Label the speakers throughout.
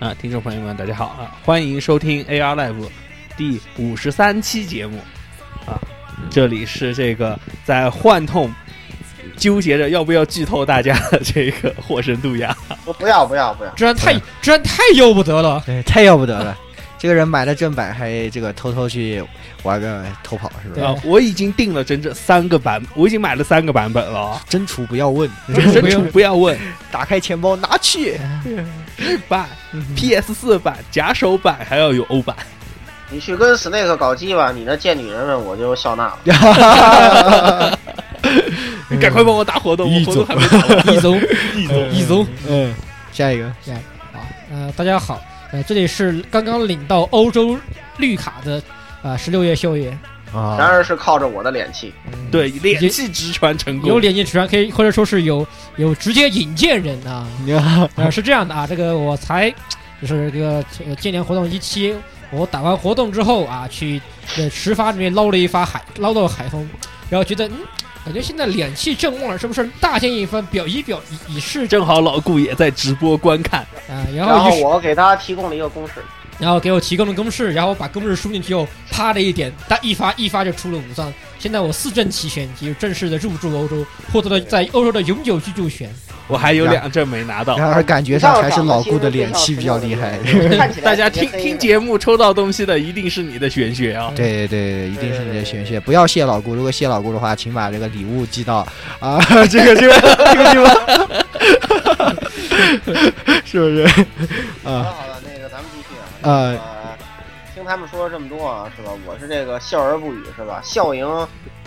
Speaker 1: 啊听众朋友们，大家好啊！欢迎收听 AR Live 第五十三期节目啊！这里是这个在幻痛纠结着要不要剧透大家的这个霍神杜亚，
Speaker 2: 我不要不要不要，
Speaker 3: 居然太居然太要不得了，
Speaker 4: 对，太要不得了。这个人买了正版，还这个偷偷去玩个偷跑，是不
Speaker 3: 对
Speaker 4: 是？
Speaker 1: 啊，我已经订了整整三个版，我已经买了三个版本了 啊，
Speaker 4: 真厨不要问，
Speaker 1: 真出不要问，
Speaker 4: 打开钱包拿去。
Speaker 1: 日版、PS 四版、假手版，还要有欧版。
Speaker 2: 你去跟 Snake 搞基吧，你那贱女人们我就笑纳了。
Speaker 1: 你赶快帮我打活动，我活动还没打完。
Speaker 3: 一宗一宗一宗
Speaker 4: 嗯，下一个，
Speaker 3: 啊，呃，大家好，呃，这里是刚刚领到欧洲绿卡的啊，十、6六月秀爷，
Speaker 2: 然
Speaker 4: 啊，
Speaker 2: 而是靠着我的脸气，
Speaker 3: 嗯，
Speaker 1: 对，连气直传成
Speaker 3: 有
Speaker 1: 功。
Speaker 3: 连接直传可以，或者说是有有直接引荐人啊，啊，是这样的啊，这个我才就是这个呃今年活动一期，我打完活动之后啊，去呃石筏里面捞了一发海，捞到海风，然后觉得嗯，感觉现在脸气正旺了，是不是大献一番，表一表以以示
Speaker 1: 正好老顾也在直播观看，
Speaker 3: 啊？然
Speaker 2: 然后
Speaker 3: 后于是
Speaker 2: 我给他提供了一个公式，
Speaker 3: 然后给我提供了公式，然后我把公式输进去后，啪的一点，但一发一发就出了五藏。现在我四证齐全，也就正式的入驻欧洲，获得了在欧洲的永久居住权。
Speaker 1: 我还有两证没拿到。
Speaker 4: 然而感觉上还是老顾的脸气比较厉害。
Speaker 2: 看 起来
Speaker 1: 大家听听节目抽到东西的一定是你的玄学 啊！
Speaker 4: 对对对，一定是你的玄学，不要谢老顾。如果谢老顾的话，请把这个礼物寄到啊，这个这个这个地方，是不是？
Speaker 2: 好
Speaker 4: 啊
Speaker 2: 了好了，那个咱们继续啊。
Speaker 4: 呃
Speaker 2: 呃，听他们说了这么多啊，是吧？我是这个笑而不语，是吧？笑迎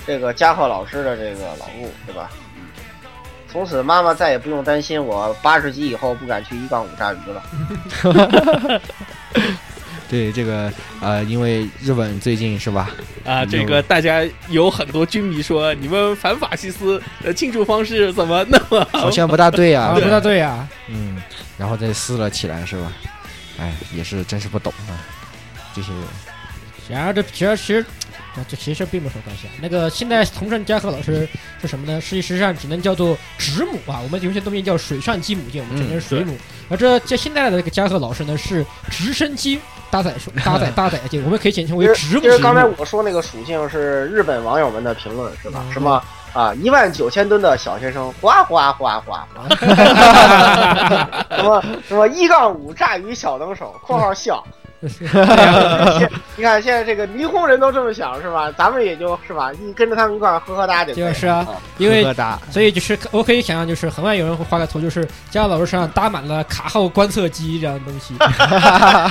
Speaker 2: 这个加贺老师的这个老顾，是吧？嗯从此妈妈再也不用担心我八十级以后不敢去一杠五炸鱼了。
Speaker 4: 对这个呃，因为日本最近是吧？
Speaker 1: 啊，这个大家有很多军迷说，你们反法西斯的庆祝方式怎么那 么
Speaker 4: 好像不大对啊，
Speaker 3: 啊，不大对啊，
Speaker 4: 嗯，然后再撕了起来是吧？哎，也是真是不懂啊，这些人
Speaker 3: 然而这其实其实，啊，这其实并没有什么关系啊。那个现在同盛嘉和老师是什么呢？实际上只能叫做直母啊，我们有些东西叫水上机母舰，我们简称水母。而这这现在的这个嘉和老师呢是直升机搭载搭载搭载舰，我们可以简称为直母
Speaker 2: 其。实刚才我说那个属性是日本网友们的评论，是吧？
Speaker 3: 嗯
Speaker 2: 什么啊，一万九千吨的小学生，哗哗哗哗 哗，什么什么一杠五炸鱼小能手（括号笑）。哎你看现在这个霓虹人都这么想是吧？咱们也就是吧，一跟着他们一块儿呵呵哒就可以
Speaker 3: 就
Speaker 2: 了。
Speaker 3: 是啊，因为
Speaker 4: 疙瘩，
Speaker 3: 所以就是我可以想象，就是很快有人会画个图，就是嘉和老师身上搭满了卡号观测机这样的东西，
Speaker 4: 哎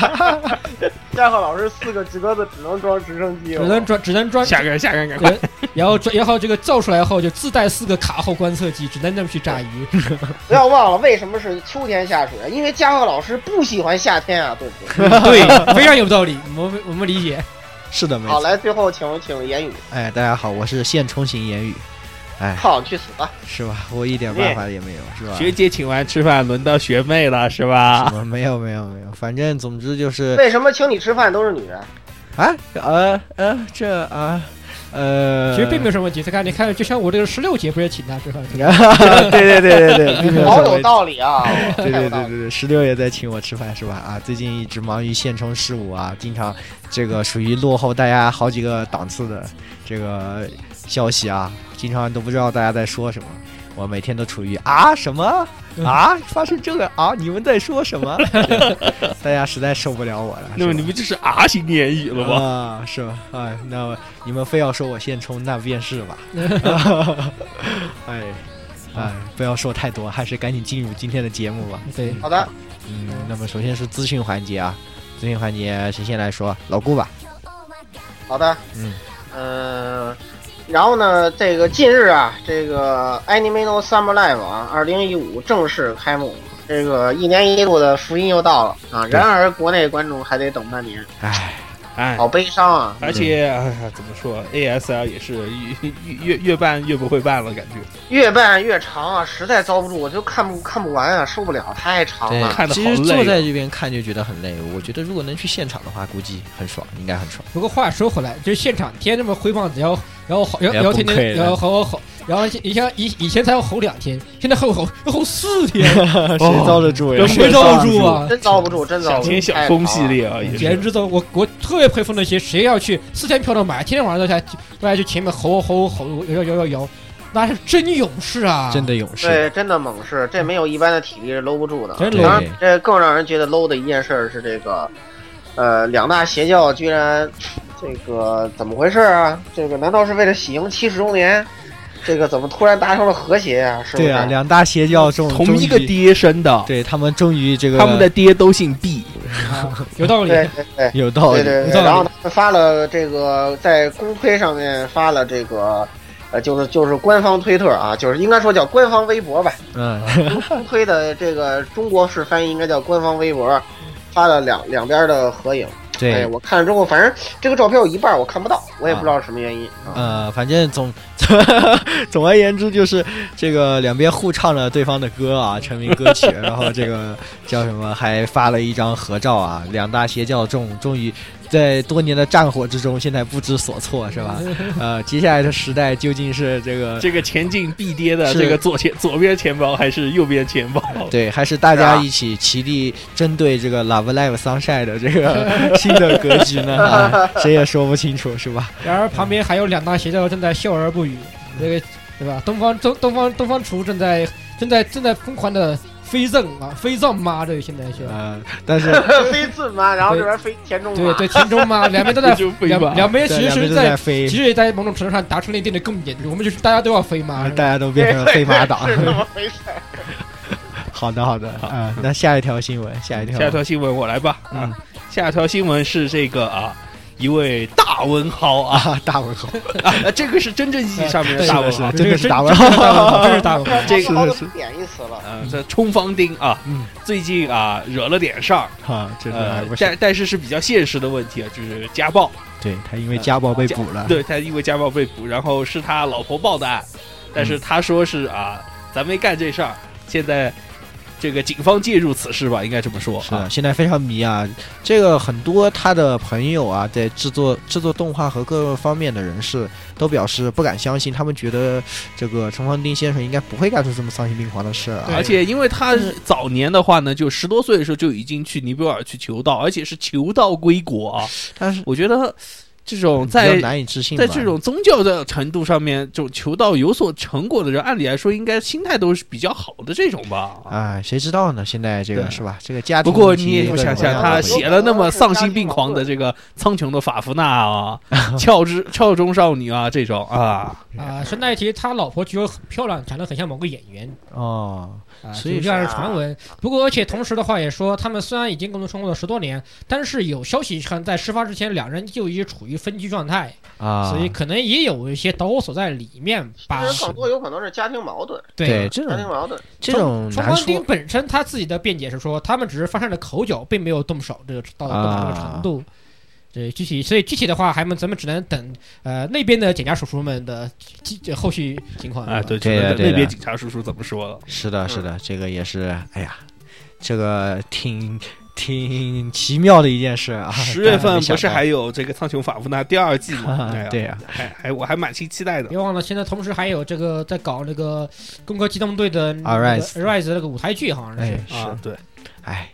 Speaker 2: 嘉贺老师四个直鸽子只能装直升机，
Speaker 3: 只能装只能装，
Speaker 1: 下个下个赶快
Speaker 3: 对然后装然后这个造出来后就自带四个卡号观测机，只能那么去 炸鱼。
Speaker 2: 不要忘了为什么是秋天下水啊？因为嘉贺老师不喜欢夏天啊，对不对？
Speaker 3: 对，非常有道理，我们我们理解。
Speaker 4: 是的，没
Speaker 2: 好，
Speaker 4: 错。
Speaker 2: 来最后请请言语，
Speaker 4: 哎，大家好，我是现充型言语，哎，
Speaker 2: 靠，你去死吧！
Speaker 4: 是吧？我一点办法也没有，是吧？
Speaker 1: 学姐请完吃饭，轮到学妹了是
Speaker 4: 什
Speaker 1: 吧？
Speaker 4: 么没有没有没有，反正总之就 是
Speaker 2: 为什么请你吃饭都是 女人？
Speaker 4: 啊呃呃这啊呃，
Speaker 3: 其实并没有什么问题，他看你看，就像我这个十六节不是也请他吃饭，
Speaker 4: 嗯 有，对对对对对，并没有
Speaker 2: 好
Speaker 4: 什么
Speaker 2: 有道理 啊！
Speaker 4: 对对对对对，十六也在请我吃饭是吧？啊，最近一直忙于现充事务啊，经常这个属于落后大家好几个档次的这个消息啊，经常都不知道大家在说什么。我每天都处于啊什么啊发生这个啊你们在说什么？ 大家实在受不了我了。
Speaker 1: 那么你
Speaker 4: 是吧
Speaker 1: 不就是 R 型言语了吗？
Speaker 4: 啊，是吧？哎，那你们非要说我现充，那便是 吧。哎，哎，不要说太多，还是赶紧进入今天的节目吧。
Speaker 3: 对，
Speaker 2: 好的，
Speaker 4: 嗯，那么首先是资讯环节啊，资讯环节谁先来说？老顾吧。
Speaker 2: 好的，
Speaker 4: 嗯
Speaker 2: 嗯、然后呢，这个近日啊，这个 Anime No Summer Live 啊，二零一五正式开幕，这个一年一度的福音又到了啊，然而国内观众还得等半年，
Speaker 4: 哎，
Speaker 1: 哎，
Speaker 2: 好悲伤啊！
Speaker 1: 而且哎呀，怎么说，ASL 也是越越越越办越不会办了，感觉
Speaker 2: 越办越长啊，实在遭不住，我就看不看不完啊，受不了，太长了。
Speaker 1: 看得
Speaker 4: 其
Speaker 1: 好
Speaker 4: 实
Speaker 1: 累
Speaker 4: 坐
Speaker 1: 哦
Speaker 4: 在这边看就觉得很累。我觉得如果能去现场的话，估计很爽，应该很爽。
Speaker 3: 不过话说回来，就是现场天天这么挥棒子，然后然后好，然后然后天
Speaker 4: 哎崩溃
Speaker 3: 天
Speaker 4: 了
Speaker 3: 然后好好然后以前以以前才要吼两天，现在吼吼要吼四 天，
Speaker 4: 谁遭得住呀？
Speaker 1: 真
Speaker 3: 谁
Speaker 1: 遭
Speaker 3: 罩住啊？
Speaker 2: 真遭不住，真遭
Speaker 1: 想
Speaker 2: 不
Speaker 1: 听
Speaker 2: 住。
Speaker 1: 小
Speaker 2: 太
Speaker 1: 风
Speaker 2: 长
Speaker 1: 系
Speaker 2: 了，哎
Speaker 1: 列啊，也
Speaker 3: 简
Speaker 1: 是
Speaker 3: 直都我我特别佩服那些谁要去四天票都买，天天晚上都在都在去前面吼吼吼摇摇摇摇，那是真勇士啊！
Speaker 4: 真的勇士，
Speaker 2: 对，真的猛士，这没有一般的体力是搂不住的。
Speaker 3: 真
Speaker 2: 当
Speaker 4: 搂
Speaker 2: 然
Speaker 4: 不住，
Speaker 2: 这更让人觉得 low 的一件事儿是这个，呃，两大邪教居然这个怎么回事啊？这个难道是为了喜迎七十周年？这个怎么突然达成了和谐啊？是不是？
Speaker 4: 对啊，两大邪教中
Speaker 2: 啊
Speaker 1: 同一个，
Speaker 4: 终于
Speaker 1: 爹生的，
Speaker 4: 对他们终于这个
Speaker 1: 他们的爹都姓毕，
Speaker 3: 啊有道理，
Speaker 2: 对对对
Speaker 4: 有道理
Speaker 2: 对，对对，
Speaker 3: 有道理
Speaker 2: 然后他们发了这个在公推上面发了这个，呃，就是就是官方推特啊，就是应该说叫官方微博吧，
Speaker 4: 嗯，
Speaker 2: 公推的这个中国式翻译应该叫官方微博，发了两两边的合影。哎呀，
Speaker 4: 对，
Speaker 2: 我看了之后，反正这个照片有一半我看不到，我也不知道是什么原因。
Speaker 3: 嗯
Speaker 4: 呃，反正总 总而言之就是这个两边互唱了对方的歌啊，成名歌曲，然后这个叫什么还发了一张合照啊，两大邪教众终于在多年的战火之中，现在不知所措是
Speaker 3: 啊
Speaker 4: 吧？ 呃，接下来的时代究竟是这个
Speaker 1: 这个前进必爹的
Speaker 4: 是
Speaker 1: 这个左前左边钱包还是右边钱包？
Speaker 4: 对，还是大家
Speaker 2: 是啊
Speaker 4: 一起齐力针对这个《Love Live Sunshine》的这 个新的格局呢、啊谁也说不清楚，是吧？
Speaker 3: 然而旁边还有两大邪教正在笑而不语，那个对吧？东方东东方东方厨正在正在正在疯狂的飞赠啊，飞赠妈这个现在是吧？
Speaker 4: 呃，但 是
Speaker 2: 飞自妈，然后这边飞田中
Speaker 3: 对
Speaker 2: 马，
Speaker 3: 对，田中妈两 边都在
Speaker 1: 就飞吧
Speaker 3: 两两边
Speaker 4: 对
Speaker 3: 其实
Speaker 4: 两边
Speaker 3: 是
Speaker 4: 都在
Speaker 3: 在
Speaker 4: 飞
Speaker 3: 其，实也在某种程度上达成了一定的共鸣，我们就是大家都要飞妈
Speaker 4: 啊，大家都 变成了飞马 党。
Speaker 2: 是这么回事。
Speaker 4: 好的，好的，啊、那下一条新闻，下一条，
Speaker 1: 下一条新闻我来吧。
Speaker 4: 嗯
Speaker 1: 啊，下一条新闻是这个啊，一位大文豪啊，
Speaker 4: 啊，大文豪，
Speaker 1: 啊这个是真正意义上面的
Speaker 3: 对
Speaker 1: 大文
Speaker 4: 是
Speaker 1: 豪
Speaker 4: 的，
Speaker 3: 这
Speaker 4: 真的
Speaker 3: 个
Speaker 4: 是
Speaker 3: 真
Speaker 4: 打文
Speaker 3: 真是
Speaker 4: 豪
Speaker 3: 大文豪，真是大文 豪。
Speaker 1: 这个
Speaker 2: 好好
Speaker 4: 是
Speaker 2: 地贬义词了。
Speaker 1: 啊，这冲锋钉啊，
Speaker 4: 嗯
Speaker 1: 最近啊惹了点事儿，
Speaker 4: 啊，这个还
Speaker 1: 呃
Speaker 4: 不，是，
Speaker 1: 但但是是比较现实的问题啊，就是家暴。
Speaker 4: 对他因为家暴被捕 了，
Speaker 1: 对他因为家暴被捕，然后是他老婆报的案，但是他说是啊，咱没干这事儿，现在这个警方介入此事吧，应该这么说
Speaker 4: 是
Speaker 1: 啊
Speaker 4: 的，。现在非常迷啊。这个很多他的朋友啊，在制作制作动画和各个方面的人士都表示不敢相信，他们觉得这个陈方丁先生应该不会干出这么丧心病狂的事儿啊。
Speaker 1: 而且，因为他早年的话呢，就十多岁的时候就已经去尼泊尔去求道，而且是求道归国啊。
Speaker 4: 但是
Speaker 1: 我觉得这种
Speaker 4: 比较
Speaker 1: 在
Speaker 4: 难以置信吧，
Speaker 1: 在这种宗教的程度上面，这种求道有所成果的人，按理来说应该心态都是比较好的这种吧。
Speaker 4: 啊，谁知道呢？现在这个
Speaker 1: 对
Speaker 4: 是吧？这个家庭
Speaker 1: 不过
Speaker 4: 问题
Speaker 1: 你也
Speaker 4: 各
Speaker 1: 要
Speaker 4: 种
Speaker 1: 想
Speaker 4: 各样
Speaker 1: 想，
Speaker 4: 的
Speaker 1: 他
Speaker 4: 问题
Speaker 1: 写了那么丧心病狂的这个苍穹的法芙娜啊，俏之俏中少女啊这种啊，
Speaker 3: 啊，顺带一提，他老婆据说很漂亮，长得很像某个演员，
Speaker 4: 哦，
Speaker 3: 啊，
Speaker 4: 所以
Speaker 3: 就这样的传闻。不过，而且同时的话也说，他们虽然已经共同生活了十多年，但是有消息称，在事发之前，两人就一直处于分居状态，
Speaker 4: 啊，
Speaker 3: 所以可能也有一些导火索在里面吧
Speaker 2: 其。实更多有可能是家庭矛盾，
Speaker 4: 对
Speaker 3: 嗯
Speaker 4: 这
Speaker 2: 家庭
Speaker 4: 种
Speaker 2: 矛盾。
Speaker 4: 这种
Speaker 3: 双
Speaker 4: 难
Speaker 3: 方丁
Speaker 4: 说。
Speaker 3: 本身他自己的辩解是说，他们只是发生了口角，并没有动手，这个到
Speaker 4: 啊
Speaker 3: 动手这个程度。对，具体所以具体的话，还们咱们只能等呃那边的检察叔叔们的这这后续情况。
Speaker 4: 啊
Speaker 1: 哎，对，
Speaker 4: 对的对的
Speaker 1: 那边警察叔叔怎么说了？
Speaker 4: 是的，是的，这个也是，哎呀，这个挺挺奇妙的一件事啊。
Speaker 1: 十月
Speaker 4: 大家
Speaker 1: 份
Speaker 4: 没想
Speaker 1: 不是
Speaker 4: 到
Speaker 1: 还有这个苍穹法芙娜第二季吗？，
Speaker 4: 啊对
Speaker 1: 对
Speaker 4: 呀
Speaker 1: 啊，还还我还蛮心期待的。
Speaker 3: 别忘了，现在同时还有这个在搞那个《攻壳机动队》的
Speaker 4: Arise
Speaker 3: Rise 那个舞台剧，好像
Speaker 4: 啊哎
Speaker 3: 是。
Speaker 4: 是
Speaker 1: 啊，，对，
Speaker 4: 哎，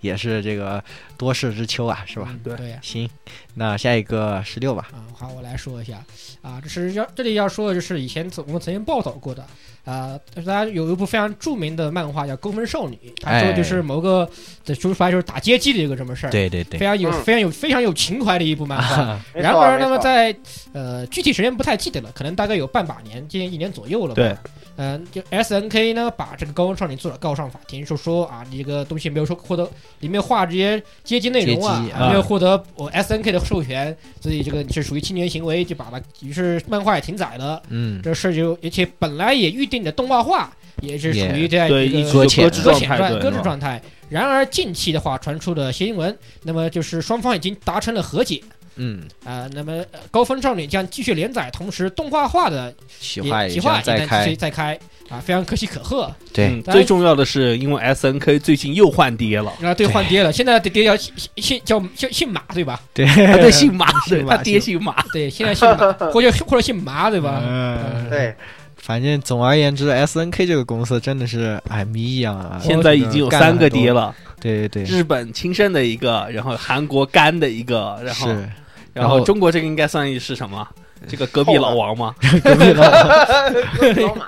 Speaker 4: 也是这个多事之秋啊，是吧？
Speaker 1: 对
Speaker 3: 嗯对呀。
Speaker 4: 行，那下一个十六吧。
Speaker 3: 啊，好，我来说一下啊，这是要这里要说的就是以前曾我们曾经报道过的啊，大家有一部非常著名的漫画叫《勾分少女》，他说就是某个的说出来就是打街机的一个这么事儿，
Speaker 4: 哎对对
Speaker 3: 非，常有
Speaker 2: 嗯
Speaker 3: 非常有非常有情怀的一部漫 画。
Speaker 2: 没
Speaker 3: 然
Speaker 2: 错
Speaker 3: 而，
Speaker 2: 没
Speaker 3: 那么
Speaker 2: 错
Speaker 3: 在呃具体时间不太记得了，可能大概有半把年，接近一年左右了吧。
Speaker 1: 对，
Speaker 3: 嗯、就 S N K 呢把这个高中少年作者告上法庭，说说啊，你这个东西没有说获得，里面画这些接机内容啊
Speaker 4: 接机，
Speaker 3: 没
Speaker 1: 啊
Speaker 3: 有获得我 S N K 的授权，所以这个你是属于侵权行为，就把它，于是漫画也停载了。
Speaker 4: 嗯，
Speaker 3: 这事就而且本来也预定的动画化也是属于在
Speaker 1: 对，
Speaker 3: 哎一
Speaker 1: 一
Speaker 3: 个
Speaker 1: 直
Speaker 4: 搁
Speaker 1: 搁
Speaker 4: 浅
Speaker 1: 置
Speaker 3: 搁
Speaker 1: 状
Speaker 3: 浅
Speaker 1: 态，
Speaker 3: 状
Speaker 1: 对嗯
Speaker 3: 搁置状态。然而近期的话传出了新闻，那么就是双方已经达成了和解
Speaker 4: 嗯，
Speaker 3: 啊、那么呃高分少女将继续连载，同时动画化的
Speaker 4: 企
Speaker 3: 也
Speaker 4: 划
Speaker 3: 计
Speaker 4: 将
Speaker 3: 划
Speaker 4: 再
Speaker 3: 也在继
Speaker 4: 开
Speaker 3: 续，再开啊，非常可喜可贺。
Speaker 4: 对
Speaker 1: 嗯，最重要的是，因为 S N K 最近又换爹了，
Speaker 3: 啊，对，换爹了，现在的爹叫姓姓叫姓姓马对吧？
Speaker 4: 对，
Speaker 1: 他对姓马，对
Speaker 4: 姓马
Speaker 1: 他爹姓马，
Speaker 3: 对，现在姓马或者或者姓麻对吧？呃
Speaker 4: 嗯
Speaker 2: 对，
Speaker 4: 反正总而言之，S N K 这个公司真的是哎谜一样啊！
Speaker 1: 现在已经有三个爹了，
Speaker 4: 对对对，
Speaker 1: 日本亲生的一个，然后韩国干的一个，然后
Speaker 4: 是
Speaker 1: 然
Speaker 4: 然后
Speaker 1: 后中国这个应该算是什么？这个隔壁老王 吗？
Speaker 4: 隔壁老
Speaker 2: 老马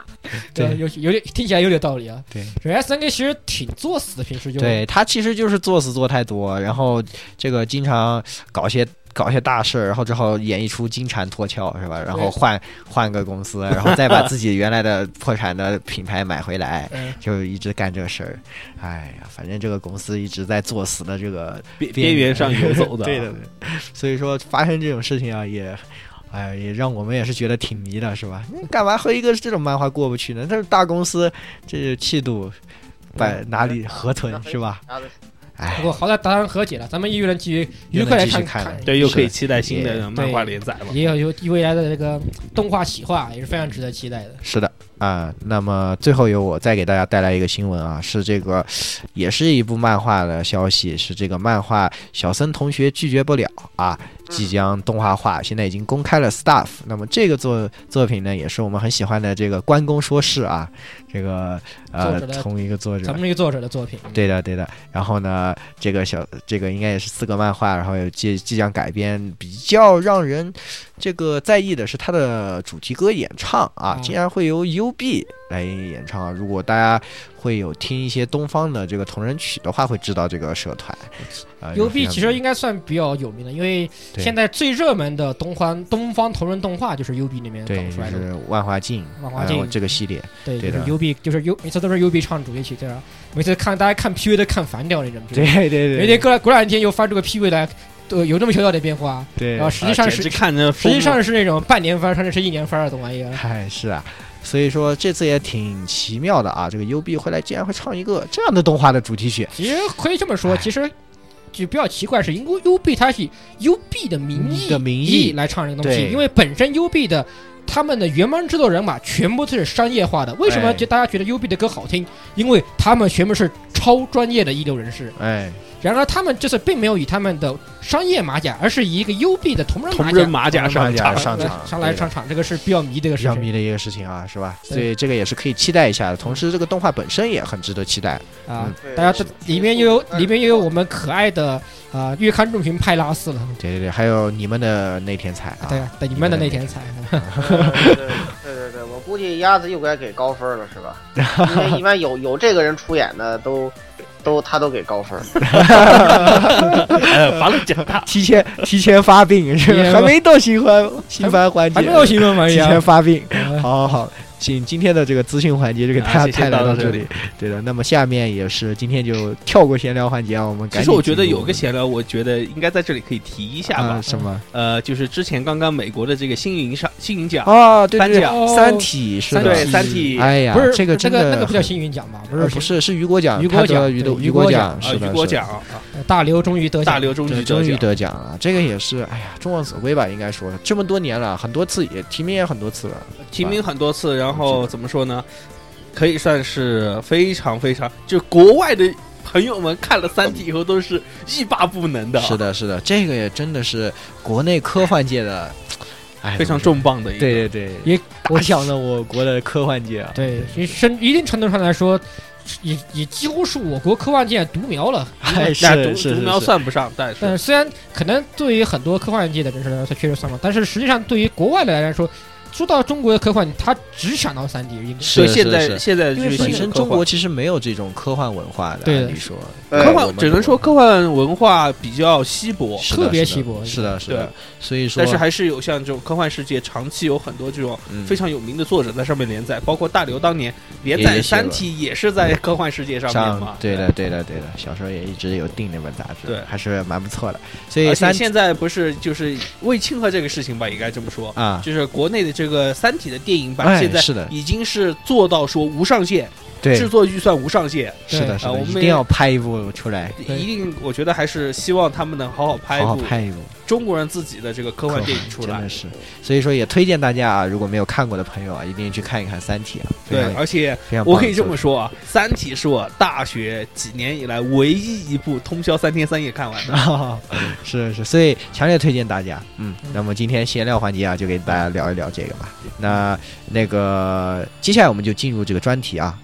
Speaker 4: 对
Speaker 3: 对，有有点听起来有点道理啊。
Speaker 4: 对。
Speaker 3: S N K 其实挺作死的，平时就，
Speaker 4: 对他其实就是作死做太多，然后这个经常搞些搞些大事儿，然后之后演一出金蝉脱壳是吧？然后换换个公司，然后再把自己原来的破产的品牌买回来
Speaker 3: 嗯
Speaker 4: 就一直干这事儿。哎呀，反正这个公司一直在作死的这个
Speaker 1: 边边缘上 游走的，啊
Speaker 4: 对的，对的所以说发生这种事情啊，也。哎呀，也让我们也是觉得挺迷的，是吧？你干嘛和一个这种漫画过不去呢？这是大公司，这气度，摆哪里何存是吧？？
Speaker 2: 啊对
Speaker 4: 哎
Speaker 3: 不，过好歹达成和解了，咱们又能继续愉快
Speaker 4: 又能
Speaker 3: 的
Speaker 4: 继续看了
Speaker 3: 看，
Speaker 1: 对，又可以期待
Speaker 4: 是
Speaker 1: 新
Speaker 4: 的
Speaker 1: 的漫画连载了。
Speaker 3: 也有有未来的这个动画企划也是非常值得期待的。
Speaker 4: 是的啊，那么最后由我再给大家带来一个新闻啊，是这个，也是一部漫画的消息，是这个漫画《小森同学拒绝不了》啊，即
Speaker 3: 嗯
Speaker 4: 将动画化，现在已经公开了 staff。那么这个作作品呢，也是我们很喜欢的这个关公说事啊，这个呃
Speaker 3: 作者，的
Speaker 4: 同一个作者
Speaker 3: 咱们，这个作者的作品，
Speaker 4: 对的，对的。然后呢，这个小这个应该也是四个漫画，然后有即即将改编。比较让人这个在意的是它的主题歌演唱啊，
Speaker 3: 嗯
Speaker 4: 竟然会由 UB 来演唱啊。如果大家会有听一些东方的这个同人曲的话，会知道这个社团。啊
Speaker 3: 哦 U B 其实应
Speaker 4: 该
Speaker 3: 该算比较有名的，因为
Speaker 4: 对
Speaker 3: 现在最热门的东方东方同人动画就是 U B 里面搞
Speaker 4: 对，
Speaker 3: 出
Speaker 4: 就
Speaker 3: 来的，
Speaker 4: 是万花镜，
Speaker 3: 万花
Speaker 4: 呃
Speaker 3: 镜
Speaker 4: 这个系列。
Speaker 3: 对，
Speaker 4: 对
Speaker 3: 就
Speaker 4: 的
Speaker 3: 是 U B，就是 U 每次都是 U B 唱主题曲，对吧？每次看大家看 P V 都看烦掉那种，
Speaker 4: 对对对，
Speaker 3: 有一天过来过两天又翻出个 P V 来，呃，有那么小小的变化，
Speaker 4: 对
Speaker 3: 然后实际上
Speaker 1: 啊
Speaker 3: 是
Speaker 1: 简直看着
Speaker 3: 实
Speaker 1: 疯了，
Speaker 3: 际上是那种半年番，甚至是一年番的懂玩意儿。哎
Speaker 4: 嗨，是啊，所以说这次也挺奇妙的啊，这个 UB 回来竟然会唱一个这样的动画的主题曲，
Speaker 3: 其实 可以这么说，其实就比较奇怪是，因为 U B 它是 U B 的名义
Speaker 4: 嗯的名义
Speaker 3: 来唱这个东西，
Speaker 4: 对
Speaker 3: 因为本身 U B 的他们的原班制作人马全部都是商业化的。为什么
Speaker 4: 哎
Speaker 3: 就大家觉得 U B 的歌好听？因为他们全部是超专业的一流人士。
Speaker 4: 哎，
Speaker 3: 然而他们这次并没有以他们的商业马甲，而是以一个 U B 的同人马
Speaker 1: 同
Speaker 3: 甲
Speaker 1: 人马甲上
Speaker 4: 同人
Speaker 1: 场，
Speaker 4: 马甲上
Speaker 3: 来
Speaker 4: 场
Speaker 3: 上来上场，这个是比较迷的一个事
Speaker 4: 比较
Speaker 3: 情
Speaker 4: 迷的一个事情啊，是吧？
Speaker 3: 对
Speaker 4: 所以这个也是可以期待一下的。同时，这个动画本身也很值得期待。
Speaker 3: 啊。
Speaker 2: 对
Speaker 3: 大家这里面又有里面又有我
Speaker 2: 我
Speaker 3: 们可爱的啊、呃月刊众群派拉斯了。
Speaker 4: 对对对，还有你们的内田彩啊，。
Speaker 3: 对啊，等你们的那天才。
Speaker 2: 对对对对，我估计鸭子又该给高分了，是吧？因为一般有有这个人出演的都都他都给高分。
Speaker 1: 呃，完了讲大
Speaker 4: 提前提前发病是吧
Speaker 3: 提前
Speaker 4: 还没到新番新番环节，
Speaker 3: 还没有新闻 玩
Speaker 4: 提
Speaker 3: 意
Speaker 4: 前
Speaker 3: 儿。
Speaker 4: 发病。
Speaker 3: 呃
Speaker 4: 好好好，请今天的这个资讯环节就给大
Speaker 1: 啊
Speaker 4: 家
Speaker 1: 谢谢
Speaker 4: 带来
Speaker 1: 到
Speaker 4: 到
Speaker 1: 这
Speaker 4: 这
Speaker 1: 里
Speaker 4: 里。对的，那么下面也是今天就跳过闲聊环节啊，我们
Speaker 1: 其
Speaker 4: 赶紧进入。
Speaker 1: 实我觉得有个闲聊，我觉得应该在这里可以提一下
Speaker 4: 啊
Speaker 1: 吧。
Speaker 4: 什么
Speaker 1: 呃，就是之前刚刚美国的这个星云上星云奖，
Speaker 4: 啊？对
Speaker 1: 颁
Speaker 4: 对，
Speaker 1: 奖
Speaker 4: 对三体是
Speaker 1: 对
Speaker 4: 的，
Speaker 1: 《
Speaker 3: 体
Speaker 1: 三体》
Speaker 4: 哎呀，
Speaker 3: 不是
Speaker 4: 这个真
Speaker 3: 那
Speaker 4: 的
Speaker 3: 个那个不叫星云奖吧？不
Speaker 4: 呃
Speaker 3: 是
Speaker 4: 不是是雨果奖，
Speaker 3: 雨果
Speaker 4: 他得
Speaker 3: 奖
Speaker 4: 雨
Speaker 3: 对
Speaker 4: 果
Speaker 3: 雨果奖
Speaker 4: 奖
Speaker 1: 啊，
Speaker 4: 是的，
Speaker 1: 雨果
Speaker 4: 是的
Speaker 1: 奖，啊
Speaker 3: 呃大刘终于得奖
Speaker 1: 大刘终
Speaker 4: 对
Speaker 1: 于
Speaker 4: 终
Speaker 1: 得
Speaker 4: 于
Speaker 1: 奖。
Speaker 4: 得奖了，这个也是，哎呀，众望所归吧，应该说这么多年了，很多次也提名也很多次了，
Speaker 1: 提名很多次，然
Speaker 4: 我记
Speaker 1: 后
Speaker 4: 得
Speaker 1: 怎么说呢？可以算是非常非常，就国外的朋友们看了《三体》以后都是欲罢不能的，啊
Speaker 4: 是的，是的，这个也真的是国内科幻界的，哎，
Speaker 1: 非常
Speaker 4: 怎么
Speaker 1: 重磅的一个。
Speaker 4: 说，对对对，
Speaker 3: 也
Speaker 4: 打响了我国的科幻界啊，
Speaker 3: 对，其实深一定程度上来说，也也几乎是我国科幻界独苗了。
Speaker 4: 哎，
Speaker 1: 那
Speaker 4: 是
Speaker 1: 独
Speaker 4: 是
Speaker 1: 独
Speaker 4: 是
Speaker 1: 苗
Speaker 4: 是
Speaker 1: 算不上，但
Speaker 3: 但
Speaker 1: 是
Speaker 3: 是虽然可能对于很多科幻界的人士来说，确实算了，但是实际上对于国外的来说，说到中国的科幻，他只想到三 D。应该
Speaker 1: 所以
Speaker 4: 是
Speaker 1: 现
Speaker 4: 是
Speaker 1: 在现在
Speaker 4: 因
Speaker 1: 就
Speaker 4: 为
Speaker 1: 是
Speaker 4: 本
Speaker 1: 新
Speaker 4: 身
Speaker 1: 的科
Speaker 4: 中
Speaker 1: 幻呃
Speaker 4: 国其实没有这种科幻文化的，
Speaker 3: 对
Speaker 4: 按理说，
Speaker 2: 对
Speaker 1: 科
Speaker 4: 我们
Speaker 1: 幻只能说科幻文化比较稀薄，
Speaker 4: 是的
Speaker 3: 特别
Speaker 4: 是的
Speaker 3: 稀薄
Speaker 4: 是的，是的
Speaker 1: 对，
Speaker 4: 所以说，
Speaker 1: 但是还是有像这种科幻世界长期有很多这种
Speaker 4: 嗯
Speaker 1: 非常有名的作者在上面连载，包括大刘当年连载
Speaker 4: 也
Speaker 1: 《
Speaker 4: 写了
Speaker 1: 三体》也是在科幻世界上面嘛，
Speaker 4: 对的，对的，对的。小时候也一直有订那本杂志，
Speaker 1: 对
Speaker 4: 还是蛮不错的。所以
Speaker 1: 而且
Speaker 4: 三
Speaker 1: 现在不是就是为庆贺这个事情吧，应该这么说，
Speaker 4: 啊，
Speaker 1: 就是国内的这个《三体》的电影版，
Speaker 4: 哎
Speaker 1: 现在
Speaker 4: 是的
Speaker 1: 已经是做到说无上限，
Speaker 4: 对，
Speaker 1: 制作预算无上限，
Speaker 4: 是的，是
Speaker 1: 啊
Speaker 4: 的，
Speaker 1: 我
Speaker 4: 一
Speaker 1: 们
Speaker 4: 定要拍一部出来，
Speaker 3: 对
Speaker 1: 一定我觉得还是希望他们能好好拍一
Speaker 4: 好好
Speaker 1: 部
Speaker 4: 拍一部
Speaker 1: 中国人自己的这个科幻电影出
Speaker 4: 真
Speaker 1: 来
Speaker 4: 的。是。所以说，也推荐大家啊，如果没有看过的朋友啊，一定去看一看《三体》啊，非
Speaker 1: 对，
Speaker 4: 常
Speaker 1: 而且
Speaker 4: 非常棒的作品。
Speaker 1: 我可以这么说啊，《三体》是我大学几年以来唯一一部通宵三天三夜看完的。
Speaker 4: 啊，是是，所以强烈推荐大家。嗯
Speaker 3: 嗯，
Speaker 4: 那么今天闲聊环节啊，就给大家聊一聊这个吧。那那个，接下来我们就进入这个专题啊。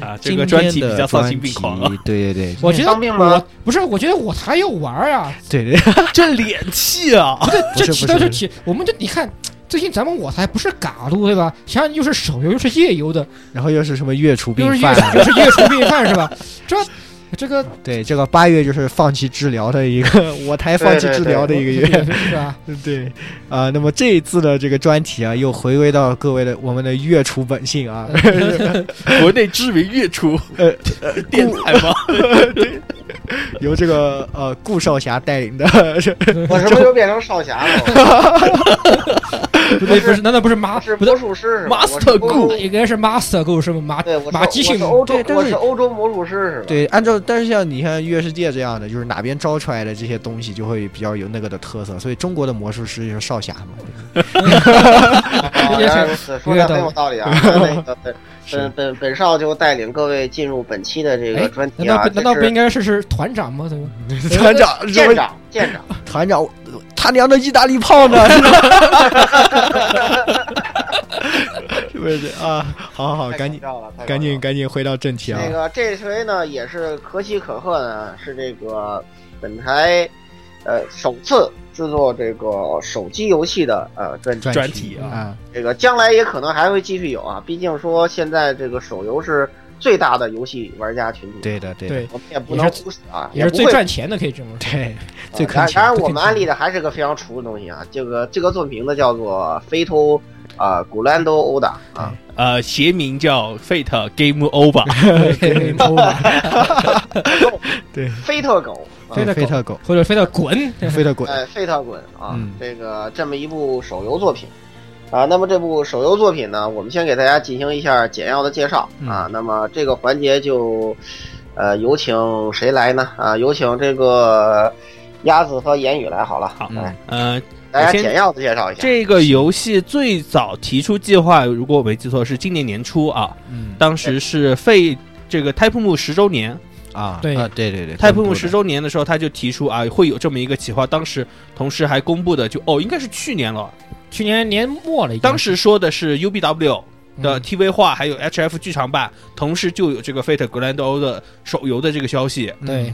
Speaker 1: 啊，这
Speaker 4: 今
Speaker 1: 个
Speaker 4: 天
Speaker 1: 专题
Speaker 4: 的
Speaker 1: 比较丧心病
Speaker 4: 专
Speaker 1: 狂啊
Speaker 4: 题，对对对
Speaker 3: 我觉得
Speaker 2: 当兵吗
Speaker 3: 我不是，我觉得我才有玩儿啊，
Speaker 4: 对对，
Speaker 1: 这脸气啊！
Speaker 4: 不
Speaker 3: 这
Speaker 4: 是
Speaker 3: 其
Speaker 4: 不
Speaker 3: 他
Speaker 4: 是
Speaker 3: 就其，我们就你看，最近咱们我才不是嘎撸对吧？想想又是手游又是夜游的，
Speaker 4: 然后又是什么月除
Speaker 3: 又
Speaker 4: 病
Speaker 3: 是夜
Speaker 4: 犯啊？
Speaker 3: 又是夜出病犯是吧？这这个
Speaker 4: 对，这个八月就是放弃治疗的一个， 我台放弃治疗的一个 月。
Speaker 3: 是吧？
Speaker 4: 对，啊、那么这一次的这个专题啊，又回归到各位的我们的月除本性 啊，
Speaker 1: 国内知名月厨
Speaker 4: 呃
Speaker 1: 电台吗？
Speaker 4: 由这个呃顾少侠带领的，
Speaker 2: 我什么时候变成少侠了？
Speaker 3: 不对，不是，难道不是马
Speaker 2: 我是
Speaker 3: 不
Speaker 2: 魔
Speaker 3: 对？
Speaker 2: 术师是吧？我
Speaker 1: Master
Speaker 2: 是欧
Speaker 1: Gu
Speaker 3: 啊应该是 Master Go 是吗？马
Speaker 2: 对，我是
Speaker 3: 马基逊
Speaker 2: 我是欧洲，
Speaker 4: 对
Speaker 2: 我
Speaker 4: 但
Speaker 2: 是
Speaker 4: 是
Speaker 2: 欧洲魔术师是吧？
Speaker 4: 对，按照但是像你像月世界这样的，就是哪边招出来的这些东西，就会比较有那个的特色。所以中国的魔术师就是少侠嘛，
Speaker 2: 啊，原来如此，说的很有道理啊。那个本
Speaker 4: 是
Speaker 2: 本本本少就带领各位进入本期的这
Speaker 3: 哎
Speaker 2: 个专题
Speaker 3: 难道
Speaker 2: 啊
Speaker 3: 不，难道不
Speaker 2: 这
Speaker 3: 应
Speaker 2: 是
Speaker 3: 该是是团长吗？对吧？
Speaker 4: 团 长，什
Speaker 2: 舰
Speaker 4: 么
Speaker 2: 长舰长？
Speaker 4: 团长，呃他娘的意大利炮呢？是不是啊？好好好，
Speaker 2: 太
Speaker 4: 赶紧
Speaker 2: 搞笑了太搞笑了
Speaker 4: 赶紧赶紧回到正题啊！
Speaker 2: 那个这回呢，也是可喜可贺呢，是这个本台呃首次制作这个手机游戏的呃专辑，
Speaker 1: 专
Speaker 4: 题
Speaker 1: 题啊
Speaker 4: 啊，
Speaker 2: 这个将来也可能还会继续有啊，毕竟说现在这个手游是最大的游戏玩家群体，
Speaker 4: 对的对的
Speaker 3: 对，
Speaker 2: 我们也不能忽视啊，
Speaker 3: 也
Speaker 2: 也
Speaker 3: 是
Speaker 2: 不
Speaker 3: 最
Speaker 2: 会
Speaker 3: 赚钱的，可以这么说。
Speaker 4: 对，
Speaker 2: 啊
Speaker 4: 最坑
Speaker 2: 当然
Speaker 4: 钱
Speaker 2: 当然，
Speaker 3: 最
Speaker 2: 我
Speaker 3: 坑
Speaker 2: 们
Speaker 3: 钱
Speaker 2: 安利的还是个非常厨的东西啊，这个这个作品名字叫做《Fatal》啊，《古兰多殴 打》啊，
Speaker 1: 呃，谐名叫 Fate Game Over，
Speaker 3: 对偷吧
Speaker 2: 飞特狗，啊
Speaker 3: 飞特
Speaker 4: 嗯飞特 狗，
Speaker 3: 或者飞到滚，
Speaker 4: 飞特滚，
Speaker 2: 哎，费特滚啊，
Speaker 4: 嗯
Speaker 2: 这个这么一部手游作品啊。那么这部手游作品呢，我们先给大家进行一下简要的介绍
Speaker 1: 嗯
Speaker 2: 啊。那么这个环节就，呃，有请谁来呢？啊，有请这个鸭子和言语来好了，
Speaker 1: 好
Speaker 2: 来
Speaker 1: 呃，
Speaker 2: 大家
Speaker 1: 我先
Speaker 2: 简要的介绍一下。
Speaker 1: 这个游戏最早提出计划，如果我没记错，是今年年初啊，
Speaker 4: 嗯
Speaker 1: 当时是费这个 Type Moon 十周年
Speaker 4: 啊，
Speaker 3: 对
Speaker 4: 啊对对对
Speaker 1: ，Type
Speaker 4: 公布
Speaker 1: Moon
Speaker 4: 的
Speaker 1: 十周年的时候，他就提出啊，会有这么一个企划，当时同时还公布的就哦，应该是去年了，
Speaker 3: 去年年末了已经，
Speaker 1: 当时说的是 UBW 的
Speaker 3: 嗯
Speaker 1: TV 化，还有 HF 剧场版，同时就有这个 Fate Grand O 的手游的这个消息，
Speaker 3: 对，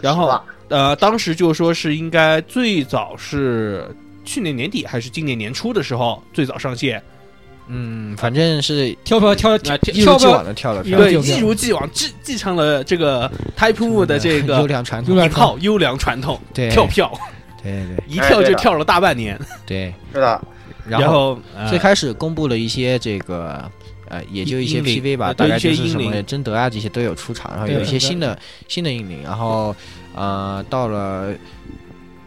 Speaker 1: 然后
Speaker 2: 是吧
Speaker 1: 呃，当时就说是应该最早是去年年底还是今年年初的时候最早上线，
Speaker 4: 嗯，反正是
Speaker 3: 跳票跳
Speaker 1: 啊
Speaker 3: 跳
Speaker 1: 跳
Speaker 4: 一如
Speaker 3: 跳
Speaker 4: 既
Speaker 3: 票
Speaker 4: 往的跳了
Speaker 3: 一
Speaker 4: 票，
Speaker 3: 如
Speaker 1: 对，
Speaker 3: 既
Speaker 1: 一如既往继继承了这个 Type Moon 的这
Speaker 4: 优
Speaker 1: 个
Speaker 4: 良传
Speaker 3: 优
Speaker 4: 统，
Speaker 3: 良
Speaker 1: 一炮优良传统，
Speaker 4: 对
Speaker 1: 跳票
Speaker 4: 对对
Speaker 1: 一跳
Speaker 2: 哎对
Speaker 1: 就
Speaker 2: 的
Speaker 1: 跳了大半年，
Speaker 4: 对，
Speaker 2: 是的，
Speaker 1: 然后呃
Speaker 4: 最开始公布了一些这个呃，也就一些
Speaker 1: 英灵
Speaker 4: PV 吧，
Speaker 1: 呃
Speaker 4: 大
Speaker 1: 对
Speaker 4: 概就
Speaker 1: 一些
Speaker 4: 是什
Speaker 1: 英
Speaker 4: 么
Speaker 1: 灵
Speaker 4: 贞德啊这些都有出场，然后
Speaker 3: 对
Speaker 4: 有一些
Speaker 3: 贞德
Speaker 4: 新的新的英灵，然后呃到了。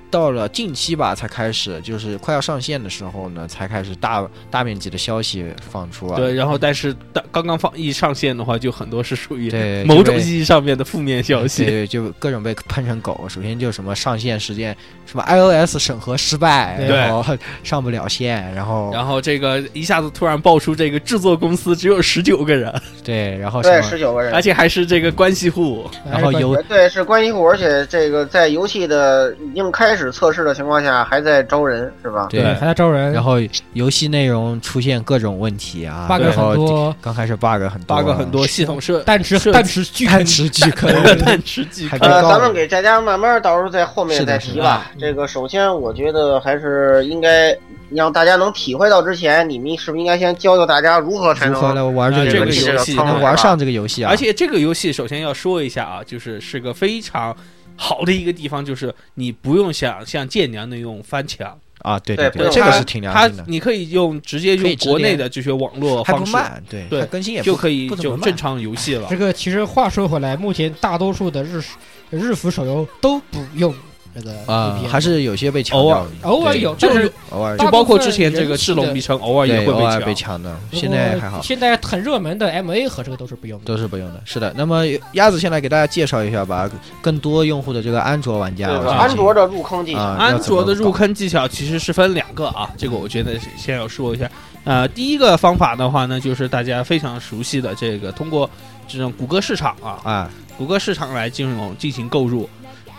Speaker 4: 到了近期吧，才开始就是快要上线的时候呢，才开始大大面积的消息放出啊。
Speaker 1: 对，然后但是当刚刚放一上线的话，就很多是属于
Speaker 4: 对，
Speaker 1: 某
Speaker 4: 就
Speaker 1: 种
Speaker 4: 被
Speaker 1: 意义上面的负面消
Speaker 4: 对
Speaker 1: 息。
Speaker 4: 对，就各种被喷成狗。首先就什么上线时间，什么 iOS 审核失败，
Speaker 3: 对
Speaker 4: 然后上不了线，然后
Speaker 1: 然后这个一下子突然爆出这个制作公司只有十九个人，
Speaker 4: 对，然后什
Speaker 2: 对，
Speaker 4: 么
Speaker 2: 十，九个人哎
Speaker 1: 而。且还是这个关系户。
Speaker 4: 然后
Speaker 3: 有
Speaker 4: 有
Speaker 2: 对，是关系户，而且这个在游戏的已经开始测试的情况下还在招人是吧？
Speaker 4: 对，
Speaker 3: 还在招人
Speaker 4: 嗯然，后游戏内容出现各种问题啊
Speaker 3: bug
Speaker 4: 然
Speaker 3: 很
Speaker 4: 后
Speaker 3: 多，
Speaker 4: 刚开始 bug 很多
Speaker 1: ，bug 很多，系统设
Speaker 3: 但吃
Speaker 1: 是
Speaker 3: 但吃巨
Speaker 4: 但
Speaker 3: 坑，
Speaker 4: 吃巨坑，
Speaker 1: 但吃鸡
Speaker 4: 还
Speaker 1: 坑
Speaker 4: 别
Speaker 2: 呃，
Speaker 4: 告
Speaker 2: 咱
Speaker 4: 诉
Speaker 2: 们
Speaker 4: 我
Speaker 2: 给大家慢慢到时候在后面
Speaker 4: 是的
Speaker 2: 再
Speaker 4: 是
Speaker 2: 提
Speaker 4: 的
Speaker 2: 吧。
Speaker 3: 嗯
Speaker 2: 这个首先我觉得还是应该让大家能体会到之前，你们是不是应该先教教大家如何才
Speaker 4: 如何来
Speaker 2: 能
Speaker 4: 玩
Speaker 1: 呃
Speaker 4: 这
Speaker 1: 这
Speaker 4: 个
Speaker 1: 个
Speaker 4: 游戏，
Speaker 1: 游戏
Speaker 2: 坑
Speaker 1: 能
Speaker 4: 能
Speaker 2: 是吧
Speaker 4: 玩上这个游戏啊？
Speaker 1: 而且这个游戏首先要说一下啊，就是是个非常好的一个地方，就是你不用想像剑娘那种翻墙，
Speaker 4: 啊，对
Speaker 2: 对不
Speaker 4: 对，
Speaker 2: 用
Speaker 4: 这个
Speaker 2: 看
Speaker 4: 是挺
Speaker 1: 它
Speaker 4: 良心的，
Speaker 1: 你可以用直接
Speaker 4: 可以
Speaker 1: 用
Speaker 4: 直
Speaker 1: 国内
Speaker 4: 连
Speaker 1: 的这些网络
Speaker 4: 还不
Speaker 1: 方式
Speaker 4: 慢，对，
Speaker 1: 对
Speaker 4: 它更新也
Speaker 1: 就
Speaker 4: 不
Speaker 1: 可以
Speaker 4: 不怎么
Speaker 1: 就
Speaker 4: 慢
Speaker 1: 正常游戏了
Speaker 3: 这。个其实话说回来，目前大多数的日式日服手游都不用这个
Speaker 4: 啊
Speaker 3: VPN，、，
Speaker 4: 还是有些被抢
Speaker 1: 偶
Speaker 4: 掉
Speaker 1: 尔
Speaker 4: 了，
Speaker 3: 偶尔
Speaker 4: 对
Speaker 3: 有，
Speaker 1: 就
Speaker 3: 但
Speaker 1: 是
Speaker 3: 是
Speaker 4: 偶尔
Speaker 1: 就
Speaker 3: 大
Speaker 4: 有
Speaker 1: 包括
Speaker 3: 部分
Speaker 1: 之前这个
Speaker 3: 人
Speaker 1: 《
Speaker 3: 气
Speaker 1: 赤龙
Speaker 3: 的
Speaker 1: 必城》偶尔也
Speaker 4: 对
Speaker 1: 会
Speaker 4: 偶尔被
Speaker 1: 抢，
Speaker 4: 抢的，
Speaker 3: 如
Speaker 4: 现
Speaker 3: 果
Speaker 4: 在还好。
Speaker 3: 现在很热门的 MA 和这个都是不用的。
Speaker 4: 都是不用的，是的。那么鸭子先来给大家介绍一下吧，更多用户的这个安卓玩家，
Speaker 2: 这
Speaker 4: 我
Speaker 2: 个
Speaker 4: 相
Speaker 2: 安
Speaker 4: 信
Speaker 2: 卓的入坑技巧？
Speaker 4: 啊，
Speaker 1: 安卓的入
Speaker 4: 坑。
Speaker 1: 坑技巧其实是分两个啊，这个我觉得先要说一下。呃，第一个方法的话呢，就是大家非常熟悉的这个通过这种谷歌市场啊，
Speaker 4: 啊，
Speaker 1: 谷歌市场来进入进行购入，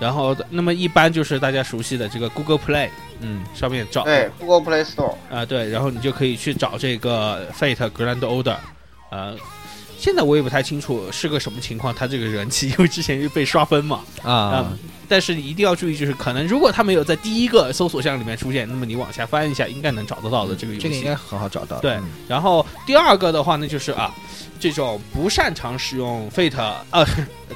Speaker 1: 然后那么一般就是大家熟悉的这个 Google Play
Speaker 4: 嗯，
Speaker 1: 上面找
Speaker 2: 对，Google Play Store
Speaker 1: 啊、对，然后你就可以去找这个 Fate Grand Order，呃，现在我也不太清楚是个什么情况，它这个人气，因为之前就被刷分嘛，
Speaker 4: 啊
Speaker 1: 嗯，但是你一定要注意，就是可能如果它没有在第一个搜索项里面出现，那么你往下翻一下，应该能找得到的这个游戏。
Speaker 4: 嗯这个应该很好找到。
Speaker 1: 对
Speaker 4: 嗯
Speaker 1: 然后第二个的话呢，就是啊，这种不擅长使用 Fate 呃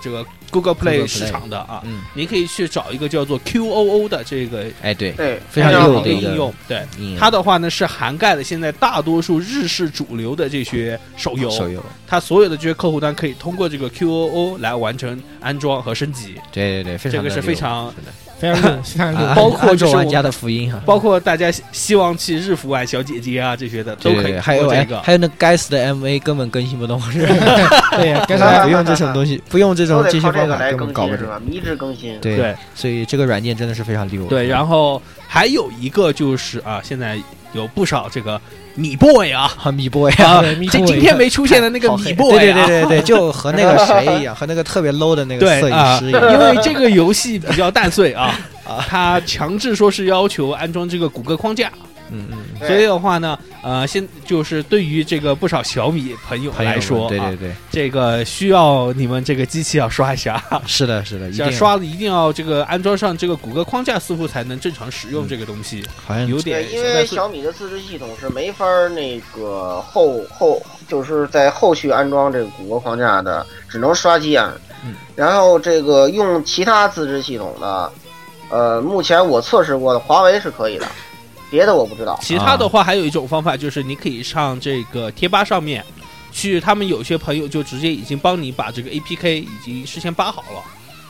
Speaker 1: 这个 Google Play
Speaker 4: Play
Speaker 1: 市场的啊，
Speaker 4: 嗯，
Speaker 1: 你可以去找一个叫做 QOO 的这个
Speaker 4: 哎，对，
Speaker 2: 对，
Speaker 4: 非常
Speaker 2: 这样
Speaker 4: 有
Speaker 1: 好
Speaker 2: 好
Speaker 1: 的
Speaker 4: 这
Speaker 1: 应
Speaker 4: 个
Speaker 1: 用，对。
Speaker 4: 嗯
Speaker 1: 它的话呢是涵盖了现在大多数日式主流的这些手游，
Speaker 4: 手游，
Speaker 1: 它所有的这些客户端可以通过这个 QOO 来完成安装和升级，
Speaker 4: 对对对，非常
Speaker 1: 这个
Speaker 4: 的
Speaker 1: 是非
Speaker 4: 有
Speaker 1: 常
Speaker 4: 是的
Speaker 3: 非常 有，非常
Speaker 4: 啊
Speaker 3: 有，
Speaker 1: 包括
Speaker 4: 安
Speaker 1: 就是
Speaker 4: 卓
Speaker 1: 我们
Speaker 4: 玩家的福音啊，
Speaker 1: 包括大家希希望去日服玩小姐姐啊这些的都
Speaker 4: 对对
Speaker 1: 可以
Speaker 4: 对还
Speaker 1: 通
Speaker 4: 有
Speaker 1: 过这
Speaker 4: 哎，
Speaker 1: 个。
Speaker 4: 还有那该死的 MA 根本更新不动， 是吧
Speaker 3: 对，该
Speaker 2: 咱们
Speaker 3: 啥
Speaker 4: 不用这种东西，不用这
Speaker 2: 都
Speaker 4: 种
Speaker 2: 得
Speaker 4: 这些
Speaker 2: 靠这
Speaker 4: 方
Speaker 2: 个
Speaker 4: 法
Speaker 2: 来
Speaker 4: 根
Speaker 2: 更
Speaker 4: 本搞不
Speaker 2: 新是
Speaker 4: 懂。
Speaker 2: 吧？迷之更新，
Speaker 1: 对
Speaker 4: 对，所以这个软件真的是非常溜。
Speaker 1: 对，然后还有一个就是啊，现在有不少这个米 boy 啊，
Speaker 4: 后米波呀，
Speaker 1: 啊，
Speaker 3: 对米
Speaker 1: 这
Speaker 3: boy
Speaker 1: 今天没出现的那个
Speaker 4: 好
Speaker 1: 米
Speaker 4: 黑
Speaker 1: boy 啊，
Speaker 4: 对对对对 对，就和那个谁一样，和那个特别 low 的那个
Speaker 1: 对啊
Speaker 4: 摄影师一样。
Speaker 1: 因为 这个游戏比较蛋碎 啊
Speaker 4: 啊，
Speaker 1: 它强制说是要求安装这个谷歌框架，
Speaker 4: 嗯嗯，
Speaker 2: 对
Speaker 1: 所以的话呢，呃，现就是对于这个不少小米朋友
Speaker 4: 朋友
Speaker 1: 来
Speaker 4: 们
Speaker 1: 说，
Speaker 4: 对
Speaker 1: 啊
Speaker 4: 对，对，
Speaker 1: 这个需要你们这个机器要刷一下，
Speaker 4: 是的，是的，一定
Speaker 1: 要刷了一定要这个安装上这个谷歌框架，似乎才能正常使
Speaker 4: 嗯
Speaker 1: 用这个东西，
Speaker 4: 好像
Speaker 1: 有
Speaker 2: 对
Speaker 1: 点，
Speaker 2: 因
Speaker 1: 但
Speaker 2: 为
Speaker 1: 是
Speaker 2: 小米的自制系统是没法儿那个后后，就是在后续安装这个谷歌框架的，只能刷机安。
Speaker 4: 嗯
Speaker 2: 然后这个用其他自制系统的，呃，目前我测试过的，华为是可以的，别的我不知道。
Speaker 1: 其
Speaker 4: 啊
Speaker 1: 他的话，还有一种方法就是你可以上这个贴吧上面去，他们有些朋友就直接已经帮你把这个 APK 已经事先扒好了。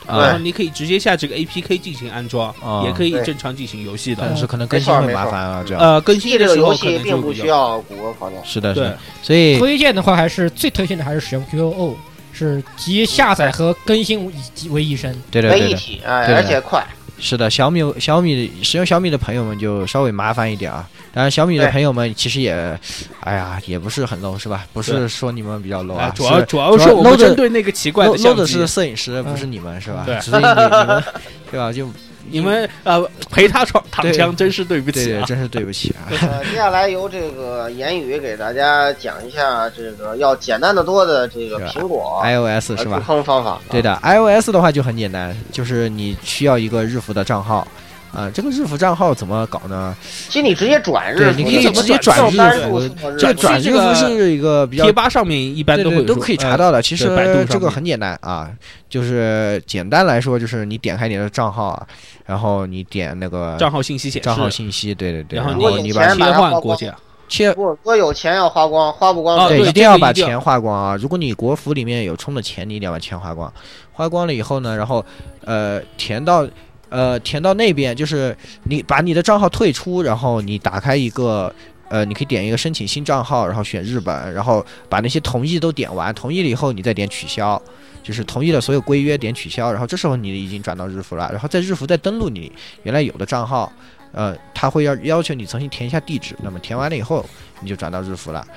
Speaker 1: 然后
Speaker 4: 啊，
Speaker 1: 你可以直接下这个 APK 进行安装，
Speaker 4: 啊
Speaker 1: 也可以
Speaker 2: 对
Speaker 1: 正常进行游戏
Speaker 4: 但
Speaker 1: 的。
Speaker 4: 是可能更
Speaker 2: 没
Speaker 4: 新
Speaker 2: 错
Speaker 4: 会
Speaker 2: 没
Speaker 4: 麻
Speaker 2: 错
Speaker 4: 烦啊，这样。
Speaker 1: 呃，更新
Speaker 2: 这
Speaker 1: 的
Speaker 2: 个
Speaker 1: 时候
Speaker 2: 游
Speaker 1: 可
Speaker 2: 戏
Speaker 1: 能
Speaker 2: 并
Speaker 1: 就
Speaker 2: 不
Speaker 1: 比
Speaker 2: 需
Speaker 1: 较
Speaker 2: 要谷歌框架。
Speaker 4: 是的，是
Speaker 1: 对
Speaker 4: 的，所以
Speaker 3: 推荐的话，还是最推荐的还是使用 QOO，是集下载和更新以及为一身。
Speaker 4: 对对
Speaker 2: 没
Speaker 4: 对
Speaker 2: 一
Speaker 4: 对，
Speaker 2: 体，哎，
Speaker 4: 对的
Speaker 2: 而且快，
Speaker 4: 是的，小米小米使用小米的朋友们就稍微麻烦一点啊。当然，小米的
Speaker 2: 对
Speaker 4: 朋友们其实也，哎呀，也不是很 low 是吧？不
Speaker 1: 对
Speaker 4: 是说你们比较 low
Speaker 1: 啊
Speaker 4: 啊，，
Speaker 1: 主要
Speaker 4: 是
Speaker 1: 主要是我们
Speaker 4: low 的
Speaker 1: 针对那个奇怪
Speaker 4: low
Speaker 1: 相
Speaker 4: low 的
Speaker 1: 机
Speaker 4: 是，摄影师，不是你们是吧？
Speaker 1: 对
Speaker 4: 所以你你们对吧？就
Speaker 1: 你们呃陪他闯躺枪，真是对不
Speaker 4: 嗯对
Speaker 1: 起
Speaker 4: 对，
Speaker 1: 啊。
Speaker 4: 真是对不起 啊。
Speaker 2: 呃，接下来由这个言语给大家讲一下这个要简单的多的这个
Speaker 4: 对
Speaker 2: 苹果
Speaker 4: iOS
Speaker 2: 呃
Speaker 4: 是
Speaker 2: 入
Speaker 4: 吧？
Speaker 2: 坑方法。
Speaker 4: 对的，iOS 的话就很简单，就是你需要一个日服的账号。啊、这个日服账号怎么搞呢？
Speaker 2: 其实你直接转日
Speaker 4: 对
Speaker 2: 服，
Speaker 4: 你可
Speaker 1: 以
Speaker 2: 怎
Speaker 1: 直
Speaker 2: 么
Speaker 1: 接转
Speaker 2: 正
Speaker 1: 日
Speaker 2: 单
Speaker 4: 服
Speaker 2: 入错日
Speaker 1: 这
Speaker 2: 服
Speaker 1: 个
Speaker 4: 转
Speaker 1: 这
Speaker 4: 日
Speaker 1: 个
Speaker 4: 服是一个比较
Speaker 1: 贴吧上面一般
Speaker 4: 对
Speaker 1: 都
Speaker 4: 对
Speaker 1: 会
Speaker 4: 都
Speaker 1: 说
Speaker 4: 可以查
Speaker 1: 呃
Speaker 4: 到的。其实
Speaker 1: 百度上
Speaker 4: 这个
Speaker 1: 面
Speaker 4: 很简单啊，就是简单来说，就是你点开你的账号啊，然后你点那个
Speaker 1: 呃账号信息显示，
Speaker 4: 账号信息，对对对，
Speaker 1: 然后
Speaker 4: 然
Speaker 1: 你
Speaker 4: 后
Speaker 2: 你
Speaker 4: 你
Speaker 2: 把
Speaker 4: 把
Speaker 2: 钱
Speaker 1: 切换啊国家。
Speaker 4: 切。
Speaker 2: 不，哥有钱要花光，花不光
Speaker 1: 啊
Speaker 2: 怎
Speaker 1: 对
Speaker 2: 么
Speaker 1: 这个
Speaker 4: 一定要把
Speaker 1: 一定要
Speaker 4: 钱花光啊！如果你国服里面有充的钱，你一定要把钱花光。花光了以后呢，然后呃填到呃填到那边，就是你把你的账号退出，然后你打开一个呃，你可以点一个申请新账号，然后选日本，然后把那些同意都点完，同意了以后你再点取消，就是同意了所有规约点取消，然后这时候你已经转到日服了，然后在日服再登录你原来有的账号。呃，他会要要求你重新填一下地址，那么填完了以后，你就转到日服了啊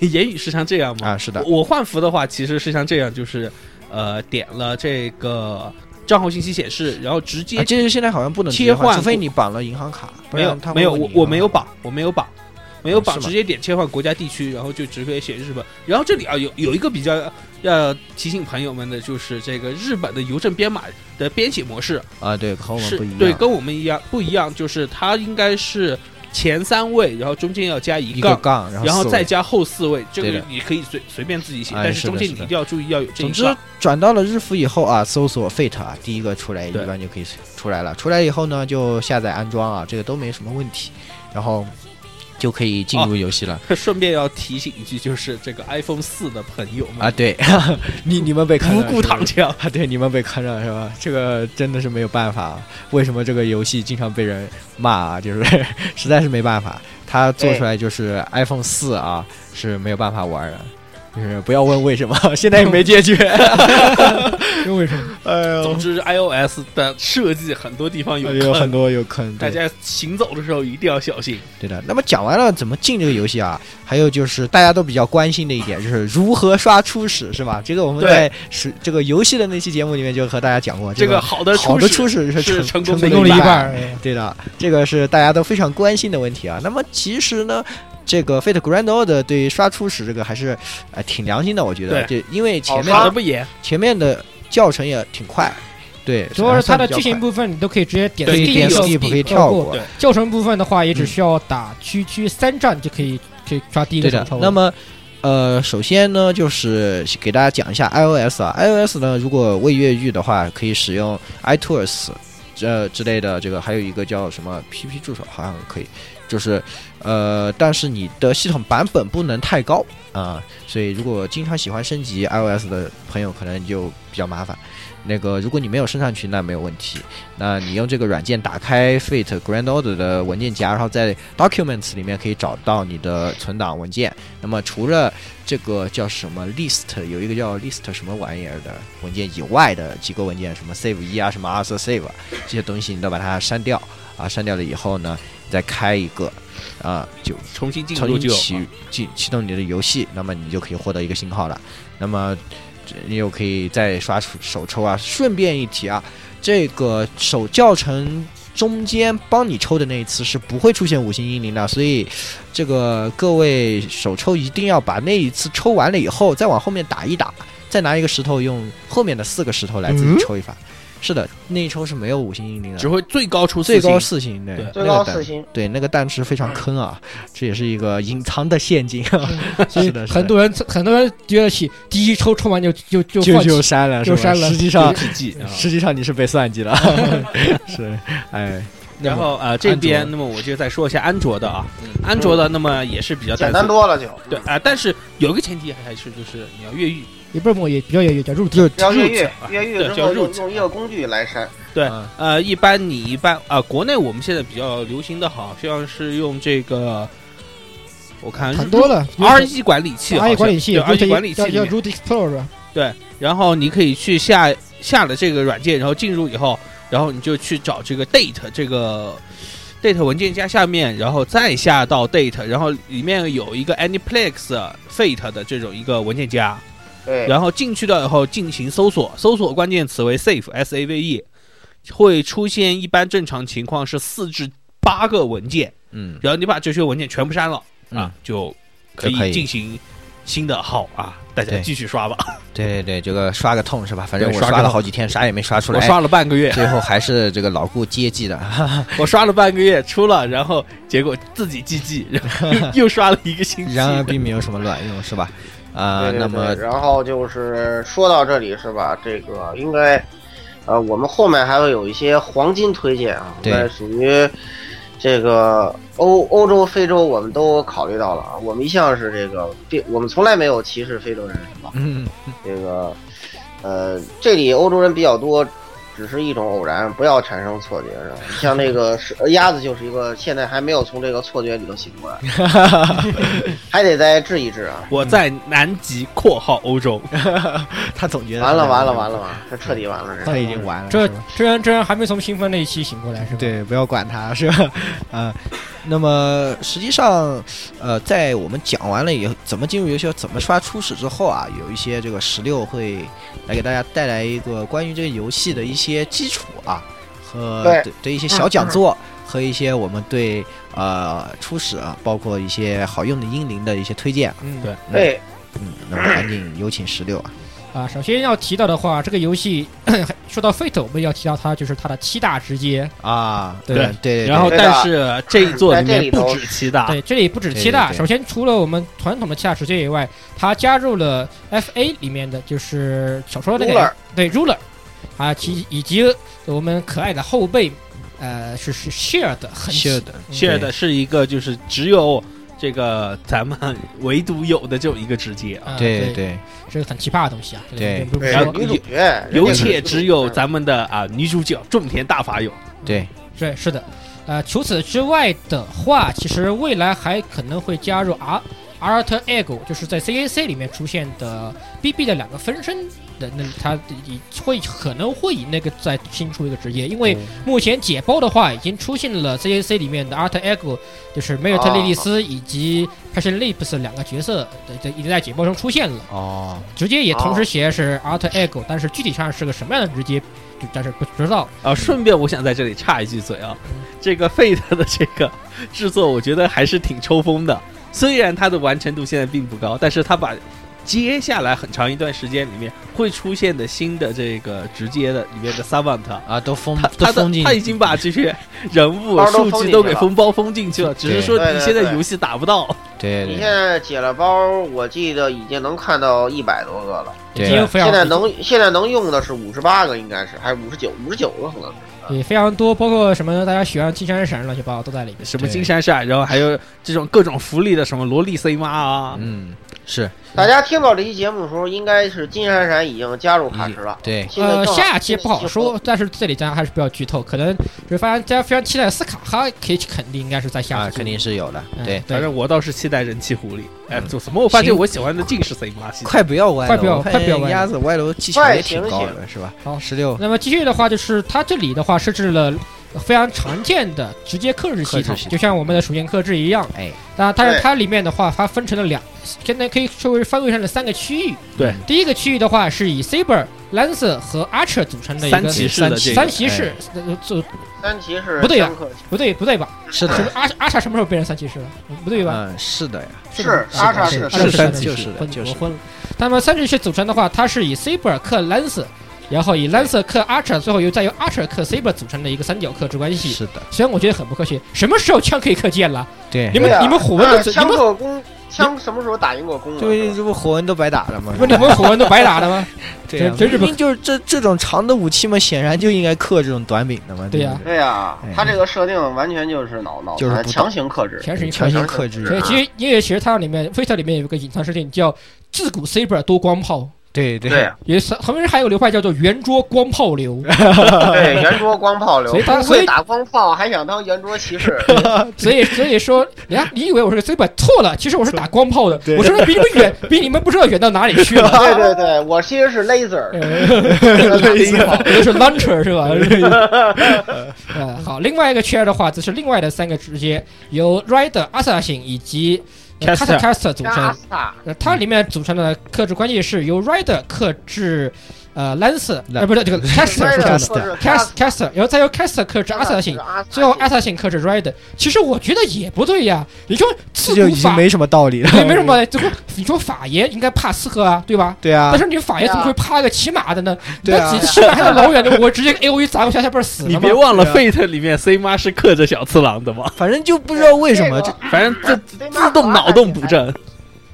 Speaker 1: 言语是像这样吗？
Speaker 4: 啊。是的，
Speaker 1: 我换服的话，其实是像这样，就是呃点了这个账号信息显示，然后直接
Speaker 4: 啊这是现在好像不能直接
Speaker 1: 切换
Speaker 4: 除非你绑了银行卡，不
Speaker 1: 没有
Speaker 4: 然他
Speaker 1: 没有，我我没有绑，我没有绑，没有
Speaker 4: 啊哦
Speaker 1: 绑，
Speaker 4: 是吗
Speaker 1: 直接点切换国家地区，然后就直接写日本。然后这里啊，有有一个比较要提醒朋友们的，就是这个日本的邮政编码的编写模式
Speaker 4: 啊，对，和我们
Speaker 1: 是
Speaker 4: 不一样，
Speaker 1: 对跟我们一样不一样，就是它应该是前三位，然后中间要加一
Speaker 4: 一个
Speaker 1: 杠。
Speaker 4: 杠，
Speaker 1: 然后
Speaker 4: 四
Speaker 1: 再
Speaker 4: 位
Speaker 1: 加后四位，这
Speaker 4: 对
Speaker 1: 个
Speaker 4: 的
Speaker 1: 你可以随随便自己写，
Speaker 4: 哎
Speaker 1: 但
Speaker 4: 是的
Speaker 1: 中间
Speaker 4: 是
Speaker 1: 你
Speaker 4: 的
Speaker 1: 一定要注意要有这
Speaker 4: 总
Speaker 1: 一
Speaker 4: 之
Speaker 1: 杠。，
Speaker 4: 转到了日服以后啊，搜索 Fate 啊，第一个出来一
Speaker 1: 对
Speaker 4: 般就可以出来了。出来以后呢，就下载安装啊，这个都没什么问题，然后就可以进入
Speaker 1: 哦
Speaker 4: 游戏了、
Speaker 1: 顺便要提醒一句，就是这个 iPhone 四的朋友们
Speaker 4: 啊。，对， 你你们被坑
Speaker 1: 不
Speaker 4: 了
Speaker 1: 顾 嗯
Speaker 4: 是吧
Speaker 1: 躺枪。
Speaker 4: 啊，对，你们被坑了是吧？这个真的是没有办法，啊为什么这个游戏经常被人骂啊？就是 实在是没办法，它做出来就是 iPhone 四啊是没有办法玩的。就是不要问为什么， 现在也没解决。
Speaker 3: 因为什么？
Speaker 4: 哎呦
Speaker 1: 总，之，iOS 的设计很多地方有
Speaker 4: 有哎很
Speaker 1: 坑，
Speaker 4: 多有坑，对
Speaker 1: 大家行走的时候一定要小心。
Speaker 4: 对的。那么讲完了怎么进这个游戏啊，还有就是大家都比较关心的一点，就是如何刷初始，是吧？这个我们
Speaker 1: 对
Speaker 4: 在是这个游戏的那期节目里面就和大家讲过，
Speaker 1: 这个
Speaker 4: 个
Speaker 1: 好的
Speaker 4: 好的初
Speaker 1: 始，
Speaker 4: 始是
Speaker 1: 是成功
Speaker 4: 成
Speaker 1: 的
Speaker 3: 弄了一
Speaker 4: 一
Speaker 3: 半
Speaker 4: 半。哎
Speaker 3: 儿，
Speaker 4: 对的，这个是大家都非常关心的问题啊。那么其实呢，这个 Fate Grand Order 对于刷初始这个还是呃挺良心的，我觉得。对，因为前面
Speaker 1: 好
Speaker 4: 的
Speaker 1: 的不严，
Speaker 4: 前面的教程也挺快，对，
Speaker 3: 主要是它的
Speaker 4: 还算比较
Speaker 3: 剧情
Speaker 4: 快
Speaker 3: 部分你都可以直接点
Speaker 4: 对点
Speaker 3: skip
Speaker 4: skip 可以跳
Speaker 3: 过
Speaker 4: 过
Speaker 1: 对。
Speaker 3: 教程部分的话，也只需要打区区三战就可以可以抓第一个
Speaker 4: 对
Speaker 3: 小
Speaker 4: 的
Speaker 3: 超。。
Speaker 4: 那么，呃，首先呢，就是给大家讲一下 iOS 啊，iOS 呢，如果未越狱的话，可以使用 iTunes 这之类的，这个还有一个叫什么 PP 助手，好像可以，就是呃，但是你的系统版本不能太高啊、所以如果经常喜欢升级 iOS 的朋友，可能就比较麻烦。那个，如果你没有升上去，那没有问题。那你用这个软件打开 Fate Grand Order 的文件夹，然后在 Documents 里面可以找到你的存档文件。那么除了这个叫什么 List，有一个叫 List 什么玩意儿的文件以外的几个文件，什么 Save 一啊，什么 Auth Save 啊这些东西，你都把它删掉啊。删掉了以后呢，再开一个啊，就
Speaker 1: 重新进
Speaker 4: 重
Speaker 1: 入
Speaker 4: 新
Speaker 1: 就有
Speaker 4: 启启启动你的游戏，那么你就可以获得一个信号了。那么这你又可以再刷手手抽啊。顺便一提啊，这个手教程中间帮你抽的那一次是不会出现五星英灵的，所以这个各位手抽一定要把那一次抽完了以后，再往后面打一打，再拿一个石头用后面的四个石头来自己
Speaker 3: 嗯
Speaker 4: 抽一发。是的，那一抽是没有五星英灵的，
Speaker 1: 只会最高出
Speaker 4: 最
Speaker 1: 四星
Speaker 4: 高四星，对
Speaker 1: 对，
Speaker 2: 最高
Speaker 4: 那个
Speaker 2: 四星，
Speaker 4: 对，那个蛋是非常坑啊，这也是一个隐藏的陷阱啊。
Speaker 3: 所 以
Speaker 4: 是的是的
Speaker 3: 很多人很多人觉得起第一抽抽完就就就
Speaker 4: 就
Speaker 3: 放弃
Speaker 4: 就删了，
Speaker 3: 就是
Speaker 4: 吧
Speaker 3: 删了
Speaker 4: 实际上，
Speaker 1: 体积啊。
Speaker 4: 实际上你是被算计了， 是，哎，那
Speaker 1: 然
Speaker 4: 么
Speaker 1: 后啊，这边
Speaker 4: 安卓
Speaker 1: 那么我就再说一下安卓的啊，安卓的那么也是比较
Speaker 2: 简
Speaker 1: 单
Speaker 2: 单
Speaker 1: 纯。
Speaker 2: 多了就。
Speaker 1: 对啊，但是有一个前提还是就是你要越狱，
Speaker 3: 也不是我也比较也也叫入
Speaker 4: 就
Speaker 2: 要越
Speaker 1: 入
Speaker 2: 狱
Speaker 1: 者啊，
Speaker 2: 越狱
Speaker 1: 对
Speaker 2: 之
Speaker 1: 叫
Speaker 2: 后
Speaker 1: 入
Speaker 2: 用
Speaker 1: 者
Speaker 2: 用一个工具来删。
Speaker 1: 对
Speaker 4: 嗯，
Speaker 1: 呃，一般你一般啊、国内我们现在比较流行的好像是用这个，我看
Speaker 3: 很多了
Speaker 1: RE 管理器好像，
Speaker 3: RE 管理器
Speaker 1: 对 RE 管理器
Speaker 3: 叫
Speaker 1: 里
Speaker 3: 叫
Speaker 1: 面，
Speaker 3: Root Explorer，
Speaker 1: 然后你可以去下下了这个软件，然后进入以后，然后你就去找这个 date 这个 date 文件夹下面，然后再下到 date，然后里面有一个 Aniplex Fate 的这种一个文件夹，
Speaker 2: 对，
Speaker 1: 然后进去了以后进行搜索，搜索关键词为 save s a v e，会出现一般正常情况是四至八个文件，
Speaker 4: 嗯，
Speaker 1: 然后你把这些文件全部删了啊
Speaker 4: 嗯，
Speaker 1: 就可
Speaker 4: 就可
Speaker 1: 以
Speaker 4: 以
Speaker 1: 进行新的号啊，大家
Speaker 4: 对
Speaker 1: 继续刷吧。
Speaker 4: 对对对，这个刷个痛是吧？反正
Speaker 1: 对
Speaker 4: 我
Speaker 1: 刷个
Speaker 4: 刷了
Speaker 1: 痛
Speaker 4: 好几天，啥也没刷出
Speaker 1: 我
Speaker 4: 来，
Speaker 1: 刷了半个月，
Speaker 4: 最后还是这个老顾接济的，
Speaker 1: 我刷了半个月出了，然后结果自己 GG，然后又又刷了一个星期。
Speaker 4: 然而并没有什么卵用，是吧？
Speaker 2: 对
Speaker 4: 啊，
Speaker 2: 对
Speaker 4: 那
Speaker 2: 对
Speaker 4: 么，
Speaker 2: 然后就是说到这里是吧？这个应该，呃，我们后面还会有一些黄金推荐啊，
Speaker 4: 对
Speaker 2: 那属于这个欧欧洲、非洲，我们都考虑到了啊。我们一向是这个，并我们从来没有歧视非洲人是吧？
Speaker 4: 嗯，
Speaker 2: 这个，呃，这里欧洲人比较多。只是一种偶然，不要产生错觉。是 吧像那个是鸭子，就是一个现在还没有从这个错觉里头醒过 来，还得再治一治啊。
Speaker 1: 我在南极（括号欧洲
Speaker 4: 他总觉得
Speaker 2: 完了完了
Speaker 4: 了，
Speaker 2: 完了完了，这彻底完了这。
Speaker 4: 他已经完了，
Speaker 3: 这
Speaker 4: 是吧
Speaker 3: 这人这人还没从兴奋那一期醒过来是吧？
Speaker 4: 对，不要管他，是吧？啊、那么实际上，呃，在我们讲完了以后，怎么进入游戏，怎么刷初始之后啊，有一些这个十六会来给大家带来一个关于这个游戏的一些基础啊，和
Speaker 2: 对
Speaker 4: 对对一些小讲座。和一些我们对呃初始啊，包括一些好用的英灵的一些推荐，
Speaker 3: 嗯，
Speaker 1: 对
Speaker 2: 对，
Speaker 4: 嗯，那么赶紧有请十六啊，
Speaker 3: 啊，首先要提到的话，这个游戏 说到 Fate，我们要提到它就是它的七大直接。
Speaker 4: 啊，
Speaker 3: 对
Speaker 4: 对对，
Speaker 1: 然后，
Speaker 2: 对的
Speaker 1: 但是这一座里
Speaker 2: 在这里
Speaker 1: 面
Speaker 2: 头
Speaker 1: 不止七
Speaker 2: 啊
Speaker 1: 大，
Speaker 3: 对，这里不止
Speaker 4: 对
Speaker 3: 七大，
Speaker 4: 对对
Speaker 3: 首先除了我们传统的七大直接以外，它加入了 FA 里面的就是小说那个
Speaker 2: Ruler
Speaker 3: 对 Ruler 啊，其以及我们可爱的后辈，呃，是是 Shared 很
Speaker 4: 是的，
Speaker 1: ，share 的是一个就是只有这个咱们唯独有的就一个直接啊，
Speaker 3: 啊
Speaker 4: 对
Speaker 3: 对，
Speaker 4: 对
Speaker 3: 是个很奇葩的东西啊，这个
Speaker 4: 对
Speaker 3: 不
Speaker 2: 对
Speaker 3: 不说
Speaker 1: 后
Speaker 2: 哎女主角，人家
Speaker 1: 有
Speaker 2: 女
Speaker 1: 且
Speaker 2: 主
Speaker 1: 只
Speaker 2: 角
Speaker 1: 有咱们的啊女主角种田大法有，
Speaker 4: 对，
Speaker 3: 对，是的，呃，除此之外的话，其实未来还可能会加入 R Alter Ego，就是在 CAC 里面出现的 BB 的两个分身的，那它以会可能会以那个再新出一个职业，因为目前解包的话已经出现了 CAC 里面的 Alter Ego，就是梅尔特
Speaker 4: 啊
Speaker 3: 莉莉丝以及 Passion Lips 两个角色的的已经在解包中出现了。
Speaker 4: 哦，
Speaker 3: 直接也同时写是 Alter Ego，但是具体上是个什么样的直接，就但是不知道。
Speaker 1: 啊，顺便我想在这里插一句嘴啊，这个 Fate 的这个制作，我觉得还是挺抽风的。虽然它的完成度现在并不高，但是它把接下来很长一段时间里面会出现的新的这个直接的里面的 Savant，
Speaker 4: 啊，都封
Speaker 1: 他
Speaker 4: 都
Speaker 1: 他
Speaker 4: 封
Speaker 1: 的
Speaker 4: 进，
Speaker 1: 他已经把这些人物
Speaker 2: 包都
Speaker 1: 数
Speaker 2: 封
Speaker 1: 据
Speaker 2: 进
Speaker 1: 都
Speaker 2: 去
Speaker 1: 给
Speaker 2: 了
Speaker 1: 封包封进去了，只是说
Speaker 2: 对对
Speaker 1: 你
Speaker 2: 对
Speaker 1: 现在
Speaker 2: 对
Speaker 1: 游戏打不到。
Speaker 4: 对
Speaker 2: 你
Speaker 4: 对
Speaker 2: 现在解了包，我记得已经能看到一百多个了。
Speaker 3: 已经
Speaker 4: 对，
Speaker 3: 非常
Speaker 2: 现在能现在能用的是五十八个，应该是还是五十九？五十九个可能是。
Speaker 3: 也非常多，包括什么大家喜欢金山闪乱七八糟都在里面。
Speaker 1: 什么
Speaker 4: 对
Speaker 1: 金山闪，然后还有这种各种福利的什么萝莉 C 妈啊，
Speaker 4: 嗯，是
Speaker 2: 大家听到这期节目的时候，应该是金闪闪已经加入卡池了。
Speaker 1: 嗯
Speaker 4: 对，
Speaker 2: 现在
Speaker 3: 呃，
Speaker 2: 正好
Speaker 3: 下期不好说，，但是这里大家还是不要剧透，可能就是发现大家非常期待斯卡哈，可以肯定应该是在下
Speaker 4: 啊，
Speaker 3: 期，
Speaker 4: 肯定是有的，
Speaker 3: 嗯
Speaker 4: 对，
Speaker 1: 反
Speaker 3: 对，
Speaker 1: 正我倒是期待人气狐狸。哎，
Speaker 4: 嗯
Speaker 1: 做什么？我发现
Speaker 4: 行
Speaker 1: 我喜欢的尽是 C 妈系列。
Speaker 4: 快不要歪
Speaker 3: 快
Speaker 4: 了，
Speaker 3: 不要
Speaker 4: 我看
Speaker 3: 快不要歪了
Speaker 4: 鸭子歪楼技巧也挺高的，是吧？
Speaker 3: 好
Speaker 4: 十六
Speaker 3: 那么继续的话，就是它这里的话设置了非常常见的直接克制系
Speaker 4: 克制
Speaker 3: 统
Speaker 4: 系，统
Speaker 3: 就像我们的属性克制一样。
Speaker 4: 哎，
Speaker 3: 那但是
Speaker 2: 对
Speaker 3: 它里面的话，它分成了两，现在可以说为翻位上的三个区域。
Speaker 1: 对，
Speaker 3: 第一个区域的话是以 Saber、Lancer 和 Archer 组成的一
Speaker 1: 三
Speaker 3: 个
Speaker 1: 骑士的这
Speaker 3: 三
Speaker 1: 个，
Speaker 3: 骑士，
Speaker 4: 哎
Speaker 3: 呃组
Speaker 2: 三骑士
Speaker 3: 不对呀
Speaker 2: 相克
Speaker 3: 不对不对吧？
Speaker 4: 是
Speaker 2: 嗯
Speaker 3: 什么
Speaker 4: 的，
Speaker 3: 阿阿莎什么时候变成三骑士了？不对吧？
Speaker 4: 嗯，是的呀，
Speaker 2: 是
Speaker 3: 吧
Speaker 2: 阿莎
Speaker 3: 是
Speaker 2: 是
Speaker 3: 吧
Speaker 4: 是
Speaker 3: 是吧
Speaker 4: 三骑士
Speaker 3: 混
Speaker 4: 就是
Speaker 3: 我混了。那么三骑士组成的话，它是以 Saber 克 Lance，然后以 Lance 克 Archer，最后又再由 Archer 克 Saber 组成的一个三角克制关系。
Speaker 4: 是的，
Speaker 3: 虽然我觉得很不科学，什么时候枪可以克剑了？
Speaker 4: 对
Speaker 3: 你，们
Speaker 2: 对呀
Speaker 3: 你们虎纹都
Speaker 2: 嗯
Speaker 3: 你
Speaker 2: 枪
Speaker 3: 们
Speaker 2: 克弓，枪什么时候打赢过弓啊？
Speaker 4: 对，
Speaker 2: 是吧
Speaker 4: 这不火纹都白打了吗
Speaker 3: 你？们你们虎纹都白打了 吗？
Speaker 4: 对呀，
Speaker 3: 真真是
Speaker 4: 明明就是这这种长的武器嘛，显然就应该克这种短柄的嘛，
Speaker 3: 对呀
Speaker 4: 不对
Speaker 2: 对呀
Speaker 4: 哎，
Speaker 2: 他这个设定完全就是脑脑
Speaker 4: 就是
Speaker 2: 残
Speaker 4: 不懂
Speaker 2: 强行克制。
Speaker 3: 全是一
Speaker 4: 强
Speaker 3: 克
Speaker 4: 行
Speaker 3: 制。
Speaker 4: 克制
Speaker 3: 所以其实因为其实它里面 Fate 里面有一个隐藏设定叫自古 Saber 多光炮，
Speaker 4: 对对
Speaker 2: 对呀
Speaker 3: 也是他们还有个流派叫做圆桌光炮流。
Speaker 2: 对，圆桌光炮流
Speaker 3: 所以，他
Speaker 2: 不
Speaker 3: 所以
Speaker 2: 会打光炮，还想当圆桌骑 士，
Speaker 3: 所以所以说，你看，你以为我是个 C 本错了，其实我是打光炮的，
Speaker 4: 对
Speaker 3: 我说的比你们远，比你们不知道远到哪里去 了。
Speaker 2: 对对对，我其实是 laser，
Speaker 3: 呃
Speaker 4: 啊
Speaker 3: 我就是 launcher 是吧？ 呃，好，另外一个圈的话，就是另外的三个直接由 Rider、Assassin 以及 c a s t
Speaker 1: Caster
Speaker 3: e Caster 组成
Speaker 2: 加。萨
Speaker 3: 呃它里面组成的克制关系是由 Rider 克制呃 Lance，
Speaker 4: 那
Speaker 3: 呃不 对，这个 Caster 是
Speaker 4: Rider
Speaker 3: 吧
Speaker 4: Caster
Speaker 2: 克制
Speaker 3: Cast Caster，然后再由 Caster 克制 Assassin，最后 Assassin 克制 Rider。其实我觉得也不对呀，你说自
Speaker 4: 这就
Speaker 3: 古
Speaker 4: 已经
Speaker 3: 法
Speaker 4: 没什么道理了。
Speaker 3: 对，没什么。这个你说法爷应该怕刺客啊，对吧？
Speaker 4: 对啊
Speaker 3: 但，是你法爷怎么会怕一个骑马的呢？
Speaker 4: 对啊
Speaker 3: 那骑马还有老远的，我直接 A O E 砸过去，他不是死
Speaker 1: 你
Speaker 3: 了
Speaker 1: 别
Speaker 3: 吗？
Speaker 1: 忘了
Speaker 4: 对
Speaker 1: ，Fate 里面 C 妈是克着小次郎的嘛，
Speaker 4: 反正就不知道为什么，
Speaker 2: 这
Speaker 4: 这
Speaker 2: 个
Speaker 1: 反正这
Speaker 2: 这
Speaker 1: 自动脑洞补正。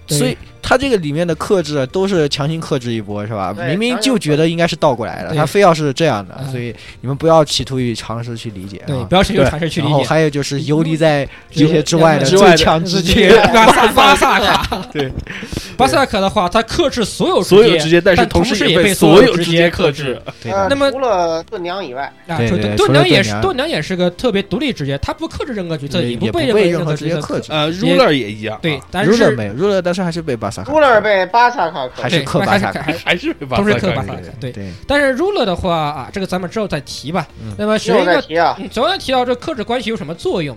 Speaker 3: 对
Speaker 4: 所以他这个里面的克制都是强行克制一波，是吧？
Speaker 2: 对
Speaker 4: 明明就觉得应该是倒过来的，
Speaker 3: 对
Speaker 4: 他非要是这样的
Speaker 3: 嗯，
Speaker 4: 所以你们不要企图于尝试去理解。
Speaker 3: 对，
Speaker 4: 啊
Speaker 3: 不要寻求尝试去理
Speaker 4: 然后
Speaker 3: 解。
Speaker 4: 还有就是游离在这些之外的
Speaker 1: 之外的
Speaker 4: 最强之
Speaker 3: 这
Speaker 4: 界
Speaker 3: 个，巴萨巴萨卡，
Speaker 4: 对，
Speaker 3: 巴萨卡的话，他克制所有
Speaker 1: 所有
Speaker 3: 接
Speaker 1: 直接，但是
Speaker 3: 但同
Speaker 1: 同
Speaker 3: 时
Speaker 1: 时
Speaker 3: 也被
Speaker 1: 被
Speaker 3: 所
Speaker 1: 所
Speaker 3: 有
Speaker 1: 有
Speaker 3: 直
Speaker 1: 直
Speaker 3: 接
Speaker 1: 接
Speaker 3: 克
Speaker 1: 克
Speaker 3: 制
Speaker 1: 制。
Speaker 4: 对
Speaker 2: 呃
Speaker 4: 的
Speaker 3: 那么
Speaker 2: 除了盾娘以外，
Speaker 3: 啊
Speaker 4: 对
Speaker 3: 除
Speaker 4: 对
Speaker 3: 盾
Speaker 4: 除
Speaker 3: 盾
Speaker 4: 了
Speaker 3: 娘也
Speaker 4: 盾
Speaker 3: 是
Speaker 4: 娘
Speaker 3: 盾娘也是个特别独立职业，他不克制任何角色，
Speaker 4: 也
Speaker 3: 不
Speaker 4: 被
Speaker 3: 被
Speaker 4: 任何
Speaker 3: 何
Speaker 4: 直接
Speaker 3: 角
Speaker 4: 克。制。
Speaker 1: 呃
Speaker 3: 直接
Speaker 1: ，Ruler 也一样，
Speaker 3: 对，，但
Speaker 4: 如勒
Speaker 3: 是
Speaker 4: 没有，如勒但是还是被巴萨卡
Speaker 2: 朱勒被巴萨卡克
Speaker 4: 还
Speaker 2: 制
Speaker 4: 是
Speaker 3: 对
Speaker 4: 克
Speaker 3: 巴
Speaker 4: 巴
Speaker 3: 萨
Speaker 4: 萨
Speaker 3: 卡
Speaker 4: 卡
Speaker 3: 还
Speaker 1: 还是被巴
Speaker 3: 同时
Speaker 1: 萨
Speaker 3: 克
Speaker 1: 克
Speaker 3: 巴
Speaker 1: 制
Speaker 3: 萨卡。对，
Speaker 4: 对
Speaker 3: 但是 Ruler 的话啊，这个咱们之后再提吧
Speaker 4: 嗯。
Speaker 3: 那么学
Speaker 2: 又
Speaker 3: 一个
Speaker 2: 在提啊，
Speaker 3: 嗯，总要提到这克制关系有什么作用。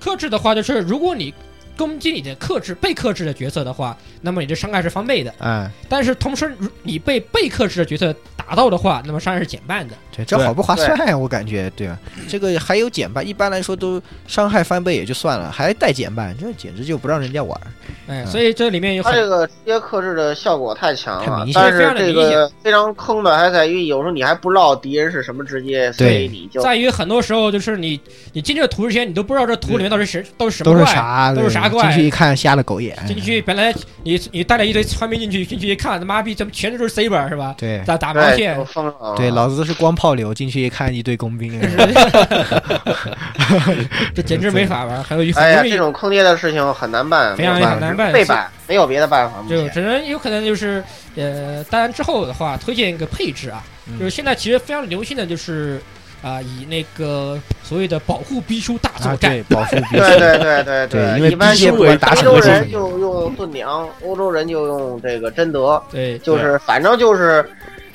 Speaker 3: 克制的话，就是如果你攻击你的克制被克制的角色的话，那么你的伤害是翻倍的。
Speaker 4: 哎，
Speaker 3: 但是同时，如你被被克制的角色打到的话，那么伤害是减半的。
Speaker 4: 对，这好不划算呀，我感觉，对吧？这个还有减半，一般来说都伤害翻倍也就算了，还带减半，这简直就不让人家玩儿。
Speaker 3: 哎，
Speaker 4: 嗯
Speaker 3: 所以这里面有
Speaker 2: 它
Speaker 3: 很
Speaker 2: 这个直接克制的效果太强
Speaker 4: 太
Speaker 2: 了
Speaker 4: 明，显
Speaker 2: 但是这个非常坑的还在于，有时候你还不知道敌人是什么职业，所以你就
Speaker 3: 在于很多时候就是你你进这个图之前，你都不知道这图里面到底是谁都是什么
Speaker 4: 都
Speaker 3: 怪，
Speaker 4: 是啥？
Speaker 3: 都是
Speaker 4: 对
Speaker 3: 啥怪
Speaker 4: 进去一看，瞎了狗眼。
Speaker 3: 进去本来你你带了一堆穿兵进去，进去一看，他妈逼，怎么全都是 saber 是吧？
Speaker 4: 对
Speaker 3: 打打毛
Speaker 2: 对
Speaker 3: 线
Speaker 2: 哎就，疯了。啊
Speaker 4: 对，老子是光炮流，进去一看一堆工 兵。
Speaker 3: 这简直没法玩，很有
Speaker 2: 哎
Speaker 3: 很
Speaker 2: 呀，
Speaker 3: 容易
Speaker 2: 这种坑爹的事情很难办，
Speaker 3: 非常
Speaker 2: 没有办法
Speaker 3: 很难办
Speaker 2: 背板没有别的办法。目
Speaker 3: 就
Speaker 2: 前
Speaker 3: 只能有可能就是呃，当然之后的话，推荐一个配置啊，
Speaker 1: 嗯
Speaker 3: 就是现在其实非常流行的就是啊、以那个所谓的保护逼出大作
Speaker 4: 啊，
Speaker 3: 战，
Speaker 4: 对，保护兵。
Speaker 2: 对对对对
Speaker 4: 对因为
Speaker 2: 一般
Speaker 4: 毕竟
Speaker 2: 就
Speaker 4: 不管打
Speaker 2: 非
Speaker 4: 什
Speaker 2: 洲
Speaker 4: 么
Speaker 2: 人
Speaker 4: 人，
Speaker 2: 就用盾娘，欧洲人就用这个贞德，
Speaker 4: 啊
Speaker 3: 对
Speaker 2: 就是反正就是。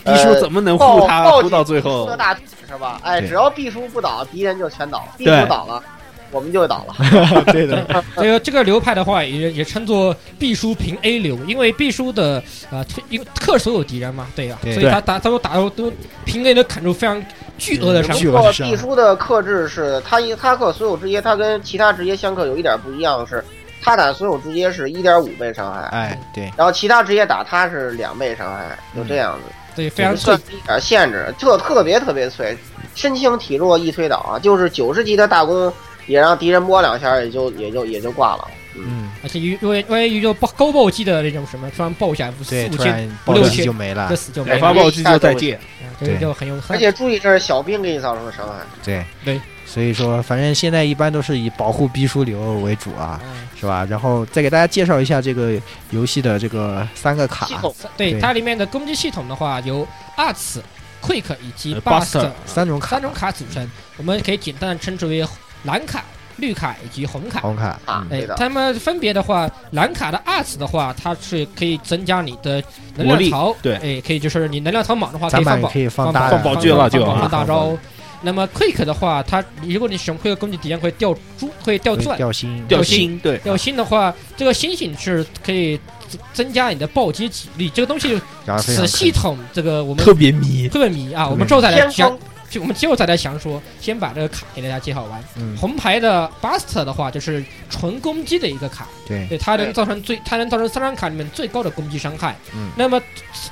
Speaker 1: 毕叔
Speaker 2: 呃
Speaker 1: 怎么能护
Speaker 2: 抱
Speaker 1: 他
Speaker 2: 抱
Speaker 1: 护
Speaker 2: 紧
Speaker 1: 到最后
Speaker 2: 车？大腿是吧？哎，
Speaker 4: 对
Speaker 2: 只要毕叔不倒，敌人就全倒；毕
Speaker 1: 对
Speaker 2: 叔倒了，我们 就倒了。
Speaker 4: 对的，
Speaker 3: 这个这个流派的话也也称作必输平 A 流，因为必输的啊，推因为克所有敌人嘛，对呀、啊
Speaker 4: 对
Speaker 3: 所以他打他都打到都平 A 能砍出非常巨额的伤害
Speaker 4: 巨
Speaker 2: 不
Speaker 4: 额
Speaker 2: 过
Speaker 4: 的伤
Speaker 2: 毕叔的克制是他一他克所有职业，他跟其他职业相克有一点不一样的是，他打所有职业是一点五倍伤害，
Speaker 4: 哎， 对，
Speaker 2: 然后其他职业打他是两倍伤害，就
Speaker 1: 嗯
Speaker 2: 这样子，
Speaker 3: 对，非常脆
Speaker 2: 算。一点限制，特特别特别脆，身轻体弱易推倒啊，就是九十级的大弓也让敌人摸两下也就也就也就挂了。
Speaker 4: 嗯，
Speaker 3: 而且因为万一就爆高暴击的那种什么，突然爆一下四
Speaker 4: 对，
Speaker 3: 五
Speaker 4: 突
Speaker 3: 千，
Speaker 4: 然暴
Speaker 3: 六
Speaker 4: 击
Speaker 3: 千
Speaker 4: 就没了
Speaker 3: 这，死就没
Speaker 1: 改
Speaker 2: 对
Speaker 1: 发
Speaker 3: 了，啊
Speaker 1: 暴击就再见。
Speaker 3: 这个
Speaker 4: 对
Speaker 3: 就很有很
Speaker 2: 而且注意，这是小兵给你造成的伤害。
Speaker 4: 对
Speaker 3: 对。
Speaker 4: 所以说，反正现在一般都是以保护逼输流为主啊，
Speaker 3: 嗯
Speaker 4: 是吧？然后再给大家介绍一下这个游戏的这个三个卡
Speaker 2: 系，统
Speaker 1: 嗯
Speaker 3: 对
Speaker 4: 对
Speaker 3: 它里面的攻击系统的话，由 Arts、Quick 以及
Speaker 1: 呃
Speaker 3: Buster
Speaker 4: 三种卡
Speaker 3: 三，种卡组成，我们可以简单地称之为蓝卡、绿卡以及红卡。
Speaker 4: 红卡，
Speaker 2: 啊，
Speaker 3: 哎
Speaker 2: 对，的。
Speaker 3: 他们分别的话，蓝卡的 Arts 的话，它是可以增加你的能
Speaker 1: 魔
Speaker 3: 量
Speaker 1: 力
Speaker 3: 槽，
Speaker 1: 对
Speaker 3: 哎，可以就是你能量槽满的话，可
Speaker 4: 咱
Speaker 3: 以
Speaker 4: 们
Speaker 3: 啊放
Speaker 4: 也
Speaker 3: 宝
Speaker 4: 可以放
Speaker 3: 大
Speaker 4: 大
Speaker 1: 放宝具了就
Speaker 3: 放
Speaker 1: 啊
Speaker 3: 大招。那么 Quick 的话，它如果你使用 Quick 攻击敌人会掉珠，会掉钻。
Speaker 4: 掉星，
Speaker 1: 掉
Speaker 3: 心
Speaker 1: 星，对，
Speaker 3: 掉星的话，这个星星是可以增增加你的暴击体力，这个东西
Speaker 4: 然后啊非常
Speaker 3: 此系统这个我们
Speaker 4: 别迷，
Speaker 3: 特别迷啊，我们之后再来
Speaker 2: 先
Speaker 3: 详
Speaker 2: 锋，
Speaker 3: 就我们之后再来详说，先把这个卡给大家介绍完。
Speaker 4: 嗯，
Speaker 3: 红牌的 Buster 的话，就是纯攻击的一个卡，
Speaker 4: 对，
Speaker 3: 对它能
Speaker 2: 对
Speaker 3: 造成最，它能造成三张卡里面最高的攻击伤害。
Speaker 4: 嗯
Speaker 3: 那么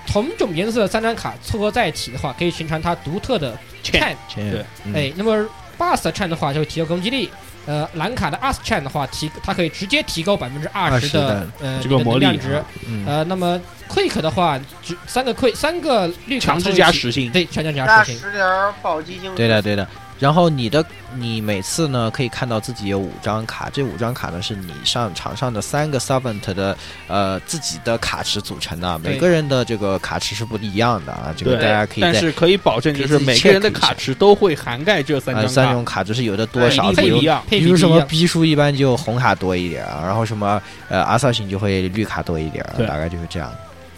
Speaker 3: 同种颜色的三张卡凑合在一起的话，可以形成它独特的
Speaker 1: Chant
Speaker 3: chain。
Speaker 1: 对
Speaker 4: 嗯
Speaker 3: 哎，那么 Buster chain 的话就会提高攻击力。呃，蓝卡的 Us chain 的话，提它可以直接提高百分之二
Speaker 4: 20%
Speaker 3: 的
Speaker 4: 的
Speaker 3: 呃
Speaker 1: 这个
Speaker 3: 你的
Speaker 1: 魔
Speaker 3: 能
Speaker 1: 力
Speaker 3: 量值
Speaker 1: 啊。
Speaker 4: 嗯，
Speaker 3: 呃，那么 Quick 的话，只三个 Quick 三个绿卡
Speaker 1: 强
Speaker 3: 凑
Speaker 1: 制
Speaker 3: 一
Speaker 1: 加
Speaker 3: 起，
Speaker 1: 十星，
Speaker 3: 对，强制加
Speaker 2: 加
Speaker 3: 十星。
Speaker 2: 十条暴击精。
Speaker 4: 对的，对的。然后你的你每次呢可以看到自己有五张卡，这五张卡呢是你上场上的三个 servant 的呃自己的卡池组成的，
Speaker 3: 对
Speaker 4: 每个人的这个这个卡池是不一样的啊，这个
Speaker 1: 对
Speaker 4: 大家可以
Speaker 1: 但
Speaker 4: 在
Speaker 1: 是可以保证，就是每个人的卡池都会涵盖这三
Speaker 4: 呃
Speaker 1: 张
Speaker 4: 三
Speaker 1: 卡，
Speaker 4: 种卡只是有的多
Speaker 1: 比
Speaker 4: 少，
Speaker 1: 例
Speaker 4: 比
Speaker 1: 不
Speaker 4: 如
Speaker 1: 一样。
Speaker 3: 配
Speaker 4: 比
Speaker 3: 比
Speaker 4: 如什
Speaker 3: 不一
Speaker 4: 么
Speaker 3: 样
Speaker 4: 逼叔一般就红卡多一点啊，然后什么呃阿萨辛就会绿卡多一点啊，
Speaker 1: 对
Speaker 4: 大概就是这样。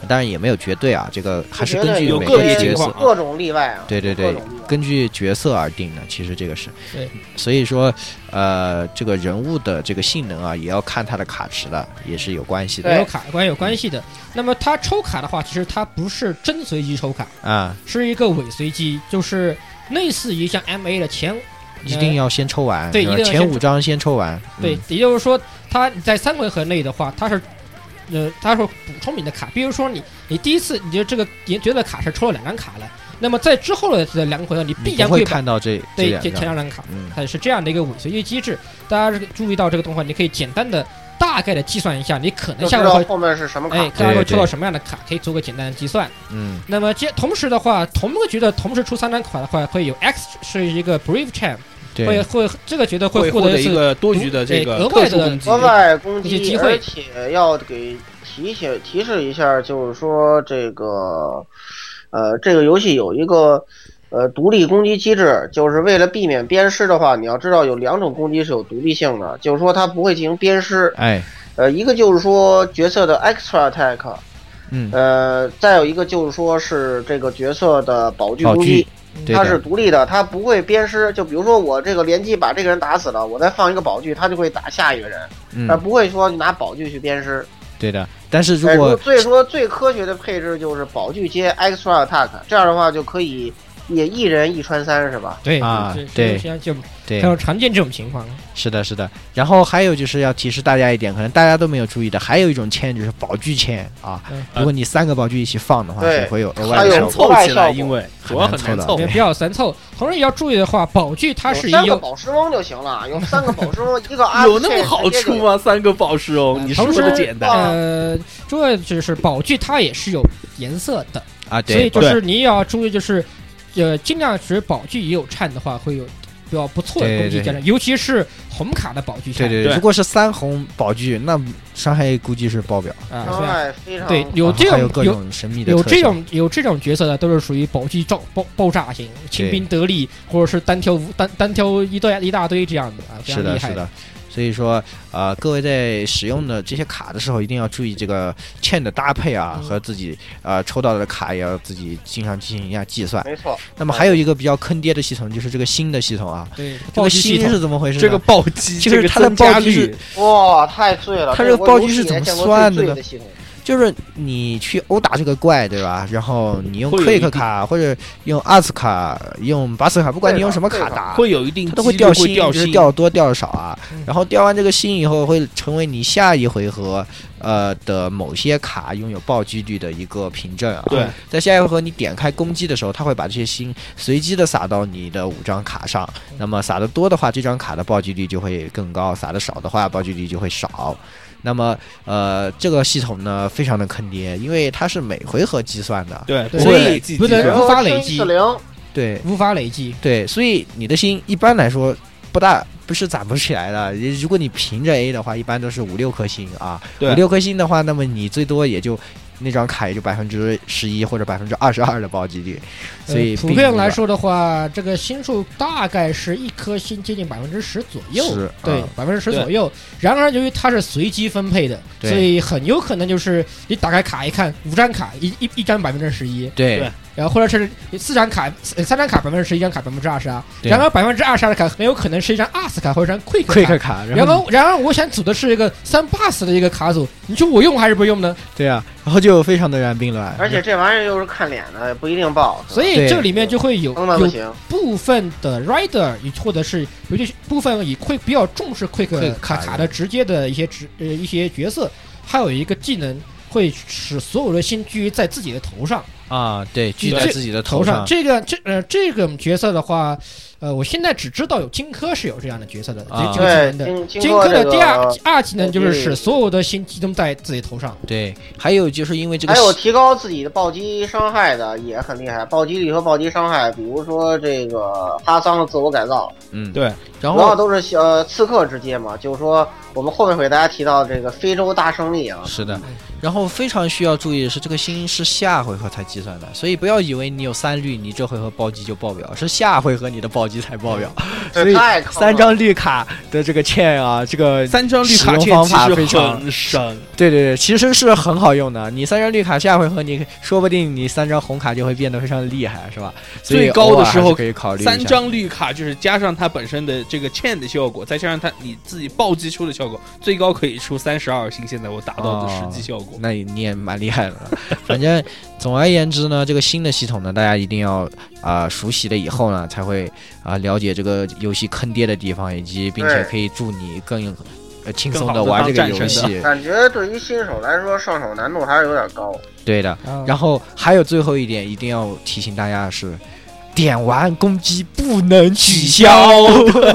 Speaker 4: 当然也没有绝对啊，这个还是
Speaker 2: 我觉
Speaker 4: 根
Speaker 2: 得
Speaker 4: 据
Speaker 1: 有
Speaker 4: 每
Speaker 1: 个
Speaker 4: 个
Speaker 1: 别
Speaker 4: 角
Speaker 1: 情
Speaker 4: 色
Speaker 1: 况啊
Speaker 2: 各种例外啊。
Speaker 4: 对对对
Speaker 2: 各种例外，
Speaker 4: 根据角色而定的，其实这个是。
Speaker 3: 对。
Speaker 4: 所以说，呃，这个人物的这个性能啊，也要看他的卡池的，也是有关系
Speaker 3: 没有
Speaker 4: 的
Speaker 2: 对
Speaker 3: 卡关有关系的。那么它抽卡的话，其实它不是真随机抽卡，
Speaker 4: 啊，
Speaker 3: 是一个伪随机，就是类似于像 M A 的前，
Speaker 4: 一定要先抽完，
Speaker 3: 对
Speaker 4: 是吧
Speaker 3: 一定要
Speaker 4: 前
Speaker 3: 先
Speaker 4: 五张先抽完。
Speaker 3: 呃对
Speaker 4: 嗯，，
Speaker 3: 也就是说它在三回合内的话，它是。呃，它会补充你的卡，比如说你，你第一次你就这个你觉得卡是抽了两张卡了，那么在之后的这两个回合，你必
Speaker 4: 你不
Speaker 3: 然
Speaker 4: 会
Speaker 3: 把
Speaker 4: 看到这这
Speaker 3: 对
Speaker 4: 两
Speaker 3: 这前
Speaker 4: 张，
Speaker 3: 两张卡，
Speaker 4: 嗯，
Speaker 3: 它是这样的一个伪随机机制。大家这个注意到这个动画，你可以简单的大概的计算一下，你可能
Speaker 2: 就
Speaker 3: 下
Speaker 2: 知
Speaker 3: 回
Speaker 2: 道
Speaker 3: 合，
Speaker 2: 后面是什么卡。
Speaker 3: 哎，大家
Speaker 4: 对
Speaker 3: 会
Speaker 4: 对
Speaker 3: 抽到什么样的卡，可以做个简单的计算。
Speaker 4: 嗯，
Speaker 3: 那么接同时的话，同一个角色同时出三张卡的话，会有 X 是一个 Brave Champ，会
Speaker 4: 对，
Speaker 3: 会这个角色
Speaker 1: 会
Speaker 3: 获
Speaker 1: 获得一
Speaker 3: 一
Speaker 1: 个多余的这个
Speaker 3: 对额外
Speaker 1: 特
Speaker 3: 的
Speaker 1: 殊攻击
Speaker 2: 额外攻
Speaker 3: 一些
Speaker 2: 击，
Speaker 3: 机会
Speaker 2: 而且要给提醒提示一下，就是说这个，呃，这个游戏有一个呃独立攻击机制，就是为了避免鞭尸的话，你要知道有两种攻击是有独立性的，就是说它不会进行鞭尸，
Speaker 4: 哎，
Speaker 2: 呃，一个就是说角色的 extra attack，
Speaker 4: 嗯，
Speaker 2: 呃，再有一个就是说是这个角色的宝具
Speaker 4: 宝
Speaker 2: 攻
Speaker 4: 具
Speaker 2: 击，
Speaker 4: 对
Speaker 2: 它
Speaker 4: 的
Speaker 2: 是独立的，它不会鞭尸。就比如说我这个连击把这个人打死了，我再放一个宝具，它就会打下一个人，但
Speaker 4: 嗯，
Speaker 2: 不会说拿宝具去鞭尸。
Speaker 4: 对的。但是如
Speaker 2: 哎，
Speaker 4: 果
Speaker 2: 所以说最科学的配置就是宝具接 extra attack，这样的话就可以也一人一穿三，是吧？
Speaker 3: 对
Speaker 4: 啊
Speaker 3: 是是
Speaker 4: 对
Speaker 3: 现在就
Speaker 4: 对
Speaker 3: 非，常常见这种情况。
Speaker 1: 哦
Speaker 4: 是的，是的。然后还有就是要提示大家一点，可能大家都没有注意的，还有一种签就是宝具签啊
Speaker 3: 嗯。
Speaker 4: 如果你三个宝具一起放的话，
Speaker 2: 对
Speaker 4: 是会有额外
Speaker 2: 还
Speaker 4: 的
Speaker 2: 有
Speaker 4: 效
Speaker 1: 难
Speaker 4: 果。
Speaker 1: 凑
Speaker 2: 额外
Speaker 1: 起
Speaker 2: 效
Speaker 1: 来，
Speaker 2: 果
Speaker 1: 因为主要很难凑
Speaker 4: 很
Speaker 3: 也。比较难凑。同时也要注意的话，宝具它是
Speaker 2: 有
Speaker 3: 一
Speaker 2: 三个
Speaker 3: 有
Speaker 2: 宝石翁就行了，有三个宝石翁，一个
Speaker 4: 啊
Speaker 2: 阿
Speaker 1: 有那么好出？吗？三个宝石哦，
Speaker 4: 嗯
Speaker 1: 你说
Speaker 3: 同
Speaker 1: 这么
Speaker 3: 时
Speaker 1: 简单？
Speaker 3: 呃，这个就是宝具它也是有颜色的，
Speaker 4: 啊，
Speaker 3: 所
Speaker 4: 对，
Speaker 3: 以就是你也要注意，就是呃，尽量学宝具也有颤的话，会有比较不错的攻击
Speaker 4: 对对
Speaker 3: 加成，尤其是红卡的宝具
Speaker 4: 对
Speaker 3: 颤，
Speaker 4: 对
Speaker 1: 对
Speaker 4: 如果是三红宝具，那伤害估计是爆表。
Speaker 1: 哦
Speaker 3: 啊，
Speaker 2: 伤
Speaker 3: 对啊
Speaker 2: 害哎非常
Speaker 3: 对，有
Speaker 4: 然后
Speaker 3: 这
Speaker 4: 还有
Speaker 3: 种
Speaker 4: 各
Speaker 3: 有
Speaker 4: 种神秘的
Speaker 3: 有
Speaker 4: 特
Speaker 3: 这
Speaker 4: 效
Speaker 3: 种有这种角色的，都是属于宝具爆爆爆炸型，轻兵得力，或者是单挑无单单挑一大一大堆这样的啊，非
Speaker 4: 是
Speaker 3: 常厉
Speaker 4: 的，
Speaker 3: 害
Speaker 4: 是的。所以说，呃，各位在使用的这些卡的时候，一定要注意这个券的搭配啊，
Speaker 3: 嗯
Speaker 4: 和自己呃抽到的卡也要自己经常进行一下计算。
Speaker 2: 没错，
Speaker 4: 那么还有一个比较坑爹的系统，就是这个新的系统啊，
Speaker 3: 对，
Speaker 4: 这
Speaker 3: 暴
Speaker 4: 个
Speaker 3: 击系
Speaker 4: 新
Speaker 3: 统
Speaker 4: 是怎么回事呢？
Speaker 1: 这个暴击，
Speaker 4: 其
Speaker 1: 这
Speaker 4: 实
Speaker 1: 个
Speaker 4: 它的
Speaker 1: 增加
Speaker 4: 暴击
Speaker 1: 率
Speaker 4: 是，
Speaker 2: 哇，太醉了！
Speaker 4: 它
Speaker 2: 这
Speaker 4: 这个
Speaker 2: 我
Speaker 4: 暴
Speaker 2: 有
Speaker 4: 击
Speaker 2: 史
Speaker 4: 是
Speaker 2: 以
Speaker 4: 怎
Speaker 2: 来
Speaker 4: 么
Speaker 2: 见过
Speaker 4: 算的
Speaker 2: 最醉
Speaker 4: 呢
Speaker 2: 的系统，
Speaker 4: 就是你去殴打这个怪，对吧？然后你用
Speaker 1: 会有一
Speaker 4: Quick
Speaker 1: 定
Speaker 4: 卡或者用 Arts 卡、用 Bus 卡，不管你
Speaker 2: 对
Speaker 4: 用
Speaker 2: 的
Speaker 4: 什么
Speaker 2: 对
Speaker 4: 卡
Speaker 2: 的
Speaker 4: 打，
Speaker 1: 会有一定
Speaker 4: 啊它都会
Speaker 1: 几率
Speaker 4: 掉
Speaker 1: 会
Speaker 4: 星，
Speaker 1: 掉
Speaker 4: 就是
Speaker 1: 星，
Speaker 4: 掉多掉少啊
Speaker 3: 嗯。
Speaker 4: 然后掉完这个星以后，会成为你下一回合呃的某些卡拥有暴击率的一个凭证啊。
Speaker 1: 对，
Speaker 4: 在下一回合你点开攻击的时候，它会把这些星随机的撒到你的五张卡上。那么撒的多的话，这张卡的暴击率就会更高；撒的少的话，暴击率就会少。那么，呃，这个系统呢，非常的坑爹，因为它是每回合计算的，
Speaker 1: 对，
Speaker 3: 对
Speaker 1: 不会
Speaker 3: 所以
Speaker 1: 累计
Speaker 3: 不能
Speaker 1: 计
Speaker 2: 然
Speaker 1: 算
Speaker 3: 无
Speaker 2: 后
Speaker 3: 法累
Speaker 2: 升
Speaker 3: 积
Speaker 2: 四零，
Speaker 4: 对，
Speaker 3: 无法累积，
Speaker 4: 对，所以你的心一般来说不大不是攒不起来的。也如果你凭着 A 的话，一般都是五六颗星啊。
Speaker 1: 对
Speaker 4: 五六颗星的话，那么你最多也就那张卡也就百分之十一或者百分之二十二的暴击率，所以、
Speaker 3: 呃普遍来，说的话，这个星数大概是一颗星接近百分之十左右
Speaker 4: 10，
Speaker 3: 对
Speaker 4: 嗯，
Speaker 3: 百分之十
Speaker 1: 对
Speaker 3: 左右。然而，由于它是随机分配的，
Speaker 4: 对
Speaker 3: 所以很有可能就是你打开卡一看，五张卡一一一张百分之十一，
Speaker 4: 对
Speaker 1: 对
Speaker 3: 然后或者是四张卡呃三张卡百分之十一，一张卡百分之二十二。
Speaker 4: 对
Speaker 3: 然而，百分之二十二的卡很有可能是一张 ARS 卡或者一张 Quick 卡。
Speaker 4: ，Quick 卡，
Speaker 3: 然后，然而我想组的是一个三 bus 的一个卡组，你说我用还是不用呢？
Speaker 4: 对啊，然后就非常的然并卵，
Speaker 2: 而且这玩意儿又是看脸的，不一定爆，
Speaker 3: 所以
Speaker 4: 对
Speaker 3: 这里面就会有
Speaker 2: 坑的不
Speaker 3: 有
Speaker 2: 行。
Speaker 3: 部分的 rider 以或者是尤其是部分以 quick 比较重视 quick
Speaker 4: Quick
Speaker 3: 卡
Speaker 4: 卡
Speaker 3: 卡的直接的一些职呃一些角色，还有一个技能会使所有的心聚在自己的头上
Speaker 4: 啊，对，聚
Speaker 3: 对
Speaker 4: 在
Speaker 3: 这
Speaker 4: 自己的
Speaker 3: 头
Speaker 4: 上，
Speaker 3: 这个这呃这个角色的话，呃我现在只知道有荆轲是有这样的角色的，
Speaker 4: 啊
Speaker 3: 这这个技
Speaker 2: 对，
Speaker 3: 能
Speaker 2: 荆
Speaker 3: 的。荆
Speaker 2: 荆轲
Speaker 3: 轲
Speaker 2: 这
Speaker 3: 的第二
Speaker 2: 个，
Speaker 3: 二技能就是
Speaker 2: 对
Speaker 3: 使所有的心集中在自己头上，
Speaker 4: 对，还有就是因为这个
Speaker 2: 还有提高自己的暴击伤害的也很厉害，暴击率和暴击伤害，比如说这个哈桑的自我改造，
Speaker 4: 嗯
Speaker 1: 对，
Speaker 4: 然
Speaker 2: 主要
Speaker 4: 后
Speaker 2: 都是呃刺客之阶嘛，就是说我们后面会给大家提到这个非洲大胜利啊，
Speaker 4: 是的，然后非常需要注意的是，这个星是下回合才计算的，所以不要以为你有三绿，你这回合暴击就爆表，是下回合你的暴击才爆表。
Speaker 1: 嗯
Speaker 4: 所以
Speaker 2: 太坑了
Speaker 4: 三张绿卡的这个欠啊，这个
Speaker 1: 三张绿卡
Speaker 4: 使
Speaker 1: 券
Speaker 4: 用方法
Speaker 1: 其
Speaker 4: 非
Speaker 1: 实
Speaker 4: 常
Speaker 1: 很省，
Speaker 4: 对对对，其实是很好用的。你三张绿卡，下回合你说不定你三张红卡就会变得非常厉害，是吧？所以
Speaker 1: 最高的
Speaker 4: 偶尔还
Speaker 1: 时候
Speaker 4: 是可以考虑一下
Speaker 1: 三张绿卡就是加上它本身的这个券的效果，再加上它你自己暴击出的效果，最高可以出三十二星。现在我达到的
Speaker 4: 哦
Speaker 1: 实际效果，
Speaker 4: 那你也蛮厉害的了。反正总而言之呢，这个新的系统呢，大家一定要啊、熟悉了以后呢，才会啊、了解这个游戏坑爹的地方，以及并且
Speaker 2: 对
Speaker 4: 可以助你更呃轻
Speaker 1: 更
Speaker 4: 松
Speaker 1: 好
Speaker 4: 的
Speaker 1: 地
Speaker 4: 玩
Speaker 1: 当
Speaker 4: 这个
Speaker 1: 战
Speaker 4: 游
Speaker 1: 神
Speaker 4: 戏。
Speaker 2: 感觉对于新手来说上手难度还是有点高。
Speaker 4: 对的。
Speaker 3: 然
Speaker 4: 然后还有最后一点，一定要提醒大家的是，点完攻击不能取 消。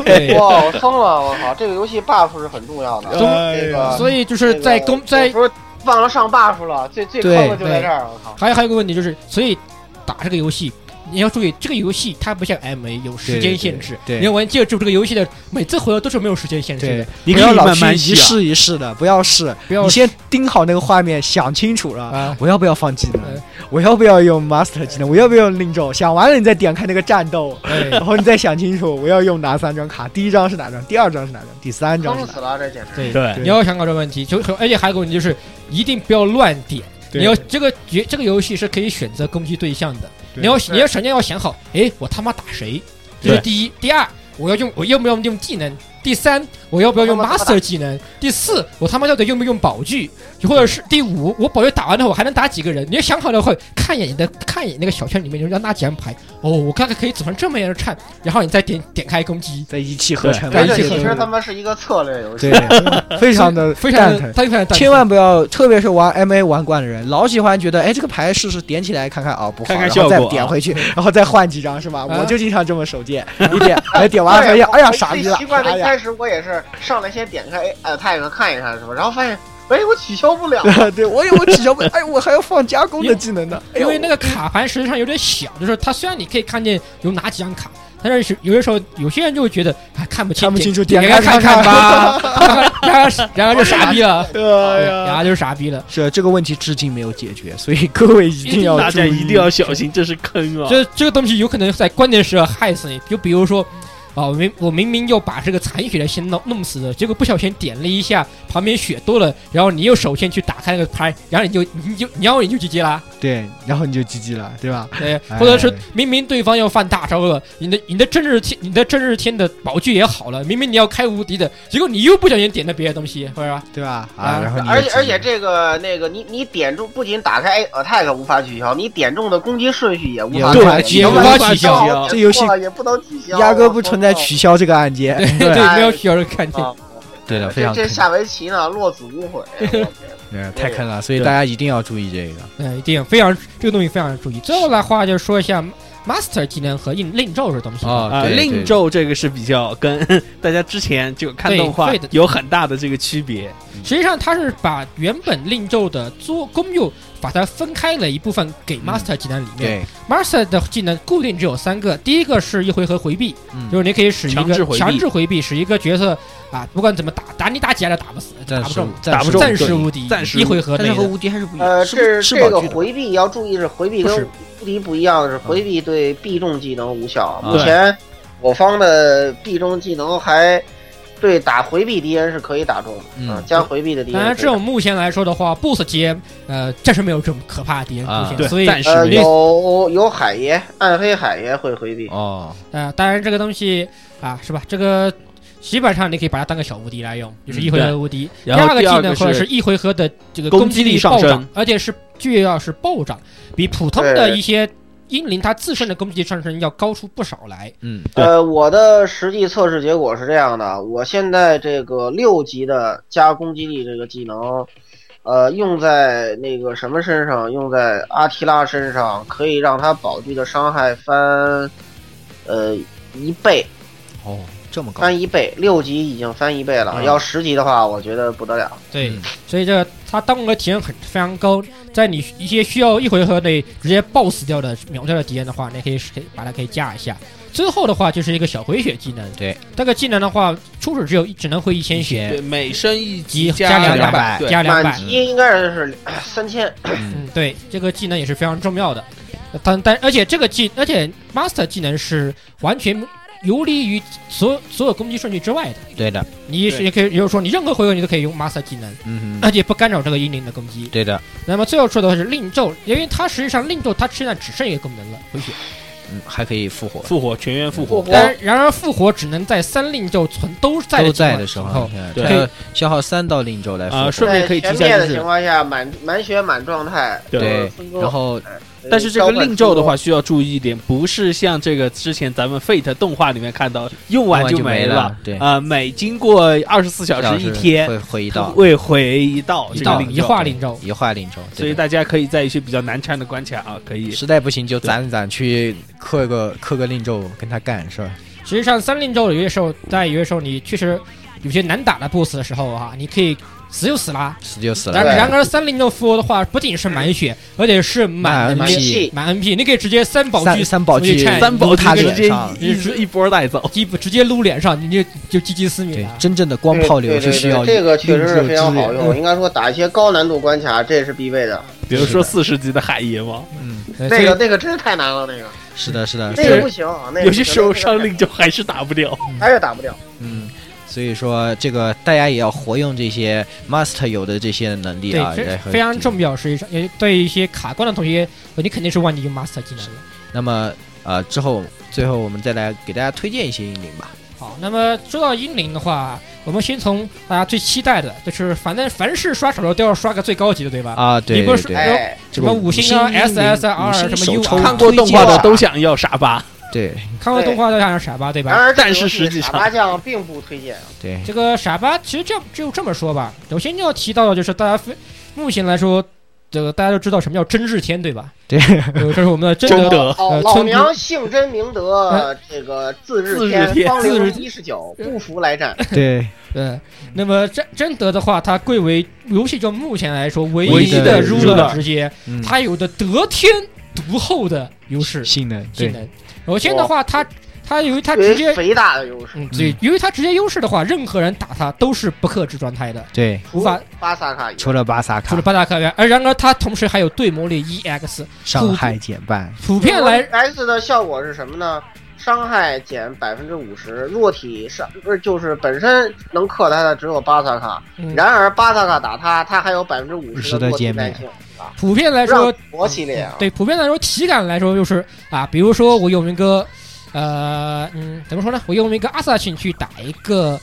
Speaker 3: 对，
Speaker 2: 哇，我疯了！我靠，这个游戏 buff 是很重要的。这啊个
Speaker 3: 所以就是在公在
Speaker 2: 不是忘了上 buff 了，最最坑的就在这儿，我靠！
Speaker 3: 还有还有一个问题就是，所以打这个游戏，你要注意，这个游戏它不像 M A 有时间限制，
Speaker 4: 对对对对
Speaker 3: 你要玩记住这个游戏的每次回合都是没有时间限制
Speaker 4: 对
Speaker 3: 的，，
Speaker 4: 你
Speaker 1: 可
Speaker 4: 不要
Speaker 1: 以
Speaker 4: 老
Speaker 1: 慢
Speaker 4: 去
Speaker 1: 慢
Speaker 4: 一
Speaker 1: 想
Speaker 4: 试一试的，不要试，
Speaker 3: 不要
Speaker 4: 你先盯好那个画面，想清楚了，
Speaker 3: 啊。
Speaker 4: 我要不要放技能
Speaker 3: 哎？
Speaker 4: 我要不要用 master 技能？我要不要用令咒？想完了你再点开那个战斗，
Speaker 3: 哎，
Speaker 4: 然后你再想清楚我要用哪三张卡，第一张是哪张，第二张是哪张，第三张是
Speaker 2: 坑
Speaker 4: 哪
Speaker 2: 死
Speaker 4: 张？
Speaker 2: 了，啊这简直。
Speaker 3: 对，
Speaker 1: 对
Speaker 3: 你要想搞这个问题，就而且还有一个问题就是，一定不要乱点。
Speaker 4: 对
Speaker 3: 你要这个角这个游戏是可以选择攻击对象的，
Speaker 4: 对
Speaker 3: 你要你要首先要想好，哎，我他妈打谁？这是第一。第二，我要用我要不要用技能？第三，我要不要用
Speaker 2: 我他妈
Speaker 3: master 技能？第四，我他妈到底用不用宝具？或者是第五，我宝具打完了后我还能打几个人？你要想好了后，看一眼你的看一眼那个小圈里面有哪几张牌，哦，我大概可以组成这么样的串，然后你再点点开攻击，
Speaker 4: 在一气呵成，
Speaker 3: 对
Speaker 2: 而
Speaker 3: 一
Speaker 2: 且
Speaker 3: 气呵
Speaker 2: 其
Speaker 3: 成
Speaker 2: 实他妈是一个策略游戏，
Speaker 4: 对，非常的
Speaker 3: 非常
Speaker 4: 蛋
Speaker 3: 的
Speaker 4: 疼。
Speaker 3: 他就非常蛋疼
Speaker 4: 千万不要，特别是玩 MA 玩惯的人，老喜欢觉得，哎，这个牌试试点起来看看啊，不好，
Speaker 1: 看看
Speaker 4: 然
Speaker 1: 效
Speaker 4: 后
Speaker 1: 果
Speaker 4: 再点回去， 然后再换几张，是吧？
Speaker 3: 啊
Speaker 4: 我就经常这么手贱，一点，哎，点完了发现，哎呀，傻逼了，
Speaker 2: 奇怪的，
Speaker 4: 哎
Speaker 2: 一
Speaker 4: 呀，
Speaker 2: 开始我也是上来先点开哎 attack 看一看什么，然后发现哎我取消不了，
Speaker 4: 对我有我取消不，哎，我还要放加工的技能呢，哎
Speaker 3: 因
Speaker 4: 呦
Speaker 3: 为那个卡盘实际上有点小，就是它虽然你可以看见有哪几张卡，但是是有些时候有些人就会觉得啊看不清，
Speaker 4: 看不清楚，
Speaker 3: 点
Speaker 4: 点
Speaker 3: 开
Speaker 4: 看
Speaker 3: 看
Speaker 4: 吧。
Speaker 3: 吧， 然后然后就傻逼了，
Speaker 4: 哎
Speaker 3: 然
Speaker 4: 呀，
Speaker 3: 后就傻逼了。
Speaker 4: 是这个问题至今没有解决，所以各位一定要
Speaker 1: 大家
Speaker 4: 注意
Speaker 1: 一定要小心，这是坑啊！
Speaker 3: 这这个东西有可能在关键时刻害死你，就比如说。啊，我明我明明要把这个残血的先弄弄死的，结果不小心点了一下，旁边血多了，然后你又手先去打开那个牌，然后你就你就然后你就 GG 啦，
Speaker 4: 对，然后你就 GG 了，对吧？
Speaker 3: 对，
Speaker 4: 哎
Speaker 3: 或者是明明对方要犯大招了，你的你的正日天你的正日天的宝具也好了，明明你要开无敌的，结果你又不小心点了别的东西，或者吧？
Speaker 4: 对吧？
Speaker 3: 啊
Speaker 4: 啊，然后你
Speaker 2: 而且
Speaker 4: 就
Speaker 2: 而且
Speaker 4: GG
Speaker 2: 这个那个你你点中不仅打开哎 attack 无法取消，你点中的攻击顺序也无法
Speaker 4: 也无
Speaker 2: 改变也无
Speaker 4: 法取
Speaker 3: 消无法取消
Speaker 2: 也错了
Speaker 4: 这游戏
Speaker 2: 也不能取消，
Speaker 4: 压根不存在取消这个按键。
Speaker 3: 对对，
Speaker 2: 哎
Speaker 3: 没有需要人看见。
Speaker 2: 啊。
Speaker 4: 对的，非
Speaker 2: 这
Speaker 4: 常
Speaker 2: 这
Speaker 4: 坑，
Speaker 2: 下围棋呢，落子无 悔。我天
Speaker 4: 嗯太坑了，所以大家一定要注意这个。
Speaker 3: 嗯，一定非常这个东西非常注意。最后的话就说一下 master 技能和令令咒这东西。
Speaker 1: 啊，
Speaker 4: 对
Speaker 1: 令，咒这个是比较跟 大家之前就看动画
Speaker 3: 对对的
Speaker 1: 有很大的这个区别，
Speaker 3: 实际上它是把原本令咒的作功用把它分开了一部分给 master 技能里面。
Speaker 4: 对，
Speaker 3: master 的技能固定只有三个，第一个是一回合回避，
Speaker 4: 嗯
Speaker 3: 就是你可以使一
Speaker 1: 强制
Speaker 3: 个
Speaker 1: 回避
Speaker 3: 强制回避，使一个角色啊，不管怎么打，打你打几下都打不死，打
Speaker 4: 暂
Speaker 3: 不
Speaker 4: 时
Speaker 3: 中，
Speaker 1: 打不中
Speaker 3: 暂时
Speaker 1: 对
Speaker 3: 无敌，
Speaker 1: 暂时
Speaker 3: 一回合
Speaker 4: 但是
Speaker 3: 没
Speaker 4: 和
Speaker 3: 了。
Speaker 4: 无敌还是不一样。
Speaker 2: 呃，
Speaker 4: 是不是
Speaker 2: 这
Speaker 4: 是
Speaker 2: 这
Speaker 4: 宝
Speaker 2: 个
Speaker 4: 具的
Speaker 2: 回避要注意，是回避
Speaker 4: 不
Speaker 2: 跟
Speaker 4: 是
Speaker 2: 无敌不一样的是，回避对必中技能无效。
Speaker 4: 啊
Speaker 2: 目前我方的必中技能还对打回避敌人是可以打中的，
Speaker 4: 嗯
Speaker 2: 啊加回避的敌人
Speaker 3: 当
Speaker 2: 是可以打中。
Speaker 3: 然，这种目前来说的话，boss 阶呃暂时没有这么可怕的敌人出
Speaker 4: 啊
Speaker 3: 现，
Speaker 1: 对
Speaker 3: 所以，
Speaker 1: 暂时
Speaker 2: 呃，
Speaker 1: 没有。
Speaker 2: 有有海爷，暗黑海爷会回避。
Speaker 4: 哦，
Speaker 3: 呃，当然这个东西啊，是吧？这个基本上你可以把它当个小无敌来用，就是一回合无敌。
Speaker 1: 嗯然后
Speaker 3: 第
Speaker 1: 第
Speaker 3: 二
Speaker 1: 二
Speaker 3: 个技能
Speaker 1: 个
Speaker 3: 或者
Speaker 1: 是
Speaker 3: 是一回合的这个
Speaker 1: 攻
Speaker 3: 攻击
Speaker 1: 击力
Speaker 3: 力
Speaker 1: 上
Speaker 3: 暴
Speaker 1: 升
Speaker 3: 涨，而且是就要是暴涨，比普通的一些英灵它自身的攻击力上升要高出不少来。
Speaker 4: 嗯，
Speaker 1: 对
Speaker 2: 呃，我的实际测试结果是这样的，我现在这个六级的加攻击力这个技能，呃，用在那个什么身上，用在阿提拉身上，可以让他宝具的伤害翻，呃，一倍，
Speaker 4: 哦，这么高，
Speaker 2: 翻一倍，六级已经翻一倍了，
Speaker 1: 嗯
Speaker 2: 要十级的话，我觉得不得了。
Speaker 3: 对，嗯所以这个它当个体验很非常高，在你一些需要一回合内直接爆死掉的秒掉的敌人的话，你可以可以把它可以加一下。最后的话就是一个小回血技能，
Speaker 4: 对，
Speaker 3: 这个技能的话初始只有一只能回一千血，
Speaker 1: 对，每升一级
Speaker 3: 及加
Speaker 1: 两
Speaker 4: 200
Speaker 1: 对，
Speaker 3: 加两
Speaker 2: 满
Speaker 3: 百，
Speaker 2: 级应该是三千，
Speaker 4: 嗯，
Speaker 3: 嗯，对，这个技能也是非常重要的。但但而且这个技，而且 master 技能是完全游离于所有所有攻击顺序之外的。
Speaker 4: 对的，
Speaker 3: 你
Speaker 1: 对
Speaker 3: 也可以，也就是说你任何回合你都可以用 master 技能，
Speaker 4: 嗯哼，
Speaker 3: 而且不干扰这个英灵的攻击。
Speaker 4: 对的，
Speaker 3: 那么最后说的是令咒，因为它实际上令咒它现在只剩一个功能了，回血。
Speaker 4: 嗯，还可以复活，
Speaker 1: 复活全员复活
Speaker 2: 复，活
Speaker 3: 但是然而复活只能在三令咒存都在
Speaker 4: 都
Speaker 3: 的情
Speaker 4: 在
Speaker 3: 况
Speaker 4: 的时
Speaker 3: 下
Speaker 4: 候，
Speaker 1: 对
Speaker 4: 它要消耗三道令咒来复
Speaker 1: 啊
Speaker 4: 活，
Speaker 1: 顺便可以提
Speaker 2: 在
Speaker 1: 一
Speaker 2: 全
Speaker 1: 下
Speaker 2: 灭
Speaker 1: 就
Speaker 2: 的
Speaker 1: 是
Speaker 2: 情况下，满满血满状态，
Speaker 4: 对
Speaker 2: 分，割
Speaker 4: 然后
Speaker 2: 呃
Speaker 1: 但是这个令咒的，
Speaker 2: 交
Speaker 1: 话
Speaker 2: 换
Speaker 1: 需要注意一点，不是像这个之前咱们 Fate 动画里面看到用
Speaker 4: 完
Speaker 1: 完就
Speaker 4: 就
Speaker 1: 没
Speaker 4: 了，
Speaker 1: 了，
Speaker 4: 对，
Speaker 1: 啊，每经过二十四小时一天
Speaker 4: 会回 一道，
Speaker 1: 会回一道
Speaker 4: 一
Speaker 1: 这
Speaker 4: 道
Speaker 1: 个
Speaker 3: 到
Speaker 1: 令
Speaker 3: 一
Speaker 1: 咒，
Speaker 3: 化令咒。
Speaker 4: 一画令咒，
Speaker 1: 所以大家可以在一些比较难缠的关卡啊，可以
Speaker 4: 实在不行就攒攒去刻个刻个令咒跟他干是吧？
Speaker 3: 实际上三令咒有些时候在有些时候你确实有些难打的 boss 的时候啊，你可以死就死啦，
Speaker 4: 死就死
Speaker 3: 然
Speaker 2: 对
Speaker 4: 了，
Speaker 3: 然而三令咒复活的话，不仅是满血，而且是满
Speaker 4: 嗯满
Speaker 2: 满
Speaker 4: NP
Speaker 2: 气
Speaker 3: 满 NP，你可以直接三宝
Speaker 4: 三
Speaker 3: 具
Speaker 4: 三宝具
Speaker 3: 直接看
Speaker 1: 三宝
Speaker 4: 他
Speaker 1: 直
Speaker 4: 脸
Speaker 1: 接
Speaker 4: 上
Speaker 1: 一一一波带走。
Speaker 3: 基直接撸脸上，你就就鸡鸡私密
Speaker 4: 对
Speaker 3: 了，。
Speaker 4: 真正的光炮流
Speaker 2: 对对对
Speaker 4: 是需要
Speaker 2: 这个确实是非常好
Speaker 4: 令
Speaker 2: 用，应该说打一些高难度关卡，这是必备的。
Speaker 1: 比如说四十级的海爷嘛，
Speaker 4: 嗯，
Speaker 2: 那
Speaker 3: 对所以
Speaker 2: 个那个真是太难了，那个
Speaker 4: 是的，是的，
Speaker 2: 那个不行，啊那个
Speaker 1: 有些时候
Speaker 2: 不行
Speaker 1: 上令咒还是打不了。
Speaker 2: 还是打不了。
Speaker 4: 嗯，所以说这个大家也要活用这些 master 有的这些能力
Speaker 3: 对
Speaker 4: 啊，
Speaker 3: 非
Speaker 4: 然后
Speaker 3: 呃非常重要。实际上，也对一些卡关的同学，你肯定是忘记用 master 技能了。
Speaker 4: 那么呃之后最后我们再来给大家推荐一些引领吧。
Speaker 3: 好，那么说到英灵的话，我们先从大家最期待的，就是反正凡是刷手游都要刷个最高级的，对吧？
Speaker 4: 啊，对
Speaker 3: 你不
Speaker 4: 对
Speaker 3: 是
Speaker 4: 对，
Speaker 2: 哎，
Speaker 4: 这
Speaker 3: 什
Speaker 4: 个
Speaker 3: 么
Speaker 4: 五
Speaker 3: 五
Speaker 4: 星
Speaker 3: 星啊
Speaker 4: 英灵
Speaker 3: SSR
Speaker 4: 五星
Speaker 3: 什么 U
Speaker 4: 手抽
Speaker 3: 啊
Speaker 1: 看过动画的都想要沙巴，
Speaker 4: 对
Speaker 3: 看过动画都想让傻吧，对吧？
Speaker 2: 然而这个
Speaker 1: 但是
Speaker 2: 游戏
Speaker 1: 实际
Speaker 2: 傻
Speaker 1: 上
Speaker 2: 八酱并不推荐啊。
Speaker 4: 对
Speaker 3: 这个傻吧，其实这样就这么说吧。首先要提到的就是大家非目前来说，这个大家都知道什么叫真日天，对吧？
Speaker 4: 对
Speaker 3: 呃，这是 我们的真
Speaker 1: 真
Speaker 3: 的
Speaker 1: 的
Speaker 2: 哦
Speaker 3: 呃，
Speaker 2: 老
Speaker 3: 村民
Speaker 2: 娘姓真名德，这个自
Speaker 1: 自
Speaker 2: 治
Speaker 1: 治天
Speaker 2: 天，芳
Speaker 3: 自治
Speaker 2: 龄
Speaker 3: 天
Speaker 2: 一十九，不服来战。
Speaker 4: 对，
Speaker 3: 呃。那么真真德的话，它贵为游戏中目前来说唯
Speaker 4: 唯
Speaker 3: 一
Speaker 4: 一的
Speaker 3: 的
Speaker 1: ruler
Speaker 3: ruler 直接，
Speaker 4: 嗯
Speaker 3: 它有着得天独厚的优势
Speaker 4: 性能
Speaker 3: 性
Speaker 4: 嗯对
Speaker 3: 能。首先的话，它它由于它
Speaker 2: 作
Speaker 3: 直
Speaker 2: 为
Speaker 3: 接。
Speaker 2: 肥大的优势，
Speaker 3: 嗯，对，由于它直接优势的话，任何人打它都是不克制状态的，
Speaker 4: 对，
Speaker 3: 无法
Speaker 2: 巴萨卡以外
Speaker 4: 除了巴萨
Speaker 3: 除
Speaker 4: 卡
Speaker 3: 了，巴达克元，而然而它同时还有对魔力 EX，
Speaker 4: 上海减半，
Speaker 3: 普遍
Speaker 4: 啊
Speaker 3: 来
Speaker 2: S 的效果是什么呢？伤害减百分之五十，弱体伤不是就是本身能克他的只有巴萨卡，
Speaker 3: 嗯
Speaker 2: 然而巴萨卡打他，他还有百分之五
Speaker 4: 50%的
Speaker 2: 弱体
Speaker 4: 减
Speaker 2: 耐
Speaker 4: 免
Speaker 2: 性啊。
Speaker 3: 普遍来说嗯
Speaker 2: 让，佛系列啊，
Speaker 3: 对普遍来说体感来说就是啊，比如说我用一个呃嗯怎么说呢？我用一个阿萨钦去打一个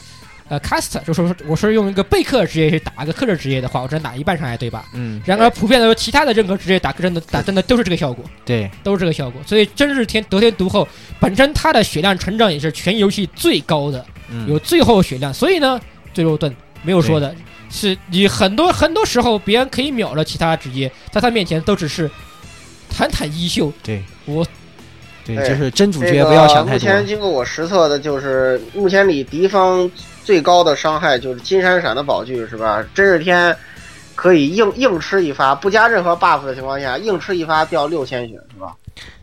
Speaker 3: 呃 cast，就是说我是用一个备课职业去打一个克制职业的话，我只能打一半伤害，对吧？
Speaker 4: 嗯，
Speaker 3: 然而普遍来说，其他的任何职业打真的打真的都是这个效果，
Speaker 4: 对
Speaker 3: 都是这个效果。所以真是天得天独厚，本身它的血量成长也是全游戏最高的。
Speaker 4: 嗯
Speaker 3: 有最后血量，所以呢，最肉盾没有说的是你很多很多时候别人可以秒了其他职业，在他面前都只是坦坦衣袖。
Speaker 4: 对
Speaker 3: 我
Speaker 4: 对，
Speaker 2: 哎
Speaker 4: 就是真主
Speaker 2: 这
Speaker 4: 角
Speaker 2: 个
Speaker 4: 不要想
Speaker 2: 目
Speaker 4: 太多，
Speaker 2: 前经过我实测的，就是目前里敌方最高的伤害就是金闪闪的宝具是吧？真是天可以硬硬吃一发，不加任何 buff 的情况下，硬吃一发掉六千血是吧？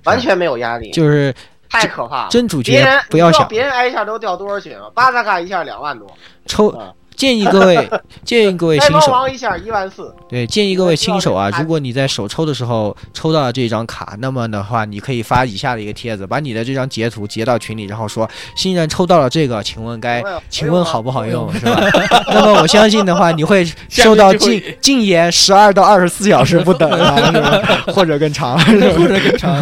Speaker 2: 完全没有压力，
Speaker 4: 就是
Speaker 2: 太可怕了。
Speaker 4: 真主
Speaker 2: 别
Speaker 4: 角
Speaker 2: 人
Speaker 4: 不要
Speaker 2: 你知道
Speaker 4: 想
Speaker 2: 别人挨一下都掉多少血吗？巴萨卡一下两万多，
Speaker 4: 抽
Speaker 2: 啊，
Speaker 4: 建议 各位建议各位
Speaker 2: 呆
Speaker 4: 新
Speaker 2: 猫
Speaker 4: 手，
Speaker 2: 王一下一万四，
Speaker 4: 对，建议各位新手啊，
Speaker 2: 你知道这个卡
Speaker 4: 如果你在手抽的时候抽到了这张卡，那么的话，你可以发以下的一个帖子，把你的这张截图截到群里，然后说新人抽到了这个，请问该。哎请问好不好用
Speaker 3: 啊
Speaker 4: 是吧？ 那么我相信的话，你 会受到禁禁言十二到二十四小时不 等啊，是吧？或者更长，是吧
Speaker 3: 或者更长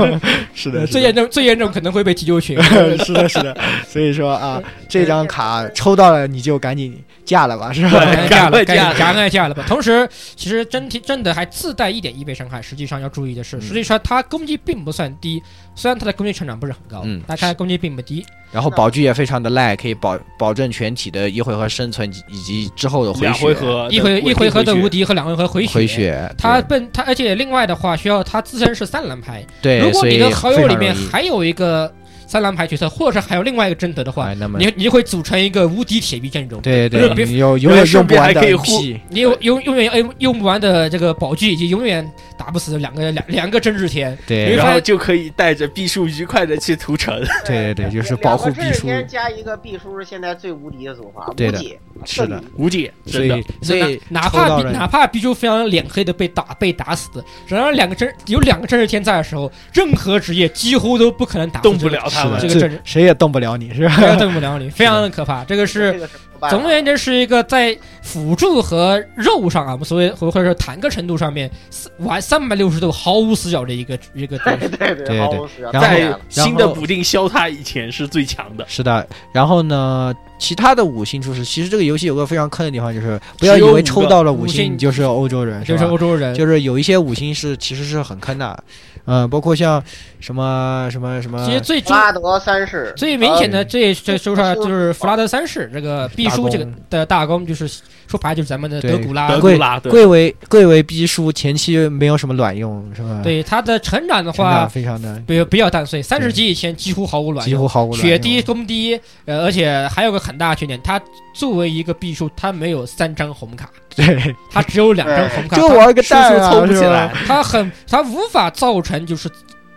Speaker 4: 是
Speaker 3: 呃
Speaker 4: 的， 是的
Speaker 3: 最严重最严重可能会被急救群。
Speaker 4: 是的，是的。所以说啊，这张卡抽到了你就赶紧嫁了吧，是吧？
Speaker 1: 赶
Speaker 3: 该嫁
Speaker 1: 快
Speaker 3: 哎了，该
Speaker 1: 嫁了
Speaker 3: 该嫁了吧。同时，其实真体真的还自带一点一倍伤害，实际上要注意的是，
Speaker 4: 嗯
Speaker 3: 实际上它攻击并不算低，虽然它的攻击成长不是很高
Speaker 4: 嗯，
Speaker 3: 但它的攻击并不低。
Speaker 4: 然后宝具也非常的赖，可以保保证全体的一回合生存以及之后的回
Speaker 1: 两
Speaker 4: 血
Speaker 1: 回合的
Speaker 3: 一回一
Speaker 1: 稳定
Speaker 3: 回合的
Speaker 1: 呃回血
Speaker 3: 无敌和两回合回血，
Speaker 4: 回血。
Speaker 3: 它本它而且另外的话，需要它自身是三蓝牌，
Speaker 4: 对，
Speaker 3: 如果
Speaker 4: 所以
Speaker 3: 你的好友里面
Speaker 4: 非常容易
Speaker 3: 还有一个三蓝牌角色，或者还有另外一个贞德的话，
Speaker 4: 哎，那么
Speaker 3: 你你就会组成一个无敌铁臂阵容。
Speaker 4: 对
Speaker 3: 就
Speaker 4: 对
Speaker 3: 是，别
Speaker 4: 你有
Speaker 1: 然
Speaker 4: 永
Speaker 1: 后
Speaker 4: 远用
Speaker 1: 顺
Speaker 4: 不
Speaker 1: 便
Speaker 4: 完
Speaker 1: 还
Speaker 4: 的
Speaker 1: 可以呼
Speaker 4: MP，
Speaker 3: 你有永永远用用不完的这个宝具，以及永远打不死的两个两两个真日天。
Speaker 4: 对
Speaker 3: 你
Speaker 1: 然
Speaker 3: 发
Speaker 1: 后
Speaker 3: 现
Speaker 1: 就可以带着毕叔愉快的去屠 城。
Speaker 4: 对对对，就是保护
Speaker 2: 必
Speaker 4: 必输，
Speaker 2: 加一个必输是现在最无敌的做法，无
Speaker 4: 对的
Speaker 2: 解
Speaker 4: 是的，
Speaker 1: 无解，
Speaker 4: 所
Speaker 1: 真的
Speaker 4: 以所以
Speaker 3: 哪哪
Speaker 4: 抽
Speaker 3: 怕
Speaker 4: 到
Speaker 3: 比
Speaker 4: 了
Speaker 3: 哪怕比丘非常脸黑的被打被打死，然而两个真有两个真日天在的时候，任何职业几乎都不可能打
Speaker 1: 动不了他
Speaker 4: 是
Speaker 1: 们
Speaker 4: 的，
Speaker 3: 这个
Speaker 4: 这
Speaker 3: 阵容
Speaker 4: 谁也动不了你，是吧？
Speaker 3: 这个，动 不了你，非常的可怕。这个是
Speaker 2: 这个是没有办法
Speaker 3: 总而言之，是一个在辅助和肉上啊，我们所谓或者说坦克程度上面，四玩三百六十度毫无死角的一个一个东西。
Speaker 2: 对
Speaker 4: 对
Speaker 2: 毫无死角
Speaker 4: 然后
Speaker 2: 太
Speaker 1: 在
Speaker 2: 难了
Speaker 1: 新的补丁消他以前是最强的，
Speaker 4: 是的，然后呢，其他的五星厨师，其实这个游戏有个非常坑的地方，就是不
Speaker 1: 只
Speaker 4: 要以
Speaker 1: 有
Speaker 4: 为
Speaker 1: 五
Speaker 4: 抽
Speaker 1: 个
Speaker 4: 到了
Speaker 3: 五
Speaker 4: 五星
Speaker 3: 星
Speaker 4: 你就是欧洲人，
Speaker 3: 就是
Speaker 4: 吧
Speaker 3: 欧洲人，
Speaker 4: 就是有一些五星是其实是很坑的，嗯、包括像什么什么什么
Speaker 3: 其实最重
Speaker 2: 拉德三世
Speaker 3: 最明显的这这说出来
Speaker 2: 就是
Speaker 3: 就是弗拉德三世这个必输这个的大功，就是说白了就是咱们的
Speaker 4: 对
Speaker 3: 德古拉
Speaker 1: 德。古
Speaker 4: 啊贵
Speaker 1: 拉对
Speaker 4: 贵为贵为逼叔，前期没有什么卵用，是吧？，
Speaker 3: 对他的成长的
Speaker 4: 成长
Speaker 3: 话，
Speaker 4: 非常的
Speaker 3: 比比较淡碎，三十级以前几乎毫无卵
Speaker 4: 几
Speaker 3: 用。
Speaker 4: 乎毫无卵
Speaker 3: 血
Speaker 4: 用。
Speaker 3: 低攻低，呃，而且还有个很大的缺点，他作为一个必输，他没有三张红卡，
Speaker 4: 对，
Speaker 3: 他只有两张红卡，
Speaker 4: 这
Speaker 3: 他
Speaker 4: 玩儿个
Speaker 1: 输
Speaker 4: 蛋
Speaker 1: 出
Speaker 4: 啊，
Speaker 1: 凑不
Speaker 4: 是
Speaker 1: 起
Speaker 4: 吧
Speaker 1: 来，
Speaker 3: 他很他无法造成就是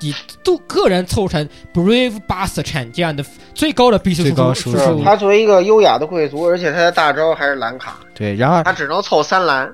Speaker 3: 你都个人凑成 Brave Bust Chain 这样的最高的必须
Speaker 4: 最高输
Speaker 3: 输
Speaker 4: 出
Speaker 3: 出
Speaker 2: 呃是。他作为一个优雅的贵族，而且他的大招还是蓝卡，
Speaker 4: 对，然后
Speaker 2: 他只能凑三蓝。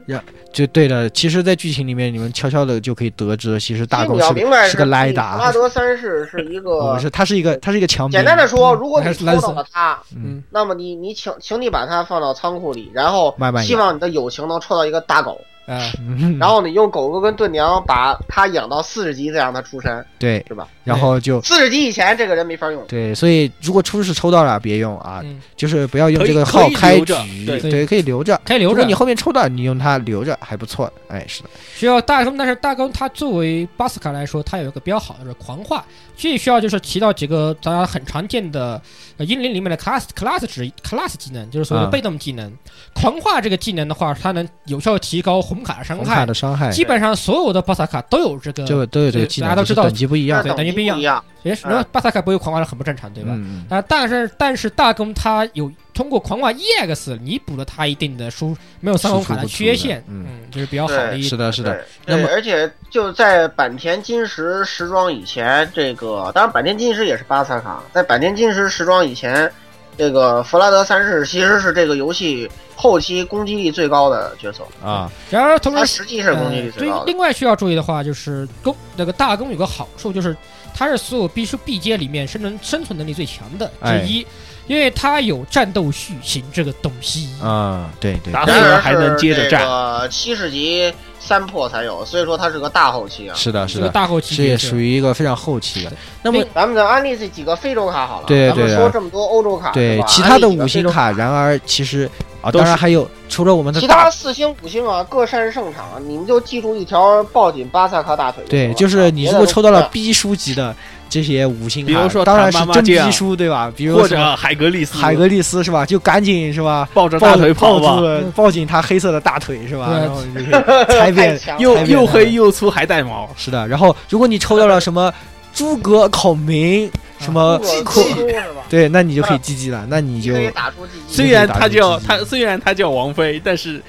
Speaker 4: 就对了。其实，在剧情里面，你们悄悄的就可以得知，其实大
Speaker 2: 其实
Speaker 4: 狗
Speaker 2: 你要
Speaker 4: 是
Speaker 2: 明白
Speaker 4: 个赖
Speaker 2: 弗拉
Speaker 4: 打，
Speaker 2: 德三世是一
Speaker 4: 我
Speaker 2: 个
Speaker 4: 是他是一个他是一个强兵
Speaker 2: 呃简。单的说，
Speaker 3: 嗯
Speaker 2: 如果你抽到了他，
Speaker 4: 嗯
Speaker 2: 那么你你请请你把他放到仓库里，然后
Speaker 4: 慢慢养
Speaker 2: 希望你的友情能抽到一个大狗。
Speaker 3: 啊，
Speaker 4: 嗯
Speaker 2: 然后你用狗狗跟盾娘把它养到四十级，再让它出山，
Speaker 4: 对，
Speaker 2: 是吧？
Speaker 4: 然后就
Speaker 2: 四十级以前这个人没法用。
Speaker 4: 对，所以如果初试抽到了别用啊，
Speaker 3: 嗯
Speaker 4: 就是不要用
Speaker 1: 可以
Speaker 4: 这个
Speaker 1: 可
Speaker 4: 号
Speaker 1: 以
Speaker 4: 开
Speaker 1: 留着
Speaker 4: 局，
Speaker 1: 对
Speaker 4: 对，可以留着。
Speaker 3: 可以留
Speaker 4: 如果
Speaker 3: 着
Speaker 4: 你。后面抽到，你用它留着还不错。哎，是的，
Speaker 3: 需要大纲，但是大纲它作为巴斯卡来说，它有一个比较好的就是狂化，这需要就是提到几个大家很常见的呃英灵里面的 class class 值 class 技能，就是所谓的
Speaker 4: 啊
Speaker 3: 被动技能。狂化这个技能的话，它能有效提高红卡的伤
Speaker 4: 红
Speaker 3: 害
Speaker 4: 卡，的伤害
Speaker 3: 基本上所有的巴萨卡都有这个。
Speaker 4: 就都有这个技能，
Speaker 3: 大家都知道
Speaker 4: 只是等级不一
Speaker 2: 但
Speaker 4: 样
Speaker 2: 是。
Speaker 3: 对
Speaker 2: 等级
Speaker 3: 等级不
Speaker 2: 不
Speaker 3: 一
Speaker 2: 一
Speaker 3: 样
Speaker 2: 样，
Speaker 3: 也是，然后巴萨卡不会狂化的很不正常，对吧？
Speaker 4: 嗯，
Speaker 3: 啊，但是但是大公他有通过狂化 EX 弥补了他一定的输没有三红卡的缺陷
Speaker 4: 输，出不足的
Speaker 3: 这是比较好的
Speaker 4: 嗯
Speaker 3: 一
Speaker 4: 是的，是的，
Speaker 2: 对
Speaker 4: 那
Speaker 2: 对，
Speaker 4: 么
Speaker 2: 而且就在坂田金时时装以前，这个当然坂田金时也是巴萨卡，在坂田金时时装以前，这个弗拉德三世其实是这个游戏后期攻击力最高的角色，
Speaker 4: 啊，
Speaker 3: 然而同
Speaker 2: 他
Speaker 3: 时，
Speaker 2: 实际是攻击
Speaker 3: 呃
Speaker 2: 力，最
Speaker 3: 对
Speaker 2: 高，的。
Speaker 3: 另外需要注意的话就是公那个大公有个好处就是它是所有必修 B 阶里面生存生存能力最强的
Speaker 4: 哎
Speaker 3: 之一，因为它有战斗续行这个东西。
Speaker 4: 啊，对对，
Speaker 1: 打死
Speaker 2: 然而
Speaker 1: 人还能接着战，
Speaker 2: 战，七十级三破才有，所以说它是个大后期啊。
Speaker 4: 是的，
Speaker 3: 这
Speaker 4: 是
Speaker 3: 个
Speaker 4: 的，
Speaker 3: 大后期
Speaker 4: 这也
Speaker 3: 角色
Speaker 4: 属于一个非常后期的。那么
Speaker 3: 另
Speaker 2: 咱们再安利这几个非洲卡好了，
Speaker 4: 对
Speaker 2: 咱们
Speaker 4: 对
Speaker 2: 说
Speaker 4: 啊
Speaker 2: 这么多欧洲卡，是
Speaker 4: 对
Speaker 2: 吧
Speaker 4: 其他的
Speaker 2: 安利几个
Speaker 4: 五星
Speaker 2: 非洲
Speaker 4: 卡，然而其实啊，
Speaker 1: 都
Speaker 4: 当然
Speaker 1: 是
Speaker 4: 还有除了我们的
Speaker 2: 其
Speaker 4: 大
Speaker 2: 他四星、五星啊，各擅胜场，你们就记住一条，抱紧巴萨卡大腿行了。啊
Speaker 4: 对，就是你如果抽到
Speaker 2: 别
Speaker 4: 了
Speaker 2: 的
Speaker 4: B 书级的这些五星卡，
Speaker 1: 比如说
Speaker 4: 当然是
Speaker 1: 唐妈妈
Speaker 4: 真
Speaker 1: 酱
Speaker 4: B 书对吧？比如
Speaker 1: 或
Speaker 4: 什么
Speaker 1: 者海格力斯、
Speaker 4: 海格力斯是吧？就赶紧是吧？
Speaker 1: 抱着
Speaker 4: 抱
Speaker 1: 大腿跑
Speaker 4: 抱
Speaker 1: 吧，
Speaker 4: 住抱紧他黑色的大腿是吧？
Speaker 3: 对
Speaker 4: 啊然后你就可 以猜
Speaker 2: 啊太
Speaker 4: 遍。
Speaker 2: 强了，
Speaker 1: 又
Speaker 4: 太变态
Speaker 1: 又
Speaker 4: 了
Speaker 1: 黑又粗还带毛，
Speaker 4: 是的，然后如果你抽到了什么诸葛孔明什么
Speaker 2: 如果
Speaker 4: 孔
Speaker 2: 进，攻是吧？
Speaker 4: 对，那你就可以 GG 了，那呃 你
Speaker 2: 你
Speaker 4: 就
Speaker 2: 可以打出积极
Speaker 1: 虽然他叫
Speaker 4: 打
Speaker 1: 他
Speaker 4: 游击
Speaker 1: 虽然他叫王菲，但是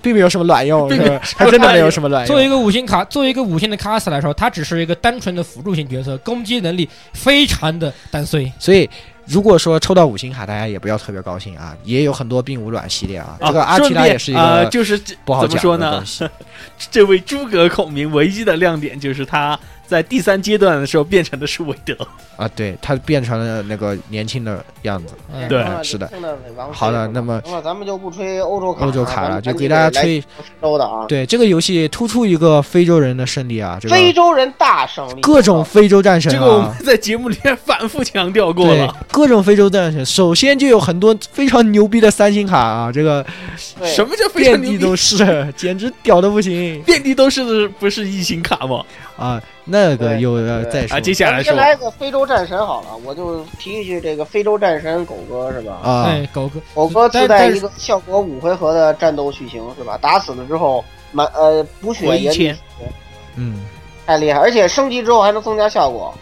Speaker 4: 并没有什么卵用，
Speaker 1: 并
Speaker 4: 是
Speaker 1: 没有
Speaker 4: 吧？还真的没有什么 卵
Speaker 3: 作为一
Speaker 4: 用。
Speaker 3: 个五星卡，作为一个五星的卡斯来说，它只是一个单纯的辅助型角色，攻击能力非常的单碎。
Speaker 4: 所以如果说抽到五星卡，大家也不要特别高兴啊，也有很多并无卵系列啊。这个
Speaker 1: 啊，
Speaker 4: 阿
Speaker 1: 顺
Speaker 4: 提拉也
Speaker 1: 便
Speaker 4: 是一
Speaker 1: 啊，
Speaker 4: 个
Speaker 1: 就是这
Speaker 4: 不好
Speaker 1: 怎么说
Speaker 4: 讲的
Speaker 1: 呢
Speaker 4: 东？西。
Speaker 1: 这位诸葛孔明唯一的亮点就是他在第三阶段的时候变成的是韦德，
Speaker 4: 啊，对，他变成了那个年轻的样子。
Speaker 3: 嗯、
Speaker 1: 对
Speaker 2: 啊
Speaker 4: 是的
Speaker 2: 真的很王菲
Speaker 4: 好的
Speaker 2: 是吧
Speaker 4: 那么
Speaker 2: 行了咱们就不吹欧洲卡，
Speaker 4: 欧洲卡
Speaker 2: 咱
Speaker 4: 了，
Speaker 2: 们
Speaker 4: 就给大家
Speaker 2: 来
Speaker 4: 吹。
Speaker 2: 非洲的啊，
Speaker 4: 对这个游戏突出一个非洲人的胜利啊，这个
Speaker 2: 非洲人大胜利，
Speaker 4: 各种非洲战神
Speaker 1: 这个我
Speaker 4: 啊
Speaker 1: 们，在节目里面反复强调过
Speaker 4: 对
Speaker 1: 了。
Speaker 4: 各种非洲战神。首先就有很多非常牛逼的三星卡啊，这个
Speaker 2: 对
Speaker 1: 什么叫非常
Speaker 4: 遍
Speaker 1: 牛
Speaker 4: 地
Speaker 1: 逼？
Speaker 4: 都是， 简直屌的不行
Speaker 1: 遍地都是不是异形卡吗？
Speaker 4: 啊！那个
Speaker 2: 对
Speaker 4: 又呃再说
Speaker 1: 啊，接下来
Speaker 2: 哎先
Speaker 1: 说
Speaker 2: 来个非洲战神好了，我就提一句这个非洲战神狗哥是吧？
Speaker 4: 啊，
Speaker 3: 哎，狗哥，
Speaker 2: 狗哥自
Speaker 3: 但
Speaker 2: 带
Speaker 3: 但
Speaker 2: 一个效果五回合的战斗续行是吧？打死了之后满呃补血
Speaker 1: 活一
Speaker 2: 也
Speaker 1: 千
Speaker 4: 嗯，
Speaker 2: 太厉害，而且升级之后还能增加效果，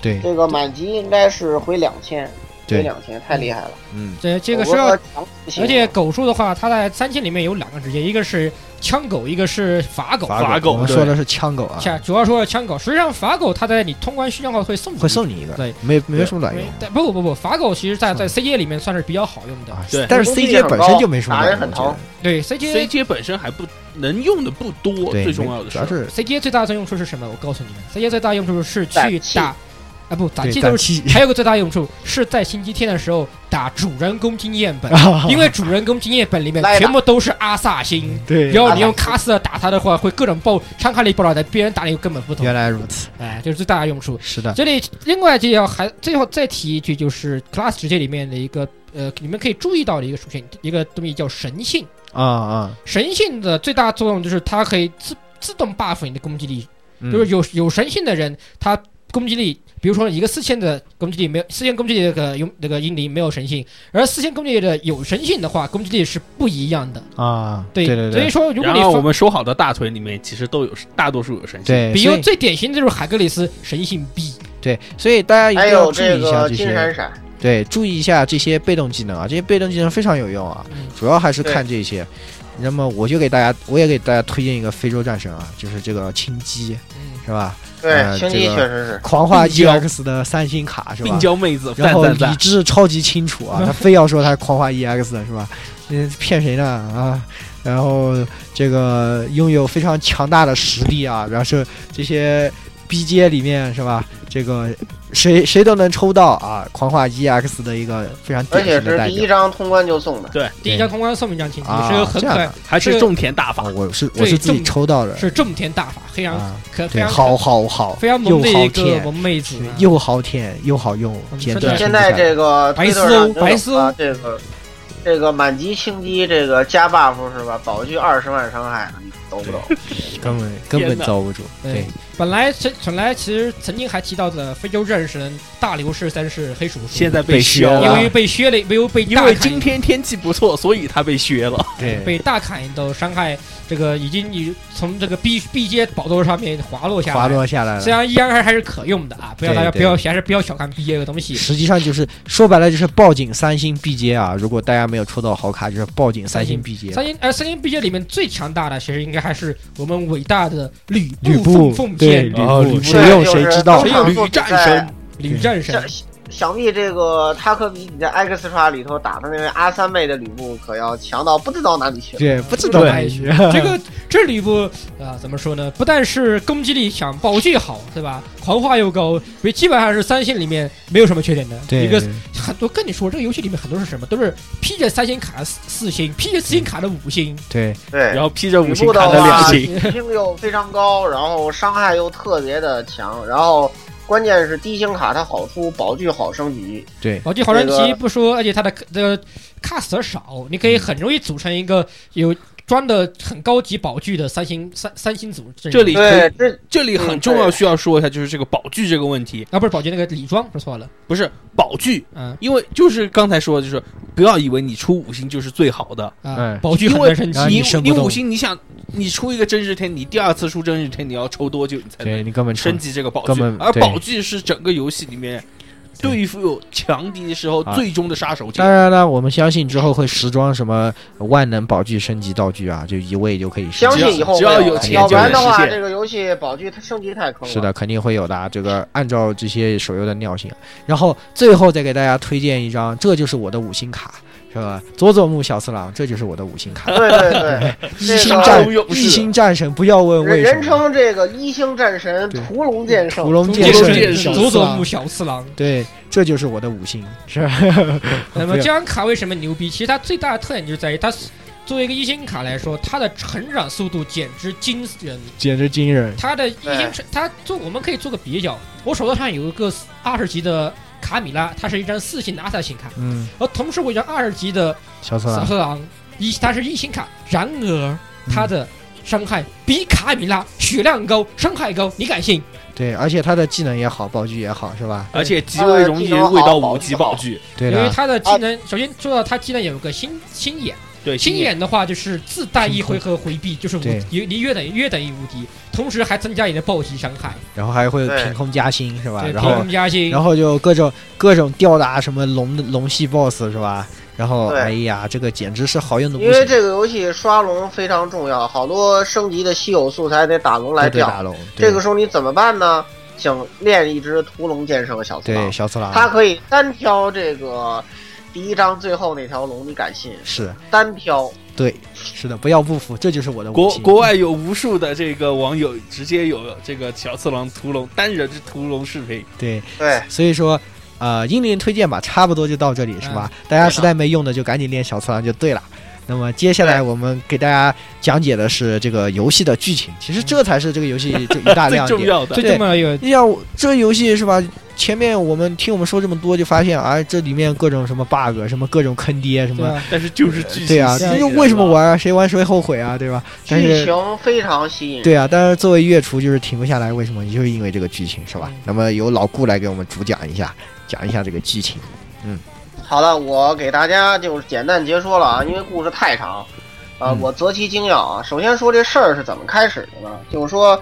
Speaker 4: 对
Speaker 2: 这个满级应该是回两千，回
Speaker 4: 对，
Speaker 2: 两千，太厉害了。
Speaker 4: 嗯，
Speaker 3: 这这个
Speaker 2: 狗
Speaker 3: 是
Speaker 2: 哥
Speaker 3: 要，
Speaker 2: 强啊不行
Speaker 3: 而且狗叔的话，他在三千里面有两个职业，一个是枪狗，一个是法狗。
Speaker 1: 法狗
Speaker 4: 我们
Speaker 1: 对
Speaker 4: 说的是枪狗啊，
Speaker 3: 下主要说是枪狗，实际上法狗它在你通关序账后会送
Speaker 4: 会送你一个，
Speaker 3: 对，
Speaker 4: 没没什么卵
Speaker 3: 没
Speaker 4: 用。
Speaker 3: 但不不不，法狗其实在在 CJ 里面算是比较好用的。
Speaker 4: 啊
Speaker 1: 对
Speaker 4: 但是
Speaker 2: 攻
Speaker 4: C
Speaker 2: 击力
Speaker 4: j
Speaker 2: 很
Speaker 4: 本
Speaker 2: 高
Speaker 4: 身就没什么
Speaker 2: 打人
Speaker 4: 卵
Speaker 2: 很
Speaker 4: 用，
Speaker 2: 疼
Speaker 3: 对 CJ
Speaker 1: ，CJ 本身还不能用的不多，
Speaker 4: 对，
Speaker 1: 最重
Speaker 4: 没
Speaker 1: 要的
Speaker 4: 主要是
Speaker 3: CJ 最大的用处是什么？我告诉你们，CJ 最大用处是
Speaker 2: 攒
Speaker 3: 去
Speaker 2: 气
Speaker 3: 打，啊不，打
Speaker 4: 对
Speaker 3: 气
Speaker 4: 攒
Speaker 3: 都是
Speaker 4: 气
Speaker 3: 还有个最大用处是在星期天的时候打主人公经验本，
Speaker 4: 啊，
Speaker 3: 因为主人公经验本里面
Speaker 2: 来吧
Speaker 3: 全部都是阿萨星。
Speaker 4: 对，
Speaker 3: 然后你用卡斯特打他的话，会各种爆伤害力爆炸的，别人打你根本不
Speaker 4: 原
Speaker 3: 懂。
Speaker 4: 来如此，
Speaker 3: 哎，这是最大的用处。
Speaker 4: 是的，
Speaker 3: 这里另外就要还最后再提一句，就是 class 直接里面的一个呃，你们可以注意到的一个属性，一个东西叫神性。
Speaker 4: 啊啊，
Speaker 3: 神性的最大作用就是它可以自自动 buff 你的攻击力，
Speaker 4: 嗯
Speaker 3: 就是有有神性的人，他攻击力，比如说一个四千的攻击力没有四千攻击力的那个有那个英灵没有神性，而四千攻击力的有神性的话，攻击力是不一样的。
Speaker 4: 啊，
Speaker 3: 对
Speaker 4: 对对
Speaker 3: 所以
Speaker 4: 对，
Speaker 3: 说如果
Speaker 1: 然
Speaker 3: 你
Speaker 1: 后
Speaker 3: 放
Speaker 1: 我们说好的大腿里面其实都有，大多数有神仙。
Speaker 4: 对，
Speaker 3: 比
Speaker 4: 所
Speaker 3: 如
Speaker 4: 以
Speaker 3: 最典型的就是海格力斯神性 B，
Speaker 4: 对，所以大家一
Speaker 2: 还
Speaker 4: 定要
Speaker 2: 有
Speaker 4: 注意
Speaker 2: 这
Speaker 4: 一下
Speaker 2: 个
Speaker 4: 这
Speaker 2: 金
Speaker 4: 些
Speaker 2: 闪，闪，
Speaker 4: 对，注意一下这些被动技能啊，这些被动技能非常有用啊，
Speaker 3: 嗯
Speaker 4: 主要还是看这些。那么我就给大家，我也给大家推荐一个非洲战神啊，就是这个青鸡，
Speaker 3: 嗯，
Speaker 4: 是吧？
Speaker 2: 对，
Speaker 4: 呃
Speaker 2: 青鸡
Speaker 4: 这个
Speaker 2: 确实是。
Speaker 4: 狂化
Speaker 1: 病娇
Speaker 4: EX 的三星卡是吧
Speaker 1: 病？娇妹子，
Speaker 4: 然
Speaker 1: 赞
Speaker 4: 后
Speaker 1: 赞
Speaker 4: 理
Speaker 1: 赞！
Speaker 4: 智超级清楚 啊，他非要说他是狂化 EX 的是吧？嗯，骗谁呢啊？然后这个拥有非常强大的实力啊，然后是这些 B 阶里面是吧？这个谁谁都能抽到啊，《狂化 EX》的一个非常
Speaker 2: 而
Speaker 4: 典
Speaker 2: 且
Speaker 4: 型的
Speaker 2: 是
Speaker 4: 代
Speaker 2: 第一
Speaker 4: 表
Speaker 2: 张通关就送的，
Speaker 3: 第一张通关送一张锦旗，
Speaker 4: 啊
Speaker 3: 是个很
Speaker 4: 这
Speaker 3: 可
Speaker 4: 样
Speaker 3: 爱
Speaker 4: 的，
Speaker 1: 还是种田大
Speaker 4: 啊
Speaker 1: 法，
Speaker 4: 我是
Speaker 3: 对
Speaker 4: 我是自己
Speaker 3: 重
Speaker 4: 抽到的
Speaker 3: 是种田大法，非常
Speaker 4: 啊，
Speaker 3: 可非
Speaker 4: 对，
Speaker 3: 常
Speaker 4: 好好好，
Speaker 3: 非常
Speaker 4: 又
Speaker 3: 萌的
Speaker 4: 好
Speaker 3: 一个嗯
Speaker 4: 舔，
Speaker 3: 萌妹子啊，
Speaker 4: 又好舔又好用
Speaker 3: 我，们
Speaker 4: 简
Speaker 3: 说
Speaker 4: 直
Speaker 3: 到
Speaker 1: 哎
Speaker 4: 停
Speaker 2: 现
Speaker 4: 不
Speaker 2: 在
Speaker 4: 下
Speaker 2: 这个
Speaker 3: 白
Speaker 2: 推
Speaker 3: 丝
Speaker 2: 特上
Speaker 3: 欧白丝
Speaker 2: 就有啊，这个这个满级轻击，这个加 buff 是吧？保具二十万伤害，懂不懂？
Speaker 4: 来根本根
Speaker 1: 天
Speaker 4: 本
Speaker 1: 哪
Speaker 4: 遭不住，
Speaker 3: 对
Speaker 4: 对，，
Speaker 3: 本来其本来其实曾经还提到的非洲战神大流士三世黑鼠叔，
Speaker 1: 现在
Speaker 4: 被
Speaker 1: 削
Speaker 4: 削
Speaker 3: 因
Speaker 1: 了
Speaker 4: 了
Speaker 3: 为，被削了，没有被
Speaker 1: 因
Speaker 3: 大
Speaker 1: 为
Speaker 3: 砍
Speaker 1: 今天天气不错，所以他被削了。
Speaker 4: 对
Speaker 3: 被大砍一刀，伤害这个已经已从这个 B B 阶宝座上面滑落下来，
Speaker 4: 滑落下来
Speaker 3: 虽
Speaker 4: 了。
Speaker 3: 然依然还还是可用的啊，不要
Speaker 4: 对
Speaker 3: 大家
Speaker 4: 对
Speaker 3: 不要还是不要小看 B 阶这个东西，
Speaker 4: 实际上就是说白了就是报警三星 B 接啊！如果大家没有抽到好卡，就是报警三星 B 啊接。
Speaker 3: 三星呃三星 B 界里面最强大的，其实应该还是我们伟大的吕
Speaker 4: 吕
Speaker 3: 布
Speaker 4: 布
Speaker 3: 奉
Speaker 4: 对
Speaker 3: 献哦
Speaker 4: 吕布
Speaker 1: 吕布
Speaker 4: 谁用谁知道
Speaker 2: 对
Speaker 1: 谁有
Speaker 2: 就是
Speaker 1: 吕战神
Speaker 3: 吕战神
Speaker 2: 想。想必这个塔克比你在 X 刷里头打的那位阿三妹的吕布，可要强到不知道哪里去了。
Speaker 4: 对，不知道
Speaker 3: 对
Speaker 4: 哪里去。
Speaker 3: 这个这吕布啊，怎么说呢？不但是攻击力强，宝具好，对吧？狂化又高，所以基本上是三星里面没有什么缺点的。
Speaker 4: 对
Speaker 3: 一个很多跟你说，这个游戏里面很多是什么，都是披着三星卡的四四星，披着四星卡的五星，
Speaker 4: 对
Speaker 2: 对
Speaker 1: 然，后披着五
Speaker 2: 吕
Speaker 1: 星
Speaker 2: 布的
Speaker 1: 砍了两
Speaker 2: 话，
Speaker 1: 星，
Speaker 2: 提星又非常高，然后伤害又特别的强，然后关键是低星卡它好出，宝具好升级。
Speaker 4: 对
Speaker 3: 宝具好人
Speaker 2: 这
Speaker 3: 奇
Speaker 2: 个
Speaker 3: 不说，而且它的的 cast 少，你可
Speaker 4: 嗯
Speaker 3: 以很容易组成一个有装的很高级宝具的三星三三星组阵容。
Speaker 1: 这里可
Speaker 2: 对
Speaker 1: 以，
Speaker 2: 这
Speaker 1: 这里很重要，需要说一下，就是这个宝具这个问题，
Speaker 3: 啊，不是宝具那个李庄，说错了，
Speaker 1: 不是宝具，
Speaker 3: 嗯
Speaker 1: 因为就是刚才说的，就是不要以为你出五星就是最好的，
Speaker 3: 啊
Speaker 4: 嗯，
Speaker 3: 宝具很
Speaker 1: 因为
Speaker 3: 难升级
Speaker 4: 然后，
Speaker 1: 你
Speaker 4: 你升不
Speaker 1: 你
Speaker 4: 动
Speaker 1: 五星，你想你出一个真日天，你第二次出真日天，你要抽多久你才
Speaker 4: 对，
Speaker 1: 能
Speaker 4: 你根本抽
Speaker 1: 升级这个宝
Speaker 4: 根
Speaker 1: 具？
Speaker 4: 本
Speaker 1: 而
Speaker 4: 对
Speaker 1: 宝具是整个游戏里面
Speaker 4: 对
Speaker 1: 对付强敌的时候
Speaker 4: 啊
Speaker 1: 最终的杀手锏
Speaker 4: 当。然了，我们相信之后会时装什么万能宝具升级道具啊，就一位就可以升
Speaker 2: 相
Speaker 1: 只要
Speaker 2: 信
Speaker 4: 级
Speaker 2: 以。后
Speaker 1: 只要
Speaker 2: 会
Speaker 1: 有
Speaker 2: 的
Speaker 1: 钱
Speaker 2: 要不
Speaker 4: 就
Speaker 2: 然
Speaker 4: 能
Speaker 2: 的
Speaker 1: 实
Speaker 2: 话，
Speaker 1: 现
Speaker 2: 这个游戏宝具它升级太坑了。
Speaker 4: 是的，肯定会有的啊。这个按照这些手游的尿性，然后最后再给大家推荐一张，这就是我的五星卡，是吧？佐佐木小次郎，这就是我的五星卡。
Speaker 2: 对对对，
Speaker 4: 一
Speaker 2: 这个
Speaker 4: 星战
Speaker 1: 勇，士
Speaker 4: 一星战神，不要问
Speaker 2: 人
Speaker 4: 为什
Speaker 2: 人
Speaker 4: 么。
Speaker 2: 称这个一星战神
Speaker 4: 对
Speaker 2: 屠龙剑圣，
Speaker 4: 屠龙
Speaker 3: 中
Speaker 1: 剑
Speaker 4: 剑
Speaker 3: 间
Speaker 1: 圣
Speaker 3: 是
Speaker 1: 剑
Speaker 4: 圣
Speaker 1: 圣
Speaker 3: 佐佐木
Speaker 4: 木，
Speaker 3: 小次郎。
Speaker 4: 对，这就是我的五星，是吧？
Speaker 3: 那么
Speaker 4: 不要
Speaker 3: 这张卡为什么牛逼？其实它最大的特点就在于它作为一个一星卡来说，它的成长速度简直惊人。
Speaker 4: 简直惊人。
Speaker 3: 它的一星成，它做我们可以做个比较，我手头上有一个二十级的卡米拉，它是一张四星的阿萨辛卡，
Speaker 4: 嗯，
Speaker 3: 而同时我有一张二十级的
Speaker 4: 小啊次
Speaker 3: 萨
Speaker 4: 郎，
Speaker 3: 赫朗，一它是一星卡，然而
Speaker 4: 嗯
Speaker 3: 它的伤害比卡米拉血量高，伤害高，你敢信？
Speaker 4: 对，而且他的技能也好，宝具也好，是吧？
Speaker 1: 而且极为容易味到五级宝具，
Speaker 4: 对
Speaker 3: 因为
Speaker 4: 的，
Speaker 3: 它的技能，首先说到它技能有个星星眼。
Speaker 1: 对，
Speaker 3: 心眼的话就是自带一回合回避， 就是无
Speaker 4: 对
Speaker 3: 你你约等于约等于无敌，同时还增加你的暴击伤害，
Speaker 4: 然后还会
Speaker 2: 对
Speaker 4: 凭空加星，是吧？
Speaker 3: 对，
Speaker 4: 然后
Speaker 3: 平衡加薪。
Speaker 4: 然后就各种各种吊打什么龙龙系 BOSS 是吧？然后
Speaker 2: 对
Speaker 4: 哎呀，这个简直是好用的不
Speaker 2: 因为
Speaker 4: 行，
Speaker 2: 这个游戏刷龙非常重要，好多升级的稀有素材得打龙来
Speaker 4: 都得
Speaker 2: 钓。
Speaker 4: 打龙。对
Speaker 2: 这个时候你怎么办呢？请练一只屠龙剑圣小次
Speaker 4: 对
Speaker 2: 郎，
Speaker 4: 小啊次郎，
Speaker 2: 他可以单挑这个第一章最后那条龙，你敢信？
Speaker 4: 是
Speaker 2: 单挑，
Speaker 4: 对，是的，不要不服，这就是我的武
Speaker 1: 国
Speaker 4: 器。
Speaker 1: 国外有无数的这个网友直接有这个小次郎屠龙单人之屠龙视频，
Speaker 4: 对，
Speaker 2: 对，
Speaker 4: 所以说。呃，英灵推荐吧，差不多就到这里，是吧？大家实在没用的就赶紧练小次郎就对了。那么接下来我们给大家讲解的是这个游戏的剧情，其实这才是这个游戏最一大
Speaker 1: 最
Speaker 4: 亮点
Speaker 1: 重。要的
Speaker 3: 最重要的有
Speaker 4: 你想这游戏是吧？前面我们听我们说这么多，就发现啊，这里面各种什么 bug，什么各种坑爹，什
Speaker 3: 对
Speaker 4: 么
Speaker 3: 吧？
Speaker 1: 但是就是剧情
Speaker 4: 对啊，
Speaker 1: 吸引
Speaker 4: 这
Speaker 1: 人
Speaker 4: 就为什么玩啊？谁玩谁后悔啊，对吧？但
Speaker 2: 剧
Speaker 4: 是
Speaker 2: 情非常吸引人。
Speaker 4: 对啊，但是作为月厨就是停不下来，为什么？就是因为这个剧情是吧
Speaker 3: 嗯？
Speaker 4: 那么由老顾来给我们主讲一下，讲一下这个剧情。
Speaker 2: 好的，我给大家就是简单解说了啊，因为故事太长，呃
Speaker 4: 嗯，
Speaker 2: 我择其精要啊。首先说这事儿是怎么开始的呢？就是说，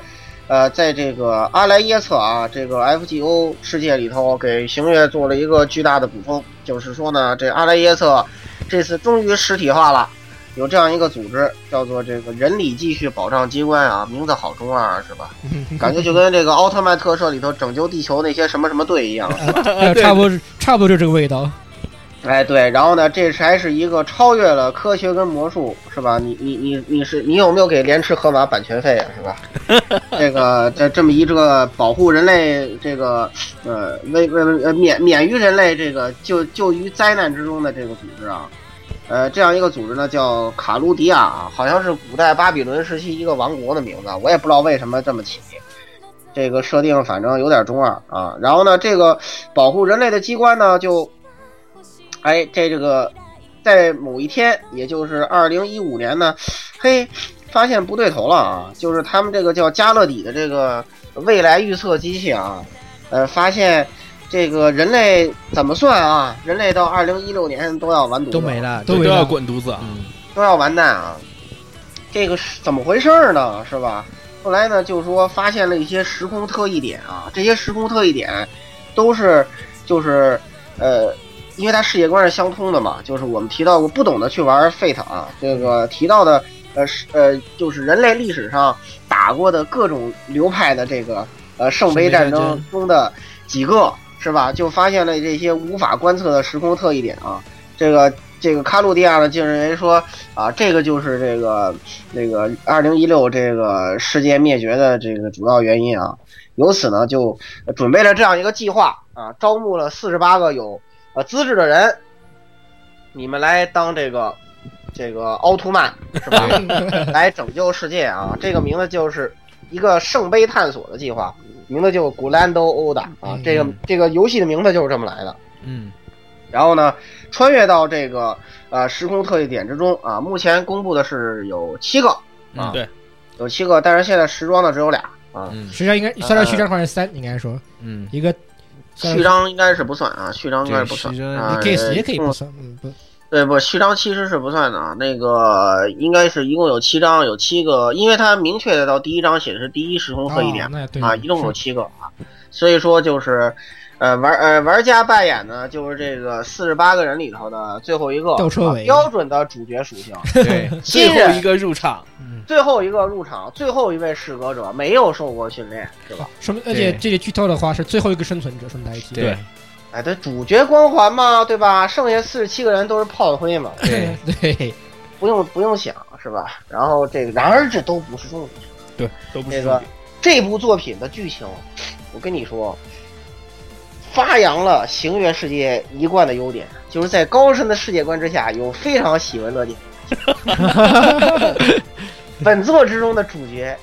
Speaker 2: 呃，在这个阿莱耶策啊这个 FGO 世界里头，给行月做了一个巨大的补充，就是说呢，这阿莱耶策这次终于实体化了。有这样一个组织，叫做这个人力继续保障机关啊，名字好中二、啊、是吧？感觉就跟这个奥特曼
Speaker 3: 嗯
Speaker 2: 特摄里头拯救地球那些什么什么队一样，
Speaker 3: 呃差不多差不多就这个味道。
Speaker 2: 哎，对，然后呢，这还是一个超越了科学跟魔术，是吧？你你你你是你有没有给连吃河马版权费啊？是吧？这个这这么一这个保护人类这个呃为为呃免免于人类这个救救于灾难之中的这个组织啊，呃，这样一个组织呢叫卡卢迪亚啊，好像是古代巴比伦时期一个王国的名字，我也不知道为什么这么起。这个设定反正有点中二啊，然后呢，这个保护人类的机关呢就哎，这这个在某一天，也就是二零一五年呢，嘿，发现不对头了啊！就是他们这个叫加勒底的这个未来预测机器啊，呃，发现这个人类怎么算啊？人类到二零一六年都要完犊子，
Speaker 4: 都没，了，
Speaker 3: 都
Speaker 1: 都
Speaker 3: 没
Speaker 1: 要
Speaker 3: 了
Speaker 1: 滚犊子啊！
Speaker 2: 都要完蛋啊！这个是怎么回事儿呢？是吧？后来呢，就说发现了一些时空特异点啊，这些时空特异点都是就是呃，因为它世界观是相通的嘛，就是我们提到过不懂得去玩 Fate 啊，这个提到的呃是呃就是人类历史上打过的各种流派的这个呃圣杯战
Speaker 4: 圣杯
Speaker 2: 争
Speaker 4: 战
Speaker 2: 中的几个是吧？就发现了这些无法观测的时空特异点啊，这个。这个卡路迪亚呢，竟认为说啊，这个就是这个那个二零一六这个世界灭绝的这个主要原因啊。由此呢，就呃准备了这样一个计划啊，招募了四十八个有呃资质的人，你们来当这个这个奥特曼是吧？ 来拯救世界啊！这个名字就是一个圣杯探索的计划，名字就 Gulando Oda 啊。这个这个游戏的名字就是这么来的。
Speaker 4: 嗯，
Speaker 2: 然后呢，穿越到这个呃时空特异点之中啊。目前公布的是有七个，
Speaker 3: 嗯
Speaker 4: 啊
Speaker 1: 对，
Speaker 2: 有七个，但是现在时装的只有俩啊。
Speaker 4: 嗯
Speaker 3: 实际上应该虽然序章的话是三，应该说
Speaker 4: 嗯，
Speaker 3: 一个虽然
Speaker 2: 序章应该是不算啊，序章应该是不算
Speaker 4: 对序章
Speaker 2: 啊。
Speaker 3: 你 guess 也可以
Speaker 2: 嗯
Speaker 3: 不算，嗯不，
Speaker 2: 对不，序章其实是不算的啊，那个应该是一共有七章，有七个，因为它明确的到第一章写的是第一时空特异点
Speaker 3: 哦、那对
Speaker 2: 啊，一共有七个啊，所以说就是，呃，玩呃玩家扮演呢，就是这个四十八个人里头的最后一个，
Speaker 3: 吊车
Speaker 2: 啊
Speaker 3: 尾
Speaker 2: 标准的主角属性，
Speaker 4: 对，
Speaker 1: 最
Speaker 2: 新
Speaker 1: 后一
Speaker 2: 人
Speaker 1: 个入场，
Speaker 2: 最后一个入场，最后一位适格者没有受过训练，是吧？
Speaker 3: 说明而且
Speaker 4: 对
Speaker 3: 这里剧透的话是最后一个生存者，顺带一提，
Speaker 4: 对
Speaker 2: 哎，对，主角光环嘛，对吧？剩下四十七个人都是炮灰嘛，
Speaker 4: 对，
Speaker 3: 对，
Speaker 2: 不用不用想，是吧？然后这个，然而这都不是重点。
Speaker 1: 对，都不
Speaker 2: 那
Speaker 1: 是
Speaker 2: 个这部作品的剧情，我跟你说，发扬了行月世界一贯的优点，就是在高深的世界观之下，有非常喜闻乐见。本作之中的主角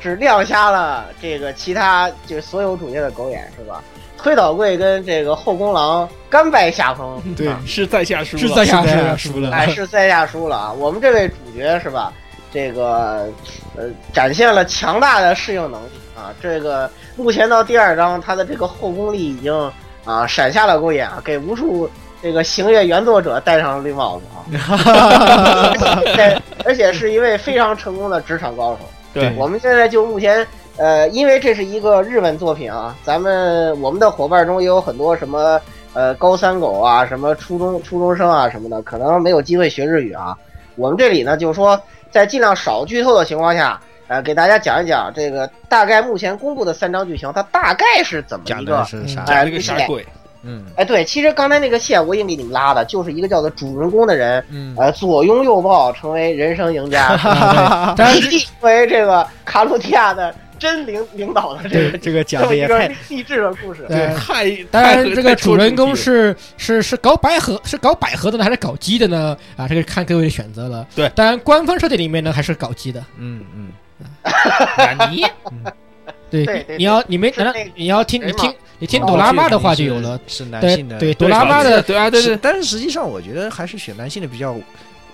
Speaker 2: 只亮瞎了这个其他就是所有主角的狗眼，是吧？推倒贵跟这个后宫狼甘拜下风，
Speaker 4: 对
Speaker 2: 啊
Speaker 1: 是在下输了，
Speaker 3: 是在下
Speaker 4: 是在下
Speaker 3: 输
Speaker 4: 输了
Speaker 2: 哎，是在下输了啊！我们这位主角是吧？这个呃，展现了强大的适应能力啊！这个目前到第二章，他的这个后宫力已经啊闪瞎了狗眼啊，给无数这个行月原作者戴上了绿帽子啊！对，而且是一位非常成功的职场高手。
Speaker 1: 对
Speaker 2: 我们现在就目前，呃，因为这是一个日本作品啊，咱们我们的伙伴中也有很多什么呃高三狗啊，什么初中初中生啊什么的，可能没有机会学日语啊。我们这里呢，就是说在尽量少剧透的情况下，呃，给大家讲一讲这个大概目前公布的三章剧情，它大概是怎么
Speaker 4: 讲
Speaker 2: 一
Speaker 4: 的
Speaker 2: 个。
Speaker 4: 是啥？
Speaker 1: 讲那个啥鬼，
Speaker 4: 嗯
Speaker 2: 哎，对，其实刚才那个线我已经给你们拉的，就是一个叫做主人公的人，
Speaker 4: 嗯，
Speaker 2: 呃，左拥右抱成为人生赢家，
Speaker 3: 啊对 当然
Speaker 2: 立地成为这个卡洛提亚的真领领导的这
Speaker 4: 这
Speaker 2: 个
Speaker 4: 这个
Speaker 2: 这
Speaker 4: 讲
Speaker 2: 么
Speaker 4: 的
Speaker 2: 一
Speaker 4: 也
Speaker 2: 个
Speaker 4: 太
Speaker 2: 励志的故事。
Speaker 3: 对
Speaker 1: 对，太
Speaker 3: 哎当然
Speaker 1: 太
Speaker 3: 这个
Speaker 1: 太
Speaker 3: 主人公
Speaker 1: 戳题
Speaker 3: 是是是搞百合是搞百合的呢，还是搞基的呢？啊，这个看各位的选择了。
Speaker 1: 对
Speaker 3: 当然官方设定里面呢还是搞基的。
Speaker 4: 嗯嗯，
Speaker 1: 了你
Speaker 3: 对
Speaker 2: 对对
Speaker 3: 你要你没
Speaker 2: 是
Speaker 3: 难道
Speaker 2: 那个
Speaker 3: 你要听你
Speaker 2: 谁嘛
Speaker 3: 听你听
Speaker 2: 哦
Speaker 3: 朵拉妈的话
Speaker 4: 这
Speaker 3: 就
Speaker 4: 个
Speaker 3: 有了。
Speaker 4: 是，是男
Speaker 3: 对
Speaker 4: 性的
Speaker 3: 对，
Speaker 4: 对，
Speaker 3: 朵拉妈的
Speaker 1: 对啊对
Speaker 4: 是
Speaker 1: 对，
Speaker 4: 但是实际上我觉得还是选男性的比较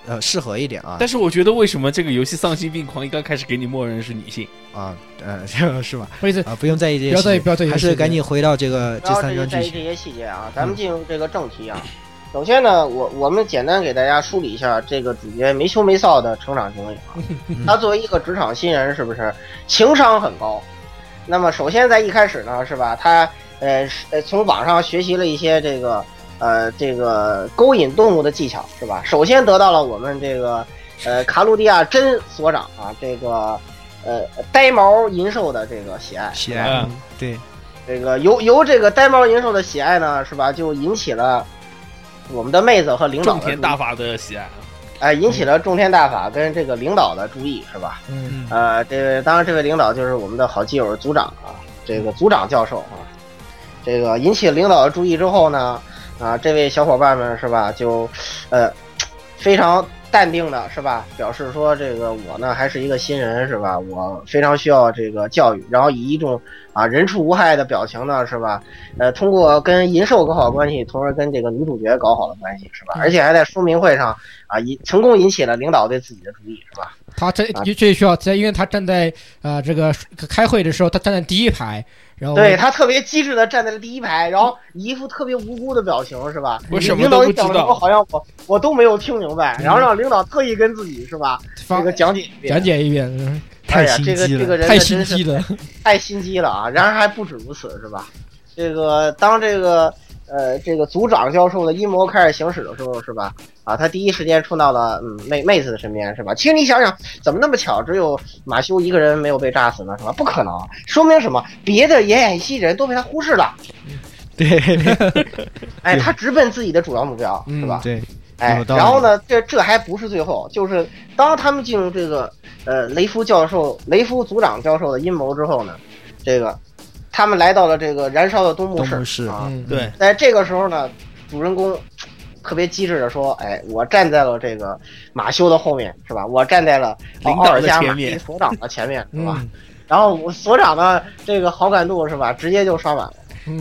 Speaker 4: 呃适合一点啊
Speaker 1: 但是我觉得为什么这个游戏丧心病狂一刚开始给你默认是女性？
Speaker 4: 啊呃 是吧？
Speaker 3: 不好意思，
Speaker 4: 啊，不用在意这些
Speaker 3: 不要在意
Speaker 4: 细
Speaker 3: 不要在
Speaker 4: 节，
Speaker 3: 意，
Speaker 4: 还是赶紧回到这个
Speaker 2: 然
Speaker 4: 这
Speaker 2: 后
Speaker 4: 三
Speaker 2: 这就
Speaker 4: 章
Speaker 2: 在
Speaker 4: 剧
Speaker 2: 意这
Speaker 4: 情。嗯
Speaker 2: 些细节啊，咱们进入这个正题啊。首先呢，我我们简单给大家梳理一下这个主角没羞没臊的成长经历啊。 他作为一个职场新人，是不是情商很高？那么首先在一开始呢，是吧？他呃是呃从网上学习了一些这个呃这个勾引动物的技巧，是吧？首先得到了我们这个呃卡路迪亚真所长啊这个呃呆毛银兽的这个喜爱，
Speaker 4: 喜
Speaker 2: 是吧
Speaker 4: 爱
Speaker 1: 嗯
Speaker 4: 对，
Speaker 2: 这个由由这个呆毛银兽的喜爱呢，是吧，就引起了我们的妹子和领导
Speaker 1: 种
Speaker 2: 的注意
Speaker 1: 田大法的喜爱，
Speaker 2: 哎，引起了种田大法跟这个领导的注意，是吧？
Speaker 3: 嗯，
Speaker 1: 嗯，
Speaker 2: 呃，这位当然这位领导就是我们的好基友组长啊，这个组长教授啊，这个引起领导的注意之后呢，啊，这位小伙伴们是吧，就，呃，非常淡定的是吧，表示说这个我呢还是一个新人是吧，我非常需要这个教育，然后以一种啊人畜无害的表情呢是吧，呃，通过跟银兽搞好关系，从而跟这个女主角搞好了关系是吧，而且还在说明会上啊引成功引起了领导对自己的注意是吧，
Speaker 3: 他这
Speaker 2: 啊
Speaker 3: 最需要，在因为他站在啊、呃这个开会的时候，他站在第一排，然后
Speaker 2: 对他特别机智的站在了第一排，然后一副特别无辜的表情，是吧？
Speaker 1: 我什么
Speaker 2: 领导
Speaker 1: 都不
Speaker 2: 一
Speaker 1: 知
Speaker 2: 讲什么，
Speaker 1: 道，
Speaker 2: 好像我我都没有听明白，然后让领导特意跟自己是吧？
Speaker 3: 发
Speaker 2: 这个讲解一遍
Speaker 3: 讲。解一遍，嗯
Speaker 2: 哎
Speaker 4: 太
Speaker 2: 呀，
Speaker 4: 心
Speaker 2: 这个
Speaker 4: 机
Speaker 2: 这
Speaker 4: 了，
Speaker 2: 个人
Speaker 3: 太
Speaker 2: 可
Speaker 3: 心
Speaker 2: 真是
Speaker 3: 机了，
Speaker 2: 太心机了啊！然而还不止如此，是吧？这个当这个呃这个组长教授的阴谋开始行驶的时候，是吧？啊，他第一时间冲到了嗯妹妹子的身边，是吧？其实你想想，怎么那么巧，只有马修一个人没有被炸死呢？是吧？不可能，说明什么？别的奄奄一息人都被他忽视了。
Speaker 4: 对
Speaker 2: 哎，
Speaker 4: 对
Speaker 2: 他直奔自己的主要目标，
Speaker 3: 嗯
Speaker 2: 是吧？
Speaker 4: 对，
Speaker 2: 哎
Speaker 4: 有，道理
Speaker 2: 然后呢，这这还不是最后，就是当他们进入这个呃雷夫教授、雷夫组长教授的阴谋之后呢，这个他们来到了这个燃烧的东部
Speaker 4: 东
Speaker 2: 市
Speaker 4: 部市
Speaker 2: 啊。
Speaker 3: 嗯，
Speaker 1: 对，
Speaker 2: 在这个时候呢，主人公特别机智的说：“哎，我站在了这个马修的后面，是吧？我站在了奥
Speaker 1: 领
Speaker 2: 奥
Speaker 1: 导
Speaker 2: 尔
Speaker 1: 的
Speaker 2: 加马
Speaker 1: 前
Speaker 2: 蒂
Speaker 1: 面
Speaker 2: 所长的前面，是吧？
Speaker 3: 嗯
Speaker 2: 然后我所长呢，这个好感度是吧，直接就刷满了，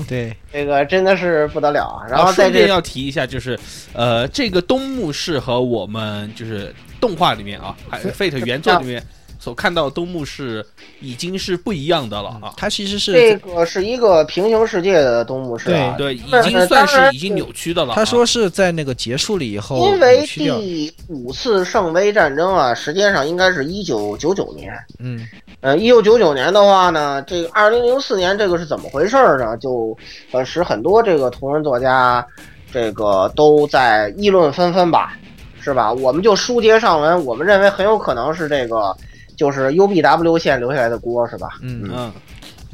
Speaker 4: 对，
Speaker 2: 这个真的是不得了啊！然
Speaker 1: 啊
Speaker 2: 后在
Speaker 1: 顺便
Speaker 2: 这
Speaker 1: 要提一下，就是呃，这个东木市和我们就是动画里面啊，还有 Fate 原作里面所看到的东木市已经是不一样的了啊。
Speaker 4: 他其实
Speaker 2: 这
Speaker 4: 是
Speaker 2: 个是一个平行世界的东部市啊，
Speaker 1: 对，已
Speaker 2: 那
Speaker 1: 经算是已经扭曲的了啊。
Speaker 4: 他说是在那个结束了以后
Speaker 2: 因为
Speaker 4: 扭曲哦掉，
Speaker 2: 第五次圣杯战争啊，实际上应该是一九九九年。
Speaker 4: 嗯，
Speaker 2: 呃，一九九九年的话呢，这个二零零四年这个是怎么回事儿呢？就呃，使很多这个同人作家，这个都在议论纷纷吧，是吧？我们就书接上文，我们认为很有可能是这个，就是 UBW 线留下来的锅，是吧？
Speaker 4: 嗯
Speaker 1: 嗯，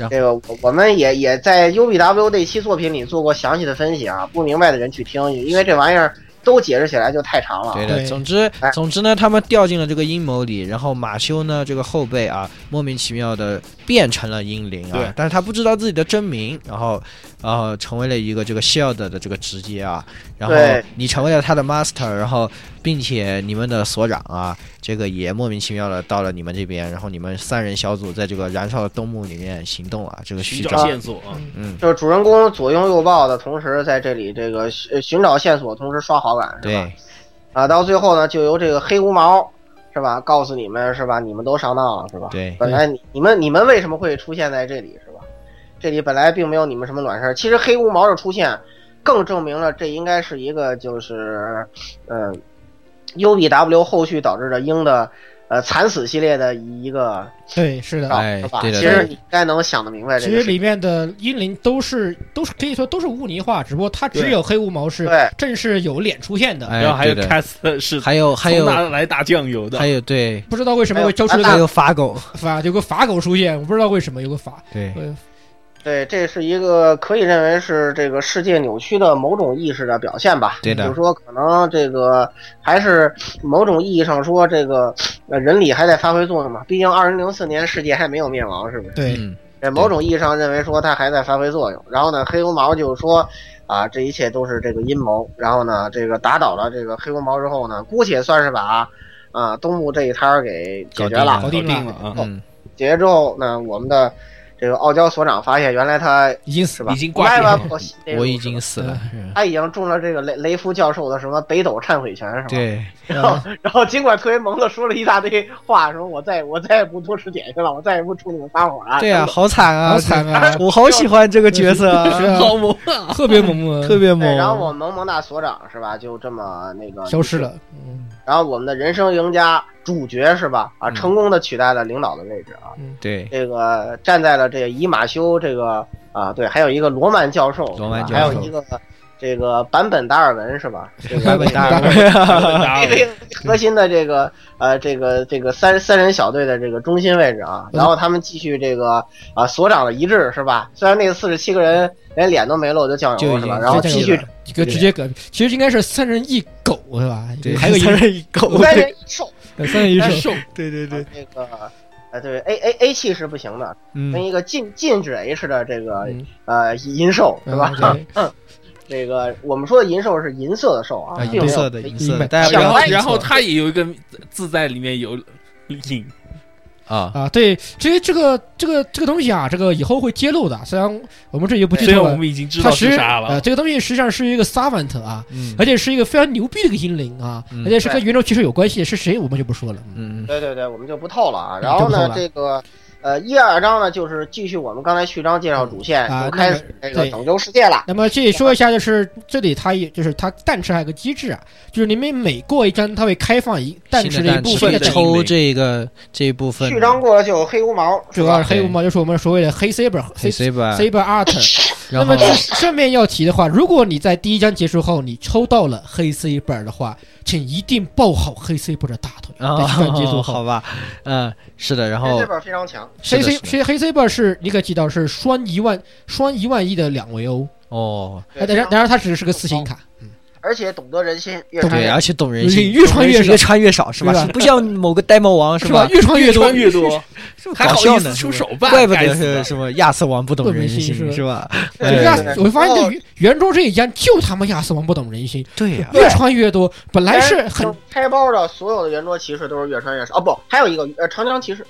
Speaker 2: 这个我我们也也在 UBW 那期作品里做过详细的分析啊，不明白的人去听，因为这玩意儿都解释起来就太长了啊。
Speaker 4: 对
Speaker 3: 对
Speaker 4: 的，总之
Speaker 2: 哎，
Speaker 4: 总之呢，他们掉进了这个阴谋里，然后马修呢，这个后辈啊，莫名其妙的变成了英灵
Speaker 1: 对
Speaker 4: 啊，但是他不知道自己的真名，然后，然后成为了一个这个 shield 的这个职业啊，然后
Speaker 2: 对
Speaker 4: 你成为了他的 master，然后，并且你们的所长啊，这个也莫名其妙的到了你们这边，然后你们三人小组在这个燃烧的东木里面行动啊，这个
Speaker 1: 寻
Speaker 4: 虚
Speaker 1: 找
Speaker 4: 张，
Speaker 1: 线索啊，
Speaker 4: 嗯，
Speaker 2: 就是主人公左拥右抱的同时，在这里这个寻呃寻找线索，同时刷好感，是吧？
Speaker 4: 对，
Speaker 2: 啊，到最后呢，就由这个黑无毛，是吧？告诉你们，是吧？你们都上当了，是吧？
Speaker 4: 对，
Speaker 2: 本来你你们你们为什么会出现在这里，是吧？这里本来并没有你们什么卵事儿，其实黑无毛的出现，更证明了这应该是一个就是，呃，UBW 后续导致的鹰的呃惨死系列的一个
Speaker 3: 对，是的。
Speaker 4: 哎
Speaker 2: 是吧？
Speaker 4: 对的
Speaker 2: 其
Speaker 4: 对
Speaker 2: 实
Speaker 4: 的
Speaker 2: 你应该能想得明白这
Speaker 3: 其
Speaker 2: 个
Speaker 3: 实
Speaker 2: 事情。
Speaker 3: 里面的英灵都是都是可以说都是污泥化，只不过他只有黑雾毛是
Speaker 2: 对
Speaker 3: 正是有脸出现的，
Speaker 2: 嗯
Speaker 4: 哎，
Speaker 1: 然后还有
Speaker 4: 对的
Speaker 1: Cast 是
Speaker 4: 还有还
Speaker 1: 从
Speaker 4: 有
Speaker 1: 哪来打酱油的
Speaker 4: 还，有对，
Speaker 3: 不知道为什么会交出了
Speaker 4: 还
Speaker 3: 个
Speaker 4: 有法狗，
Speaker 3: 法，有个法狗出现，我不知道为什么有个法，
Speaker 4: 对。
Speaker 3: 呃
Speaker 2: 对，这是一个可以认为是这个世界扭曲的某种意识的表现吧。
Speaker 4: 对的
Speaker 2: 比如说可能这个还是某种意义上说，这个呃人理还在发挥作用嘛。毕竟二零零四年世界还没有灭亡，是不是？
Speaker 3: 对，
Speaker 4: 嗯，
Speaker 2: 呃，某种意义上认为说它还在发挥作用。然后呢，黑无毛就说啊，这一切都是这个阴谋。然后呢，这个打倒了这个黑无毛之后呢，姑且算是把啊东部这一摊儿给解决了
Speaker 4: 搞。
Speaker 1: 搞
Speaker 3: 定
Speaker 1: 定
Speaker 3: 了，
Speaker 1: 了
Speaker 2: 哦
Speaker 1: 啊，
Speaker 4: 嗯，
Speaker 2: 解决之后呢，我们的这个傲娇所长发现，原来他
Speaker 3: 已经
Speaker 2: 是
Speaker 3: 死
Speaker 2: 吧？
Speaker 1: 已经挂
Speaker 2: 歪
Speaker 1: 掉
Speaker 2: 歪
Speaker 1: 了。
Speaker 2: 破西那
Speaker 4: 我
Speaker 2: 种
Speaker 4: 已
Speaker 2: 嗯是吧
Speaker 4: 经死了
Speaker 3: 了。
Speaker 2: 他已经中了这个雷雷夫教授的什么北斗忏悔拳是吧？。
Speaker 4: 对，嗯
Speaker 2: 然后然后尽管特别萌的说了一大堆话，说我再我再也不多吃点心了，我再也不冲你们发火了。
Speaker 4: 对啊，好惨啊，
Speaker 3: 好惨啊，
Speaker 4: 我好喜欢这个角色
Speaker 3: 是
Speaker 2: 嗯
Speaker 4: 啊，
Speaker 3: 啊，
Speaker 1: 好 萌啊！
Speaker 3: 特别萌萌，
Speaker 4: 特别
Speaker 2: 对，然后
Speaker 4: 萌。
Speaker 2: 我们萌萌大所长是吧，就这么那个
Speaker 3: 消失。了，嗯，
Speaker 2: 然后我们的人生赢家主角是吧？啊，
Speaker 4: 嗯
Speaker 2: 成功的取代了领导的位置啊，
Speaker 4: 对，
Speaker 2: 这个站在了这个以马修这个啊，对，还有一个罗曼教授，
Speaker 4: 罗曼
Speaker 2: 是吧
Speaker 4: 教授
Speaker 2: 还有一个这个版本达尔文是吧？这个
Speaker 4: 版本达尔文啊
Speaker 1: 达尔文
Speaker 2: 这个核心的这个呃这个这个三三人小队的这个中心位置啊，
Speaker 4: 嗯
Speaker 2: 然后他们继续这个啊所长的一致是吧？虽然那四十七个人连脸都没露就酱
Speaker 4: 就
Speaker 2: 油
Speaker 4: 已
Speaker 2: 是
Speaker 4: 经
Speaker 2: 吧？然后
Speaker 4: 就
Speaker 2: 继
Speaker 4: 这
Speaker 2: 续
Speaker 4: 样
Speaker 3: 一个直接嗝，其实应该是三人一狗是吧？
Speaker 4: 对，
Speaker 3: 还有一
Speaker 4: 三人一 狗，
Speaker 2: 三人一兽，
Speaker 3: 对三人一
Speaker 2: 但
Speaker 3: 手
Speaker 2: 是
Speaker 1: 瘦，
Speaker 4: 对对对，
Speaker 2: 这个呃对 A A A 气是不行的，跟
Speaker 4: 嗯，
Speaker 2: 一个禁禁止 H 的这个
Speaker 3: 嗯
Speaker 2: 呃银兽是吧？
Speaker 3: 嗯 对
Speaker 2: 这个我们说的银兽是银色的兽啊，
Speaker 4: 啊，
Speaker 2: 并
Speaker 4: 银
Speaker 2: 没有
Speaker 4: 色的银色的，大家不
Speaker 1: 然
Speaker 4: 要
Speaker 1: 后
Speaker 2: 想歪
Speaker 1: 然后他也有一个字在里面有影，
Speaker 4: 啊，
Speaker 3: 啊，对，至于这个这个这个东西啊，这个以后会揭露的，虽然我们这里就不剧
Speaker 1: 虽然
Speaker 3: 透
Speaker 1: 我
Speaker 3: 了。
Speaker 1: 们已经知
Speaker 3: 它
Speaker 1: 道
Speaker 3: 实
Speaker 1: 是啥了啊
Speaker 3: 呃，，这个东西实际上是一个 servant 啊，
Speaker 4: 嗯
Speaker 3: 而且是一个非常牛逼的一个英灵啊，
Speaker 4: 嗯
Speaker 3: 而且是跟元咒骑士有关系，是谁我们就不说了。
Speaker 4: 嗯，
Speaker 2: 对对对，我们就不透了啊。然后
Speaker 3: 嗯就不透
Speaker 2: 呢
Speaker 3: 了，
Speaker 2: 这个呃一二章呢，就是继续我们刚才序章介绍主线，
Speaker 3: 啊
Speaker 2: 就开始这
Speaker 3: 那么
Speaker 2: 个
Speaker 3: 对
Speaker 2: 拯救世界了。
Speaker 3: 那么这里说一下，就是这里它也就是它蛋池还有个机制啊，就是你们每过一张，它会开放一蛋池
Speaker 4: 新
Speaker 3: 的一
Speaker 4: 的
Speaker 3: 部
Speaker 1: 部
Speaker 3: 分
Speaker 1: 分
Speaker 3: 的
Speaker 1: 的
Speaker 3: 蛋
Speaker 1: 蛋
Speaker 3: 池
Speaker 1: 池
Speaker 4: 抽这个这一部分，
Speaker 2: 序章过了就有黑无毛，
Speaker 3: 主
Speaker 2: 是
Speaker 3: 要
Speaker 2: 吧
Speaker 3: 是黑五毛，就是我们所谓的黑 saber
Speaker 4: 黑
Speaker 3: saber
Speaker 4: 谁吧，
Speaker 3: art。那
Speaker 4: 然
Speaker 3: 么
Speaker 4: 后
Speaker 3: 这顺便要提的话，如果你在第一章结束后你抽到了黑 saber 的话，请一定抱好黑 saber 的大腿。在第一章结束
Speaker 4: 啊，
Speaker 3: 后
Speaker 4: 好吧，嗯，是的，然
Speaker 2: 这
Speaker 4: 后
Speaker 2: 这本非常强。
Speaker 4: 是
Speaker 3: 黑
Speaker 4: 的
Speaker 3: C
Speaker 4: 是的
Speaker 3: 黑黑 saber 是你可以记到是双一万双一万亿的两维欧，
Speaker 4: 哦，
Speaker 2: 对
Speaker 3: 哎，当然哦
Speaker 2: 非常
Speaker 3: 当然它只是个四星卡，
Speaker 2: 而且懂得人心，越
Speaker 3: 懂
Speaker 2: 看
Speaker 4: 对，
Speaker 2: 越
Speaker 4: 而且懂人
Speaker 3: 你
Speaker 4: 心，
Speaker 3: 越穿越
Speaker 4: 懂人心越
Speaker 3: 少
Speaker 4: 穿越少是吧
Speaker 3: 对吧？
Speaker 4: 是不像某个呆毛王是
Speaker 3: 是
Speaker 4: 吧
Speaker 3: 吧？？越穿越多
Speaker 1: 穿， 越多，还
Speaker 4: 搞
Speaker 1: 好
Speaker 4: 笑
Speaker 1: 意
Speaker 4: 呢
Speaker 1: 思
Speaker 4: 是
Speaker 1: 出
Speaker 4: 不是
Speaker 1: 手吧？
Speaker 4: 怪不
Speaker 1: 该
Speaker 4: 得
Speaker 1: 死
Speaker 4: 是
Speaker 1: 的
Speaker 4: 什么亚瑟王不懂
Speaker 3: 不懂
Speaker 4: 人
Speaker 3: 人心是吧
Speaker 4: 是吧？
Speaker 2: 对
Speaker 4: 哎
Speaker 3: 亚
Speaker 2: 对对
Speaker 3: 我发现这原原著这一章就他妈亚瑟王不懂人心，
Speaker 4: 对呀，
Speaker 3: 越穿越多，本来是
Speaker 2: 但
Speaker 3: 很
Speaker 2: 就开包的所有的圆桌骑士都是越穿越少哦，不，还有一个呃长江骑士，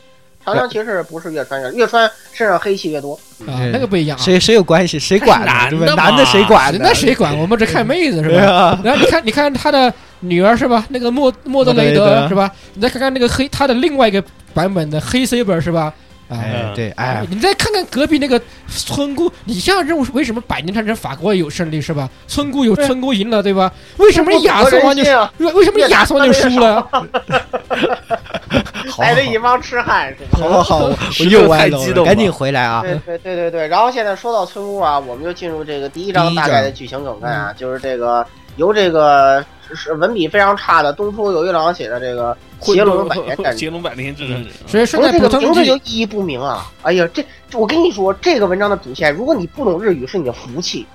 Speaker 2: 长江骑士不是越穿越，越穿身上黑气越多。
Speaker 3: 啊那个不一样啊，
Speaker 4: 谁谁有关系？谁管
Speaker 1: 他
Speaker 4: 呢？
Speaker 1: 是
Speaker 4: 对
Speaker 1: 男
Speaker 4: 吧？
Speaker 1: 的嘛
Speaker 4: 男的谁管呢？
Speaker 3: 那谁管？我们这看妹子是
Speaker 4: 对
Speaker 3: 吧？
Speaker 4: 啊？
Speaker 3: 然后你看你看他的女儿是吧？那个莫莫德雷
Speaker 4: 莫德雷
Speaker 3: 德
Speaker 4: 德
Speaker 3: 是吧？你再看看那个黑他的另外一个版本的黑 saber 是吧？哎。
Speaker 4: 哎，对，哎，
Speaker 3: 你再看看隔壁那个村姑，你像任务为什么百年战争法国有胜利是吧？村姑有
Speaker 2: 对
Speaker 3: 村姑赢了对吧？为什么亚
Speaker 2: 懂
Speaker 3: 瑟
Speaker 2: 得
Speaker 3: 王
Speaker 2: 人
Speaker 3: 就
Speaker 2: 心啊？
Speaker 3: 为为什么亚瑟王就输了？
Speaker 4: 哎好
Speaker 2: 来了一
Speaker 4: 好
Speaker 2: 帮痴汉是吧？
Speaker 4: 好好好，我我
Speaker 1: 石头
Speaker 4: 又歪
Speaker 1: 太
Speaker 4: 楼
Speaker 1: 激
Speaker 4: 了，
Speaker 1: 动
Speaker 4: 赶
Speaker 1: 了
Speaker 4: 紧回来啊！
Speaker 2: 对对对对对，然后现在说到村屋啊，我们就进入这个第一章大概的剧情梗概啊，就是这个由这个是文笔非常差的东出有一郎写的这个《
Speaker 1: 杰
Speaker 2: 杰伦百年 战争》。
Speaker 1: 杰龙百年之争，
Speaker 3: 所以顺
Speaker 2: 不是
Speaker 3: 带
Speaker 2: 这
Speaker 3: 补
Speaker 2: 个名
Speaker 3: 充
Speaker 2: 字
Speaker 3: 一
Speaker 2: 就
Speaker 3: 句，
Speaker 2: 意义不明啊！哎呀，这我跟你说，这个文章的主线，如果你不懂日语是你的福气，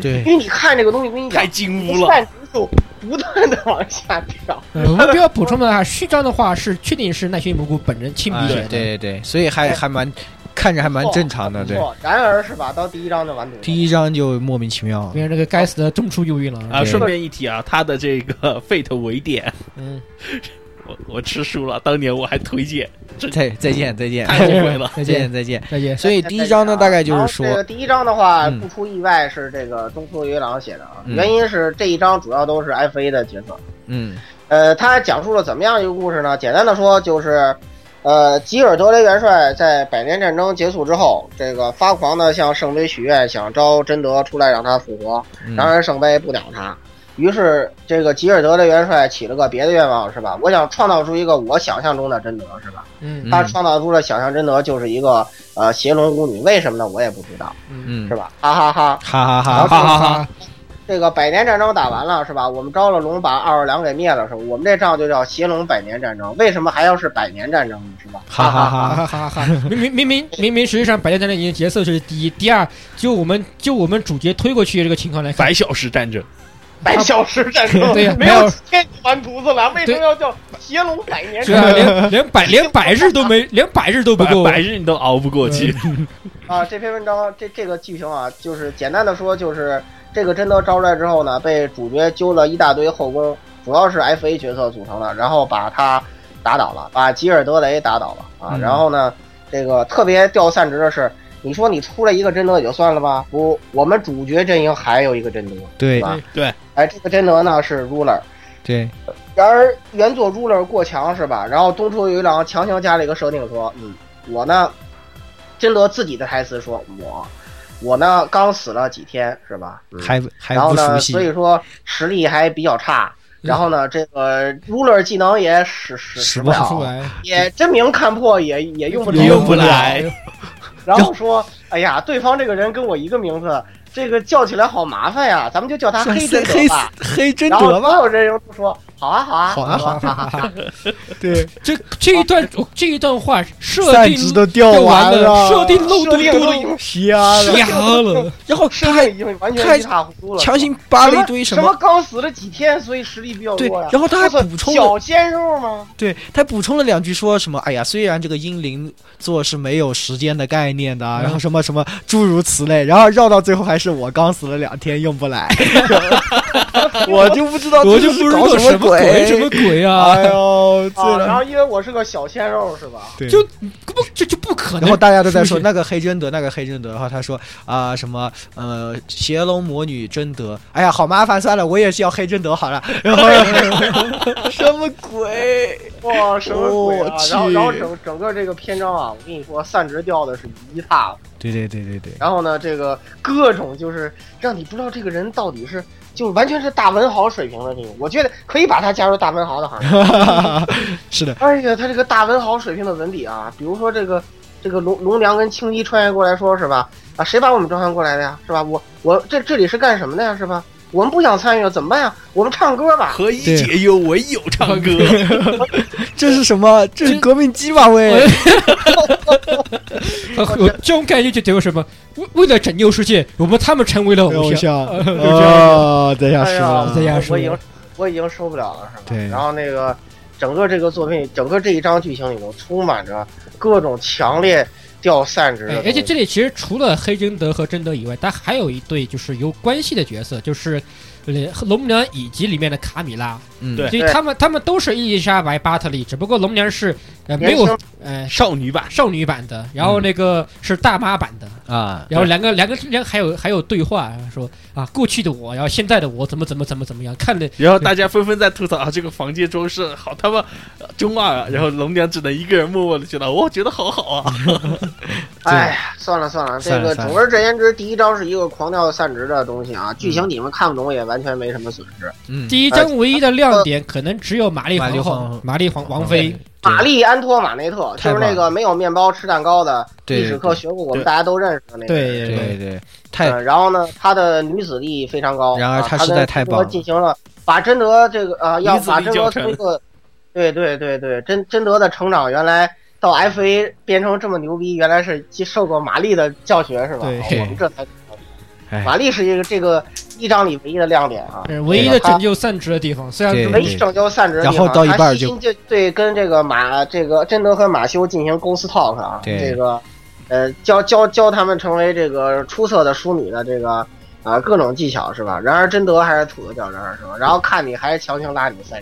Speaker 4: 对
Speaker 2: 因， 为你看这个东西，我跟你讲
Speaker 1: 太，金
Speaker 2: 不
Speaker 1: 乌了。
Speaker 2: 断就不断的往下掉。
Speaker 3: 呃
Speaker 4: 嗯
Speaker 3: 我们不要补充的话，序章的话是确定是奈须蘑菇本人亲笔
Speaker 4: 啊
Speaker 3: 写的，
Speaker 4: 对对对，所以还还蛮看着还蛮正常的，
Speaker 2: 不
Speaker 4: 啊对。
Speaker 2: 错，哦然而是吧，到第一章就完犊子了。
Speaker 4: 第一章就莫名其妙，
Speaker 3: 别人那个该死的中出忧郁了
Speaker 1: 啊，
Speaker 4: 对
Speaker 1: 顺便一提啊，他的这个 Fate 维典，
Speaker 3: 嗯，
Speaker 1: 我我吃书了，当年我还推荐，
Speaker 4: 再再见再见哎
Speaker 1: 太后悔了。
Speaker 4: 再
Speaker 3: 再见
Speaker 4: 见再见。
Speaker 3: 再见，
Speaker 4: 所以第一章呢，大概就是说
Speaker 2: 啊然后这，个第一章的话，
Speaker 4: 嗯
Speaker 2: 不出意外是这个中村约郎写的啊，
Speaker 4: 嗯
Speaker 2: 原因是这一章主要都是 FA 的角色。
Speaker 4: 嗯
Speaker 2: 呃，他讲述了怎么样一个故事呢？简单的说就是，呃，吉尔德雷元帅在百年战争结束之后，这个发狂的向圣杯许愿，想招真德出来让他复活，
Speaker 4: 嗯
Speaker 2: 然而圣杯不鸟他。于是，这个吉尔德雷元帅起了个别的愿望，是吧？我想创造出一个我想象中的真德，是吧？
Speaker 3: 嗯
Speaker 2: 他创造出了想象真德，就是一个呃邪龙巫女，为什么呢？我也不知道。
Speaker 3: 嗯，
Speaker 4: 嗯
Speaker 2: 是，吧？哈哈哈！
Speaker 4: 哈哈
Speaker 3: 好
Speaker 4: 哈哈
Speaker 3: 好好
Speaker 4: 哈
Speaker 3: 好
Speaker 4: 哈，，
Speaker 2: 这个百年战争打完了是吧？我们招了龙，把奥尔良给灭了是吧？我们这仗就叫邪龙百年战争，为什么还要是百年战争呢？是吧？
Speaker 4: 哈哈
Speaker 2: 哈！
Speaker 3: 哈
Speaker 4: 哈，
Speaker 3: 哈哈哈！明明明明明明，实际上百战战争已经角色是第一，第二，就我们就我们主角推过去的这个情况来看，
Speaker 1: 百小时战争，
Speaker 2: 百小时战争，
Speaker 3: 对呀
Speaker 2: 没
Speaker 3: 没有
Speaker 2: 几天就完犊子了，为什么要叫邪龙百年
Speaker 3: 是
Speaker 2: 战
Speaker 3: 啊，
Speaker 2: 争
Speaker 3: 连 连百连百日都没，连百日都不
Speaker 1: 百
Speaker 3: 够，
Speaker 1: 百日你都熬不过去。
Speaker 2: 啊？这篇文章这这个剧情啊，就是简单的说，就是这个真德招出来之后呢，被主角揪了一大堆后宫，主要是 F A 角色组成的，然后把他打倒了，把吉尔德雷打倒了啊。
Speaker 4: 嗯
Speaker 2: 然后呢，这个特别掉散值的是，你说你出了一个真德也就算了吧，不，我们主角阵营还有一个真德，
Speaker 4: 对
Speaker 2: 吧？
Speaker 1: 对，
Speaker 2: 哎，这个真德呢是 Ruler。
Speaker 4: 对，
Speaker 2: 然而原作 Ruler 过强是吧？然后东出有一郎强行加了一个设定说，嗯，我呢，真德自己的台词说，我，我呢刚死了几天是吧？嗯
Speaker 4: 还还
Speaker 2: 然后
Speaker 4: 不熟
Speaker 2: 呢，
Speaker 4: 悉
Speaker 2: 所，以说实力还比较差。然后呢，这个 ruler 技能也使使
Speaker 4: 使
Speaker 2: 使
Speaker 4: 不
Speaker 2: 不
Speaker 4: 好
Speaker 3: 出
Speaker 2: 了，
Speaker 3: 来，
Speaker 2: 也真名看破也也用不
Speaker 1: 用不
Speaker 2: 了。
Speaker 1: 来，
Speaker 2: 然后说，哎呀，对方这个人跟我一个名字，这个叫起来好麻烦呀，咱们就叫他黑
Speaker 4: 黑
Speaker 2: 真德
Speaker 4: 黑
Speaker 2: 吧。
Speaker 4: 黑真
Speaker 2: 然后
Speaker 4: 德
Speaker 2: 所
Speaker 4: 吧？
Speaker 2: 有真人都说好啊好啊
Speaker 4: 好啊好
Speaker 2: 啊
Speaker 4: 啊
Speaker 2: 好啊，
Speaker 4: 对，
Speaker 3: 这这一段这一段话设
Speaker 4: 散值
Speaker 3: 定
Speaker 4: 都掉
Speaker 3: 就完
Speaker 4: 了，
Speaker 3: 设定漏
Speaker 2: 设
Speaker 3: 洞
Speaker 2: 定都已
Speaker 3: 都
Speaker 2: 经
Speaker 4: 瞎了，
Speaker 3: 瞎了，
Speaker 4: 然后
Speaker 2: 设
Speaker 4: 他还
Speaker 2: 定已经完
Speaker 4: 他还
Speaker 2: 全一塌糊涂了。
Speaker 4: 强行扒了一堆
Speaker 2: 什
Speaker 4: 么
Speaker 2: 么刚死了几天，所以实力比较
Speaker 4: 对
Speaker 2: 弱呀，。
Speaker 4: 然后他还补充了，
Speaker 2: 小鲜肉吗？
Speaker 4: 对他补充了两句，说什么？哎呀，虽然这个英灵座是没有时间的概念的，啊然后什么什么诸如此类，然后绕到最后还是我刚死了两天用不 来，我就不知道
Speaker 3: 我
Speaker 4: 这
Speaker 3: 就不
Speaker 4: 是
Speaker 3: 知
Speaker 4: 搞
Speaker 3: 道
Speaker 4: 什
Speaker 3: 什么鬼
Speaker 4: 鬼
Speaker 3: 什么鬼
Speaker 4: 哎
Speaker 3: 啊！
Speaker 4: 呦，醉
Speaker 2: 啊，然
Speaker 4: 了。
Speaker 2: 后因为我是个小鲜肉是 吧？
Speaker 4: 对
Speaker 3: 就不这就不可能。
Speaker 4: 然后大家都在说
Speaker 3: 是不
Speaker 4: 那个黑真德，那个黑真德，然后他说啊、什么呃邪龙魔女真德，哎呀好麻烦，算了，我也是要黑真德好了。 然后什么鬼？
Speaker 2: 哇，什么鬼啊
Speaker 4: 我！哦去
Speaker 2: 然后然后整整个这个篇章啊，我跟你说，散值掉的是一塌糊涂。
Speaker 4: 对对对对对，
Speaker 2: 然后呢，这个各种就是让你不知道这个人到底是就完全是大文豪水平的这种，我觉得可以把他加入大文豪的行列。
Speaker 4: 是的，
Speaker 2: 而哎且他这个大文豪水平的文笔啊，比如说这个这个龙龙娘跟青衣穿越过来说是吧？啊，谁把我们召唤过来的呀？是吧？我我这这里是干什么的呀？是吧？我们不想参与了，怎么办呀？我们唱歌吧。
Speaker 1: 何以
Speaker 4: 对
Speaker 1: 解忧，唯有唱歌。
Speaker 4: 这是什么？这是革命机吧？喂，
Speaker 3: 呃 我这种感觉就等于什么？为为了拯救世界，我们他们成为了
Speaker 4: 哎
Speaker 3: 偶像。
Speaker 4: 像
Speaker 3: 样
Speaker 4: 哦，这样
Speaker 2: 哎
Speaker 4: 是
Speaker 2: 呀
Speaker 4: 吧？
Speaker 3: 这样是
Speaker 2: 我
Speaker 3: 吧
Speaker 2: 已经我已经受不了了，是吧？
Speaker 4: 对
Speaker 2: 然后那个整个这个作品，整个这一章剧情里头充满着各种强烈掉散值的
Speaker 3: 哎
Speaker 2: 东西、
Speaker 3: 而且这里其实除了黑贞德和贞德以外，它还有一对就是有关系的角色，就是呃龙娘以及里面的卡米拉。
Speaker 4: 嗯
Speaker 1: 对
Speaker 3: 所以他们他们都是伊丽莎白·巴特利，只不过龙娘是呃没
Speaker 2: 年
Speaker 3: 有呃
Speaker 1: 少女版，
Speaker 3: 少女版的，然后那个是大妈版的，
Speaker 4: 啊，
Speaker 3: 然后两个两个之间还有还有对话说啊过去的我，然后现在的我怎么怎么怎么怎么样，看的
Speaker 1: 然后大家纷纷在吐槽啊，这个房间装饰好他妈呃中二啊！然后龙娘只能一个人默默的觉得，我觉得好好啊。
Speaker 2: 哎呀，算了算了，这
Speaker 4: 算了
Speaker 2: 个
Speaker 4: 算了
Speaker 2: 总而言之，第一章是一个狂掉散值的东西啊，剧情你们看不懂也完全没什么损失。
Speaker 4: 嗯，
Speaker 3: 第一章唯一的亮点可能只有玛丽皇后、呃玛丽皇王妃，
Speaker 4: 对
Speaker 2: 玛丽安托马内特
Speaker 4: 太
Speaker 2: 就
Speaker 4: 棒
Speaker 2: 是
Speaker 4: 了
Speaker 2: 那个没有面包吃蛋糕的
Speaker 4: 对
Speaker 2: 历史课学过，我们
Speaker 1: 对
Speaker 2: 大家都认识的那个。
Speaker 3: 对
Speaker 4: 对对对，太
Speaker 2: 呃，然后呢，他的女子力非常高，
Speaker 4: 然而
Speaker 2: 啊
Speaker 4: 他
Speaker 2: 他
Speaker 4: 实在太棒了
Speaker 2: 跟贞德进行了把贞德这个呃，要
Speaker 1: 女子力
Speaker 2: 把贞
Speaker 1: 教
Speaker 2: 德
Speaker 1: 程
Speaker 2: 从一个，对对对对，贞贞德的成长原来到 FA 变成这么牛逼，原来是接受过玛丽的教学是吧？
Speaker 3: 对
Speaker 2: 我们这才知道
Speaker 4: 哎
Speaker 2: 玛丽是一个这个一章里唯一的亮点啊，
Speaker 3: 呃唯一的拯救散值的地方，虽然
Speaker 4: 对
Speaker 2: 唯一拯救散值的地方。
Speaker 4: 然后到一半儿就
Speaker 2: 他细心就对跟这个马这个贞德和马修进行 ghost talk 啊，
Speaker 4: 对
Speaker 2: 这个呃教教教他们成为这个出色的淑女的这个啊、各种技巧是吧？然而贞德还是土的掉渣儿是吧？然后看你还是强行拉你三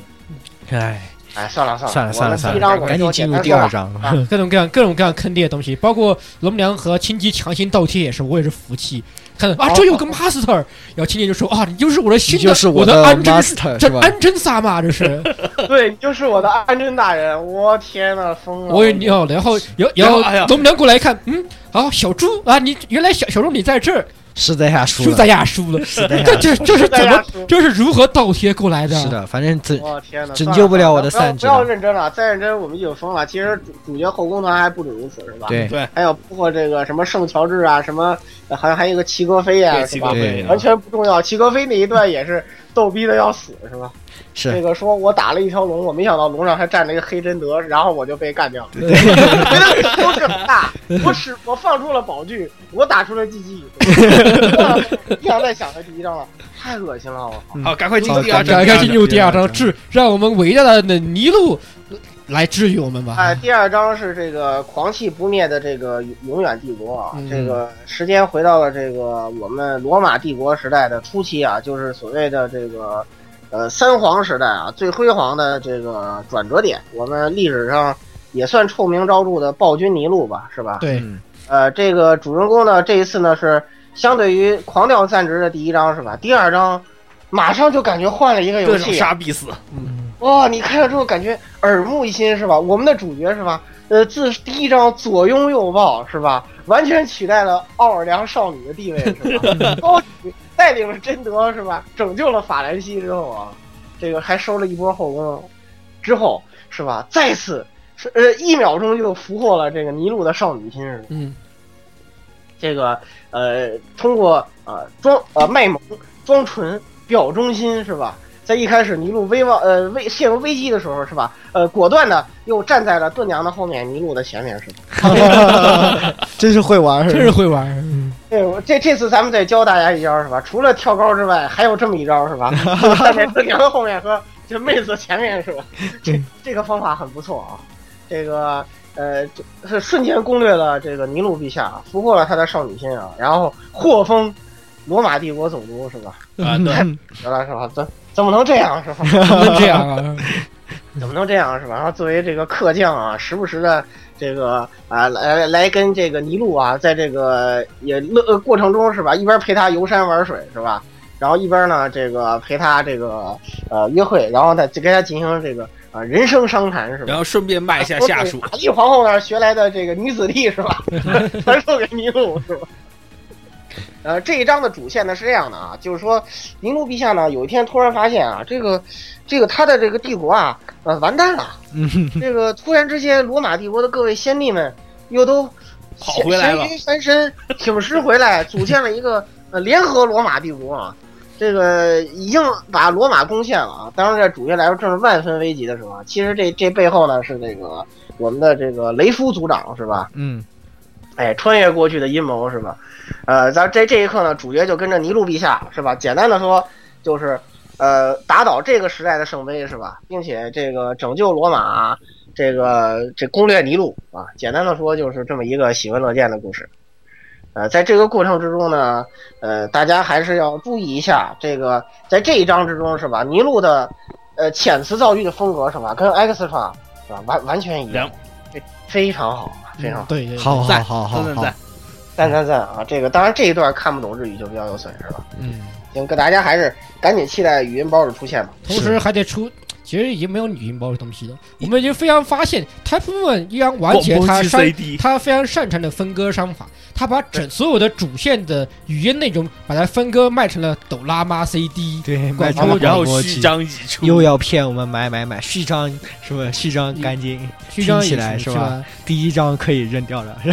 Speaker 2: 人，
Speaker 4: 哎，
Speaker 2: 哎，算了算
Speaker 4: 算了
Speaker 2: 我们
Speaker 4: 算了算
Speaker 2: 第一章
Speaker 4: 了，
Speaker 2: 我们
Speaker 4: 赶紧
Speaker 2: 就
Speaker 4: 进
Speaker 2: 简
Speaker 4: 入
Speaker 2: 单
Speaker 4: 第
Speaker 2: 说
Speaker 4: 二
Speaker 2: 吧。
Speaker 4: 章吧。
Speaker 2: 啊
Speaker 3: 各种各样各种各样坑爹的东西，包括龙娘和青姬强行倒贴也是，我也是服气。看到啊，这有个 master，然后青姬就说啊，你就是我的
Speaker 4: 你
Speaker 3: 新
Speaker 4: 就
Speaker 3: 的，
Speaker 4: 是
Speaker 3: 我
Speaker 4: 的
Speaker 3: 安贞，
Speaker 4: master 是
Speaker 3: 这
Speaker 4: 吧？
Speaker 3: 安贞萨玛，这 是
Speaker 2: 对，你就是我的安贞大人，我天呐，疯了！
Speaker 3: 我也尿了。然后然后然
Speaker 1: 哎呀
Speaker 3: 后龙娘过来一看，嗯，好，小猪啊，你原来小小猪你在这儿，
Speaker 4: 是在下输
Speaker 3: 输
Speaker 4: 了
Speaker 3: 在，亚输了，
Speaker 4: 是在
Speaker 3: 这
Speaker 4: 下，
Speaker 3: 这这是
Speaker 2: 大
Speaker 3: 怎
Speaker 2: 家
Speaker 3: 么？
Speaker 2: 说
Speaker 3: 这是如何倒贴过来的？
Speaker 4: 是，的，反正这
Speaker 2: 我天哪，
Speaker 4: 拯
Speaker 2: 算了
Speaker 4: 救不了我的
Speaker 2: 算
Speaker 4: 散
Speaker 2: 了不
Speaker 4: 值
Speaker 2: 要不要认真了，再认真我们就疯了。其实主主角后宫团还不止如此，是吧？。
Speaker 4: 对
Speaker 1: 对，
Speaker 2: 还有哎包括这个什么圣乔治啊，什么呃好像还有一个齐格飞啊，
Speaker 1: 对，
Speaker 2: 是
Speaker 1: 齐
Speaker 2: 吧
Speaker 1: 格？飞
Speaker 4: 对
Speaker 1: 啊
Speaker 2: 完全不重要。齐格飞那一段也是逗逼的要死，是吧？那
Speaker 4: 是，
Speaker 2: 个说我打了一条龙，我没想到龙上还站了一个黑贞 德，然后我就被干掉了。
Speaker 4: 对
Speaker 2: 觉得优势很大，我使我放出了宝具，我打出 了 GG。不想再想他第一章了，太恶心了，我靠！
Speaker 1: 好，赶快进入
Speaker 4: 好
Speaker 1: 第二
Speaker 4: 这
Speaker 1: 章。
Speaker 3: 赶
Speaker 4: 样
Speaker 3: 快
Speaker 4: 这样
Speaker 3: 进入第二
Speaker 4: 这
Speaker 3: 章，
Speaker 4: 样
Speaker 3: 治让我们伟大的尼禄来治愈我们吧。
Speaker 2: 哎，第二章是这个狂气不灭的这个永远帝国啊，
Speaker 3: 嗯
Speaker 2: 这个时间回到了这个我们罗马帝国时代的初期啊，就是所谓的这个呃三皇时代啊，最辉煌的这个转折点，我们历史上也算臭名昭著的暴君尼禄吧，是吧？
Speaker 3: 对，
Speaker 4: 嗯
Speaker 2: 呃，这个主人公呢，这一次呢是相对于狂掉散值的第一章是吧？第二章马上就感觉换了一个游
Speaker 1: 各种
Speaker 2: 戏啊，
Speaker 1: 杀必死，
Speaker 4: 嗯
Speaker 2: 哇、你看了之后感觉耳目一新是吧？我们的主角是吧？呃，自第一章左拥右抱是吧？完全取代了奥尔良少女的地位是吧？高举带领了贞德是吧？拯救了法兰西之后啊，这个还收了一波后宫，之后是吧？再次是呃一秒钟就俘获了这个尼禄的少女心是吧？
Speaker 3: 嗯，
Speaker 2: 这个呃，通过呃装呃卖萌、装纯、表忠心是吧？在一开始尼禄危望呃危陷入危机的时候是吧？呃，果断的又站在了盾娘的后面，尼禄的前面是吧？
Speaker 4: 真是会玩，
Speaker 3: 真是会玩。 嗯，
Speaker 2: 对，我这这次咱们再教大家一招是吧？除了跳高之外，还有这么一招是吧？就是站在盾娘的后面和这妹子前面是吧？这
Speaker 3: 对
Speaker 2: 这个方法很不错啊，这个呃，这是瞬间攻略了这个尼禄陛下，俘获了他的少女心啊，然后获封罗马帝国总督是吧？
Speaker 1: 啊对
Speaker 3: 嗯
Speaker 2: 得了是吧？怎怎么能这样是吧？
Speaker 3: 不能这样啊！
Speaker 2: 怎么能这样是吧？然后作为这个客将啊，时不时的这个啊来来跟这个尼禄啊，在这个也乐呃过程中是吧，一边陪他游山玩水是吧，然后一边呢这个陪他这个呃约会，然后呢就跟他进行这个啊、人生商谈是吧
Speaker 1: 然？后顺便卖一
Speaker 4: 啊
Speaker 1: 下下属
Speaker 2: 玛丽皇后那儿学来的这个女子力是 吧？传授给尼禄是吧？呃，这一章的主线呢是这样的啊，就是说，尼禄陛下呢有一天突然发现啊，这个，这个他的这个帝国啊，呃，完蛋了。
Speaker 1: 嗯
Speaker 2: 这个突然之间，罗马帝国的各位先帝们又都
Speaker 1: 跑回来了
Speaker 2: 咸鱼翻身，挺尸回来，组建了一个 呃联合罗马帝国啊。这个已经把罗马攻陷了啊！当然，这主角来说正是万分危急的时候啊。其实这这背后呢是这个我们的这个雷夫组长是吧？
Speaker 4: 嗯，
Speaker 2: 哎，穿越过去的阴谋是吧？呃，咱这这一刻呢，主角就跟着尼禄陛下是吧？简单的说，就是呃，打倒这个时代的圣杯是吧？并且这个拯救罗马，这个这攻略尼禄啊，简单的说就是这么一个喜闻乐见的故事。呃，在这个过程之中呢，呃，大家还是要注意一下这个，在这一章之中是吧？尼禄的呃遣词造句的风格是吧？跟 X 法是吧完完全一样
Speaker 1: 两，
Speaker 2: 这非常好，非常好。
Speaker 3: 嗯对对，对
Speaker 4: 好好
Speaker 1: 赞
Speaker 4: 好好
Speaker 1: 赞赞
Speaker 4: 好
Speaker 1: 赞，，
Speaker 2: 赞赞赞啊！这个当然这一段看不懂日语就比较有损失了。
Speaker 4: 嗯，
Speaker 2: 行，各大家还是赶紧期待语音包的出现吧。
Speaker 3: 同时还得出，其实已经没有语音包的东西了。我们已经非常发现，Type One 依然完
Speaker 1: 广
Speaker 3: 全
Speaker 1: 播
Speaker 3: 他
Speaker 1: 剧
Speaker 3: 擅
Speaker 1: CD
Speaker 3: 他非常擅长的分割商法，他把整所有的主线的语音内容把它分割卖成了抖拉妈 CD。
Speaker 4: 对，
Speaker 3: 广
Speaker 4: 卖
Speaker 3: 播
Speaker 4: 成了
Speaker 1: 然
Speaker 4: 广
Speaker 1: 后
Speaker 4: 播
Speaker 1: 虚
Speaker 4: 剧，
Speaker 1: 张一出，
Speaker 4: 又要骗我们买买买，序章什么序章干净，
Speaker 3: 虚张
Speaker 4: 听起
Speaker 3: 也
Speaker 4: 来是
Speaker 3: 是
Speaker 4: 吧？第一章可以扔掉了，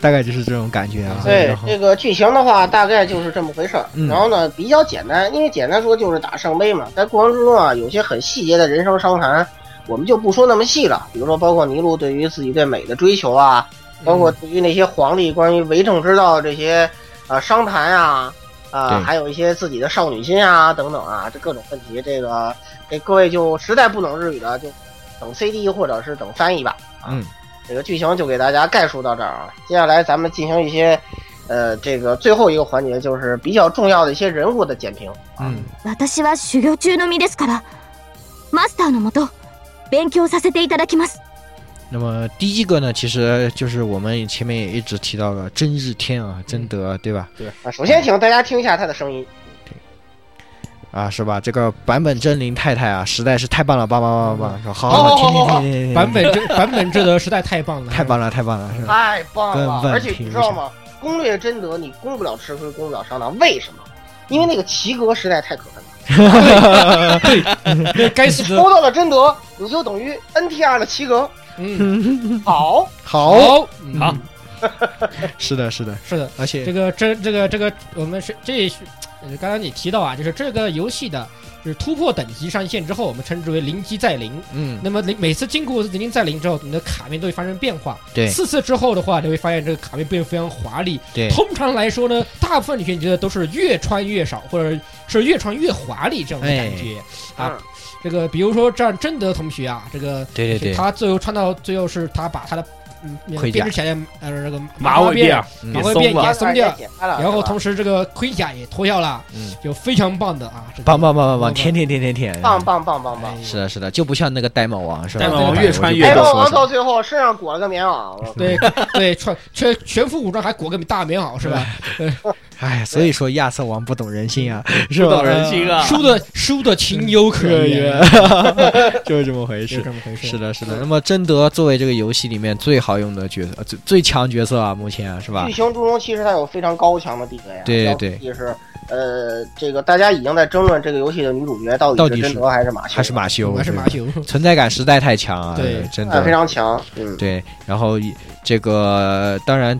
Speaker 4: 大概就是这种感觉啊。
Speaker 2: 对
Speaker 4: 然后
Speaker 2: 这个剧情的话，大概就是这么回事儿。
Speaker 4: 嗯
Speaker 2: 然后呢，比较简单，因为简单说就是打圣杯嘛。在过程之中啊，有些很细节的人生商谈，我们就不说那么细了。比如说，包括尼禄对于自己对美的追求啊，包
Speaker 4: 嗯
Speaker 2: 括对于那些皇帝关于为政之道这些呃商谈啊，啊、
Speaker 4: 对
Speaker 2: 还有一些自己的少女心啊等等啊，这各种问题，这个这各位就实在不懂日语了，就等 CD 或者是等翻译吧。啊
Speaker 4: 嗯，
Speaker 2: 这个剧情就给大家概述到这儿啊，接下来咱们进行一些。呃，这个最后一个环节就是比较重要的一些人物的简评。
Speaker 4: 嗯，
Speaker 5: 私は修行中の身ですからマスターのもと勉強させていただきます
Speaker 4: 那么第一个呢，其实就是我们前面也一直提到了真日天啊，真德对吧？
Speaker 2: 啊，首先请大家听一下他的声音。
Speaker 4: 啊，是吧？这个版本真灵太太啊，实在是太棒了，棒棒棒棒棒！说好
Speaker 2: 好
Speaker 4: 好
Speaker 2: 好好好
Speaker 4: 听听听听听，
Speaker 3: 版本这版本这德实在太棒
Speaker 4: 嗯
Speaker 3: 了，
Speaker 4: 太棒了，太棒了，
Speaker 3: 嗯
Speaker 4: 是吧？
Speaker 2: 太棒了！
Speaker 4: 跟
Speaker 2: 而且
Speaker 4: 问题
Speaker 2: 你
Speaker 4: 一
Speaker 2: 知道
Speaker 4: 样
Speaker 2: 吗？攻略真德，你攻不了吃亏，攻不了上当，为什么？因为那个齐格实在太可恨了。
Speaker 3: 了！那该死 的，
Speaker 2: 收到了真德，你就等于 NTR 的齐格。
Speaker 3: 嗯，
Speaker 2: 好，
Speaker 4: 好，
Speaker 3: 好，嗯
Speaker 1: 好，
Speaker 4: 是的，是的，
Speaker 3: 是的，
Speaker 4: 而且
Speaker 3: 这个这这个这个，我们是这也是呃刚刚你提到啊，就是这个游戏的。就是突破等级上限之后，我们称之为零级再零。
Speaker 4: 嗯，
Speaker 3: 那么零每次经过零级再零之后，你的卡面都会发生变化。
Speaker 4: 对
Speaker 3: 四次之后的话，你会发现这个卡面变得非常华丽。
Speaker 4: 对，
Speaker 3: 通常来说呢，大部分女性角色都是越穿越少，或者是越穿越华丽这种的感觉、
Speaker 4: 哎
Speaker 3: 啊。这个比如说这样贞德同学啊，这个
Speaker 4: 对对对
Speaker 3: 他最后穿到最后是他把他的嗯
Speaker 4: 盔甲
Speaker 3: 编织起来的呃这个
Speaker 1: 马尾辫
Speaker 3: 辫
Speaker 1: 儿，
Speaker 4: 嗯
Speaker 3: 马
Speaker 1: 也
Speaker 3: 尾
Speaker 1: 松
Speaker 3: 辫
Speaker 1: 了
Speaker 3: 也
Speaker 2: 嗯
Speaker 3: 松掉，
Speaker 2: 解开 了。
Speaker 3: 然后
Speaker 2: 是吧
Speaker 3: 同时这个盔甲也脱掉了，
Speaker 4: 嗯
Speaker 3: 就非常棒的啊，这个
Speaker 4: 棒棒棒棒棒，舔舔舔舔舔，
Speaker 2: 棒棒棒棒棒
Speaker 3: 哎。
Speaker 4: 是的，是的，就不像那个呆毛王是吧？
Speaker 1: 呆
Speaker 3: 毛王
Speaker 1: 越穿越
Speaker 2: 哎，
Speaker 1: 多
Speaker 2: 我
Speaker 4: 说
Speaker 2: 王
Speaker 4: 什么
Speaker 2: 到最后身上裹了个棉袄，我
Speaker 3: 对对，穿全全副武装还裹个大棉袄是吧？
Speaker 4: 哎，所以说亚瑟王不懂人性啊， 是
Speaker 1: 不
Speaker 4: 吧？
Speaker 1: 懂人性啊！
Speaker 3: 输的输的情有
Speaker 4: 可
Speaker 3: 可原，
Speaker 4: 原， 就是这么回
Speaker 3: 是
Speaker 4: 事。
Speaker 3: 这么回事。
Speaker 4: 是的，是的。那么贞德作为这个游戏里面最好用的角色，呃最最强角色啊，目前啊，是吧
Speaker 2: 剧？情之中其实它有非常高强的地位啊。
Speaker 4: 对对
Speaker 2: 要不就是呃，这个大家已经在争论这个游戏的女主角到
Speaker 4: 到
Speaker 2: 底
Speaker 4: 底
Speaker 2: 是
Speaker 4: 是
Speaker 2: 贞德还是马修，
Speaker 4: 还是马修？
Speaker 3: 我是马修。
Speaker 4: 存在感实在太强啊！
Speaker 3: 对
Speaker 4: 真
Speaker 2: 啊非
Speaker 4: 的
Speaker 2: 常强。嗯，
Speaker 4: 对。然后一这个当然，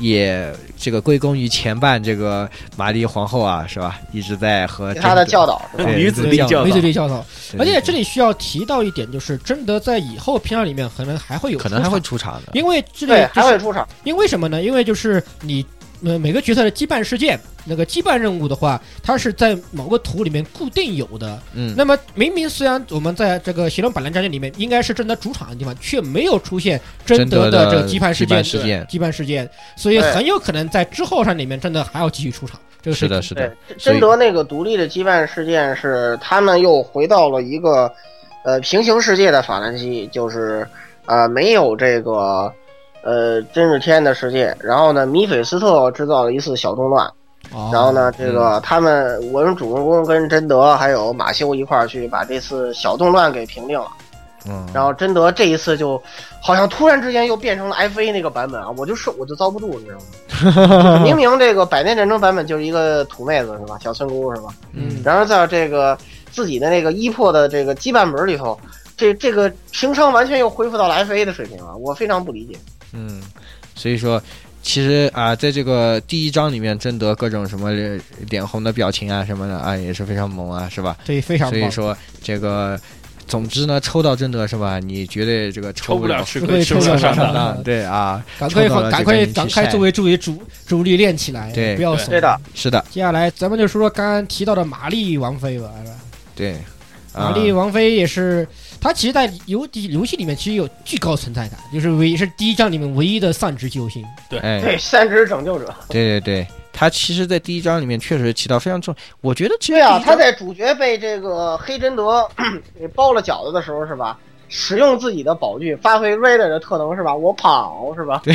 Speaker 4: 也这个归功于前半这个玛丽皇后啊，是吧？一直在和嗯
Speaker 2: 听他的教导是吧？
Speaker 4: 对
Speaker 1: 女子力教导
Speaker 3: 女子力教导。
Speaker 4: 对
Speaker 3: 而且
Speaker 4: 对
Speaker 3: 这里需要提到一点，就是贞德在以后片段里面可能还会有，
Speaker 4: 可能还会，出场的，
Speaker 3: 因为这里
Speaker 2: 对，
Speaker 3: 就
Speaker 2: 还
Speaker 3: 是
Speaker 2: 会出场。
Speaker 3: 因为什么呢？因为就是你呃每个角色的羁绊事件，那个羁绊任务的话，它是在某个图里面固定有的。
Speaker 4: 嗯，
Speaker 3: 那么明明虽然我们在这个《邪龙板蓝战舰》里面应该是贞德主场的地方，却没有出现贞德
Speaker 4: 的
Speaker 3: 这个羁绊事件，
Speaker 4: 事件，
Speaker 3: 羁绊事件，所以
Speaker 2: 对
Speaker 3: 很有可能在之后上里面真的还要继续出场。这个
Speaker 4: 是的，
Speaker 3: 情
Speaker 4: 是
Speaker 2: 对
Speaker 4: 的，，所以
Speaker 2: 贞德那个独立的羁绊事件是他们又回到了一个呃平行世界的法兰西，就是呃没有这个呃真日天的世界。然后呢，米菲斯特制造了一次小动乱，
Speaker 3: 哦
Speaker 2: 然后呢，这个他们我们主人公跟贞德还有马修一块儿去把这次小动乱给平定了。
Speaker 4: 嗯，
Speaker 2: 然后贞德这一次就好像突然之间又变成了 FA 那个版本啊，我就受我就遭不住，你知道吗？就是明明这个百年战争版本就是一个土妹子是吧，小村姑是吧？
Speaker 3: 嗯，
Speaker 2: 然后在这个自己的那个一破的这个羁绊门里头，这这个情商完全又恢复到了 FA 的水平啊了，我非常不理解。
Speaker 4: 嗯，所以说，其实啊，在这个第一章里面，贞德各种什么脸脸红的表情啊什么的啊，也是非常萌啊，是吧？
Speaker 3: 对，非常
Speaker 4: 所以
Speaker 3: 棒。
Speaker 4: 说这个。总之呢，抽到贞德是吧？你绝对这个
Speaker 1: 抽不
Speaker 4: 不
Speaker 1: 了
Speaker 4: 吃
Speaker 1: 吃亏，吃不
Speaker 3: 吃
Speaker 1: 了
Speaker 3: 亏
Speaker 1: 上
Speaker 3: 上
Speaker 1: 当
Speaker 3: 当。
Speaker 4: 对啊，
Speaker 3: 赶快
Speaker 4: 抽到了
Speaker 3: 赶
Speaker 4: 就赶
Speaker 3: 快
Speaker 4: 紧去
Speaker 3: 赶快
Speaker 4: 晒
Speaker 3: 作为助力主主力练起来，
Speaker 4: 对
Speaker 3: 不要怂。
Speaker 2: 对的，
Speaker 4: 是的，
Speaker 3: 接下来咱们就说说刚刚提到的玛丽王妃吧，是吧
Speaker 4: 对。
Speaker 3: 玛
Speaker 4: 啊
Speaker 3: 丽王妃也是，她其实，在游游戏里面其实有巨高存在感，就是唯是第一章里面唯一的丧职救星。
Speaker 4: 哎，
Speaker 2: 对，三只拯救者，
Speaker 4: 对对对，他其实，在第一章里面确实起到非常重，我觉得其实
Speaker 2: 对啊，
Speaker 4: 第一
Speaker 2: 他
Speaker 4: 章
Speaker 2: 在主角被这个黑贞德 给包了饺子的时候是吧？使用自己的宝具，发挥瑞德的特能是吧？我跑是吧？
Speaker 4: 对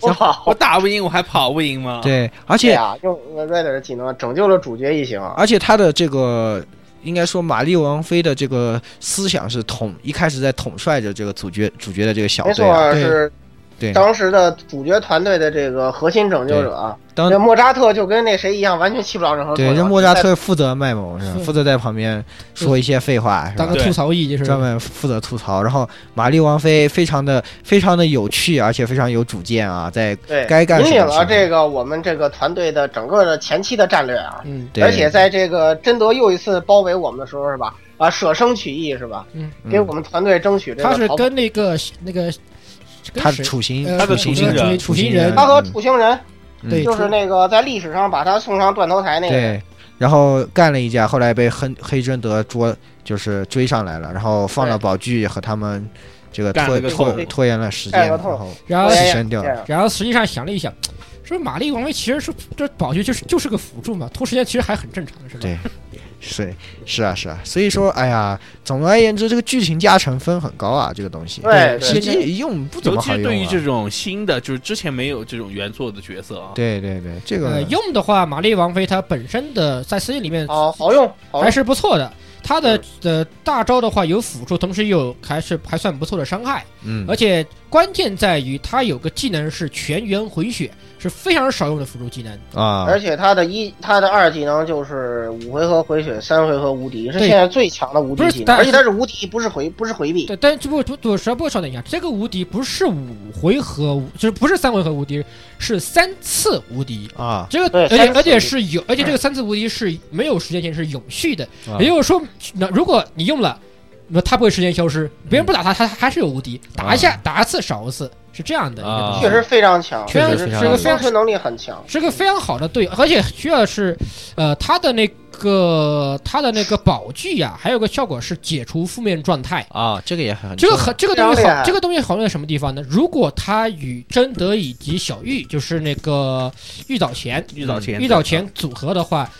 Speaker 2: 我跑，
Speaker 1: 我打不赢，我还跑不赢吗？，
Speaker 4: 对， 而
Speaker 2: 对
Speaker 4: 且
Speaker 2: 啊，用 Rider 的技能拯救了主角一行。
Speaker 4: 而且他的这个。应该说，玛丽王妃的这个思想是统一开始在统帅着这个主角主角的这个小
Speaker 2: 没
Speaker 4: 队
Speaker 2: 错，
Speaker 4: 啊，
Speaker 3: 对
Speaker 2: 是
Speaker 4: 对，
Speaker 2: 当时的主角团队的这个核心拯救者啊。
Speaker 4: 当
Speaker 2: 那莫扎特就跟那谁一样，完全起不了任何作
Speaker 4: 对，
Speaker 2: 用。
Speaker 4: 这莫扎特负责卖萌，是吧
Speaker 3: 是
Speaker 4: 负责在旁边说一些废话，是
Speaker 3: 当
Speaker 4: 吧
Speaker 3: 个？吐槽役就是
Speaker 4: 专门负责吐槽。然后玛丽王妃非常的非常的有趣，而且非常有主见啊，在
Speaker 2: 对
Speaker 4: 该干什
Speaker 2: 引
Speaker 4: 么
Speaker 2: 领
Speaker 4: 时候
Speaker 2: 了这个我们这个团队的整个的前期的战略啊。
Speaker 3: 嗯，
Speaker 4: 对
Speaker 2: 而且在这个贞德又一次包围我们的时候，是吧？啊，舍生取义是吧？
Speaker 3: 嗯，
Speaker 2: 给我们团队争取这个
Speaker 3: 她
Speaker 2: 逃跑。
Speaker 3: 是跟那个那个跟
Speaker 4: 他
Speaker 3: 谁
Speaker 4: 处刑
Speaker 3: 呃
Speaker 1: 他的
Speaker 4: 刑
Speaker 1: 处刑人
Speaker 4: 处
Speaker 3: 处
Speaker 4: 刑
Speaker 3: 刑人
Speaker 2: 他和
Speaker 4: 嗯
Speaker 2: 土星人，
Speaker 3: 对
Speaker 2: 就是那个在历史上把他送上断头台那个人。
Speaker 4: 对，然后干了一架，后来被黑黑贞德捉，就是追上来了，然后放了
Speaker 2: 对
Speaker 4: 宝具和他们这个
Speaker 1: 干
Speaker 4: 拖
Speaker 1: 了个
Speaker 4: 拖
Speaker 1: 痛
Speaker 4: 拖延了时间，
Speaker 2: 干
Speaker 4: 然
Speaker 2: 了个痛
Speaker 4: 后
Speaker 3: 然
Speaker 2: 哎
Speaker 3: 后
Speaker 2: 呀
Speaker 4: 牺牲掉了。
Speaker 3: 然后实际上想了一想，说玛丽王妃其实是这宝具就是就是个辅助嘛，拖时间其实还很正常的是吧？
Speaker 4: 对是是啊是啊，所以说哎呀，总而言之，这个剧情加成分很高啊，这个东西
Speaker 2: 对
Speaker 4: 实
Speaker 2: 对
Speaker 4: 际一用不怎
Speaker 1: 尤
Speaker 4: 么
Speaker 1: 其
Speaker 4: 好
Speaker 1: 是对
Speaker 4: 用
Speaker 1: 于
Speaker 4: 啊。
Speaker 1: 这种新的，就是之前没有这种原作的角色啊，
Speaker 4: 对对对，这
Speaker 3: 呃，
Speaker 4: 个
Speaker 3: 用的话，玛丽王妃她本身的在 C 里面
Speaker 2: 好好用，好
Speaker 3: 还
Speaker 2: 用。
Speaker 3: 是不错的。她的
Speaker 2: 嗯
Speaker 3: 呃大招的话有辅助，同时又有还是还算不错的伤害，
Speaker 4: 嗯
Speaker 3: 而且关键在于她有个技能是全员回血，是非常少用的辅助技能。
Speaker 4: 啊
Speaker 2: 而且他的一他的二技能就是五回合回血，三回合无敌，是
Speaker 3: 对
Speaker 2: 现在最强的无敌
Speaker 3: 不是
Speaker 2: 技能。
Speaker 3: 但
Speaker 2: 而且他是无敌，不是回不是回避。
Speaker 3: 对，但这不不不，稍不稍等一下，这个无敌不是五回合，就是不是三回合无敌，是三次无敌。
Speaker 4: 啊，
Speaker 3: 这个
Speaker 2: 对
Speaker 3: 而
Speaker 2: 三
Speaker 3: 且
Speaker 2: 次
Speaker 3: 而
Speaker 2: 无敌
Speaker 3: 且是有，而且这个三次无敌是没有时间线，是永续的。
Speaker 4: 啊
Speaker 3: 也就是说，那如果你用了，那它不会时间消失，别人不打它，它还是有无敌，打一下打一次少一次，是这样的。
Speaker 1: 啊
Speaker 2: 确实非常强，
Speaker 3: 确
Speaker 4: 实
Speaker 2: 是
Speaker 4: 非常强
Speaker 2: 生存能力很强。
Speaker 3: 是个非常好的队，而且需要是，呃，它的那个它的那个宝具呀、还有个效果是解除负面状态。
Speaker 4: 啊，这个也很
Speaker 3: 这个很这个东
Speaker 2: 非
Speaker 3: 西
Speaker 2: 常厉害
Speaker 3: 好，这个东西好在什么地方呢？如果它与贞德以及小玉，就是那个玉藻前
Speaker 1: 遇到前
Speaker 3: 玉藻前组合的话，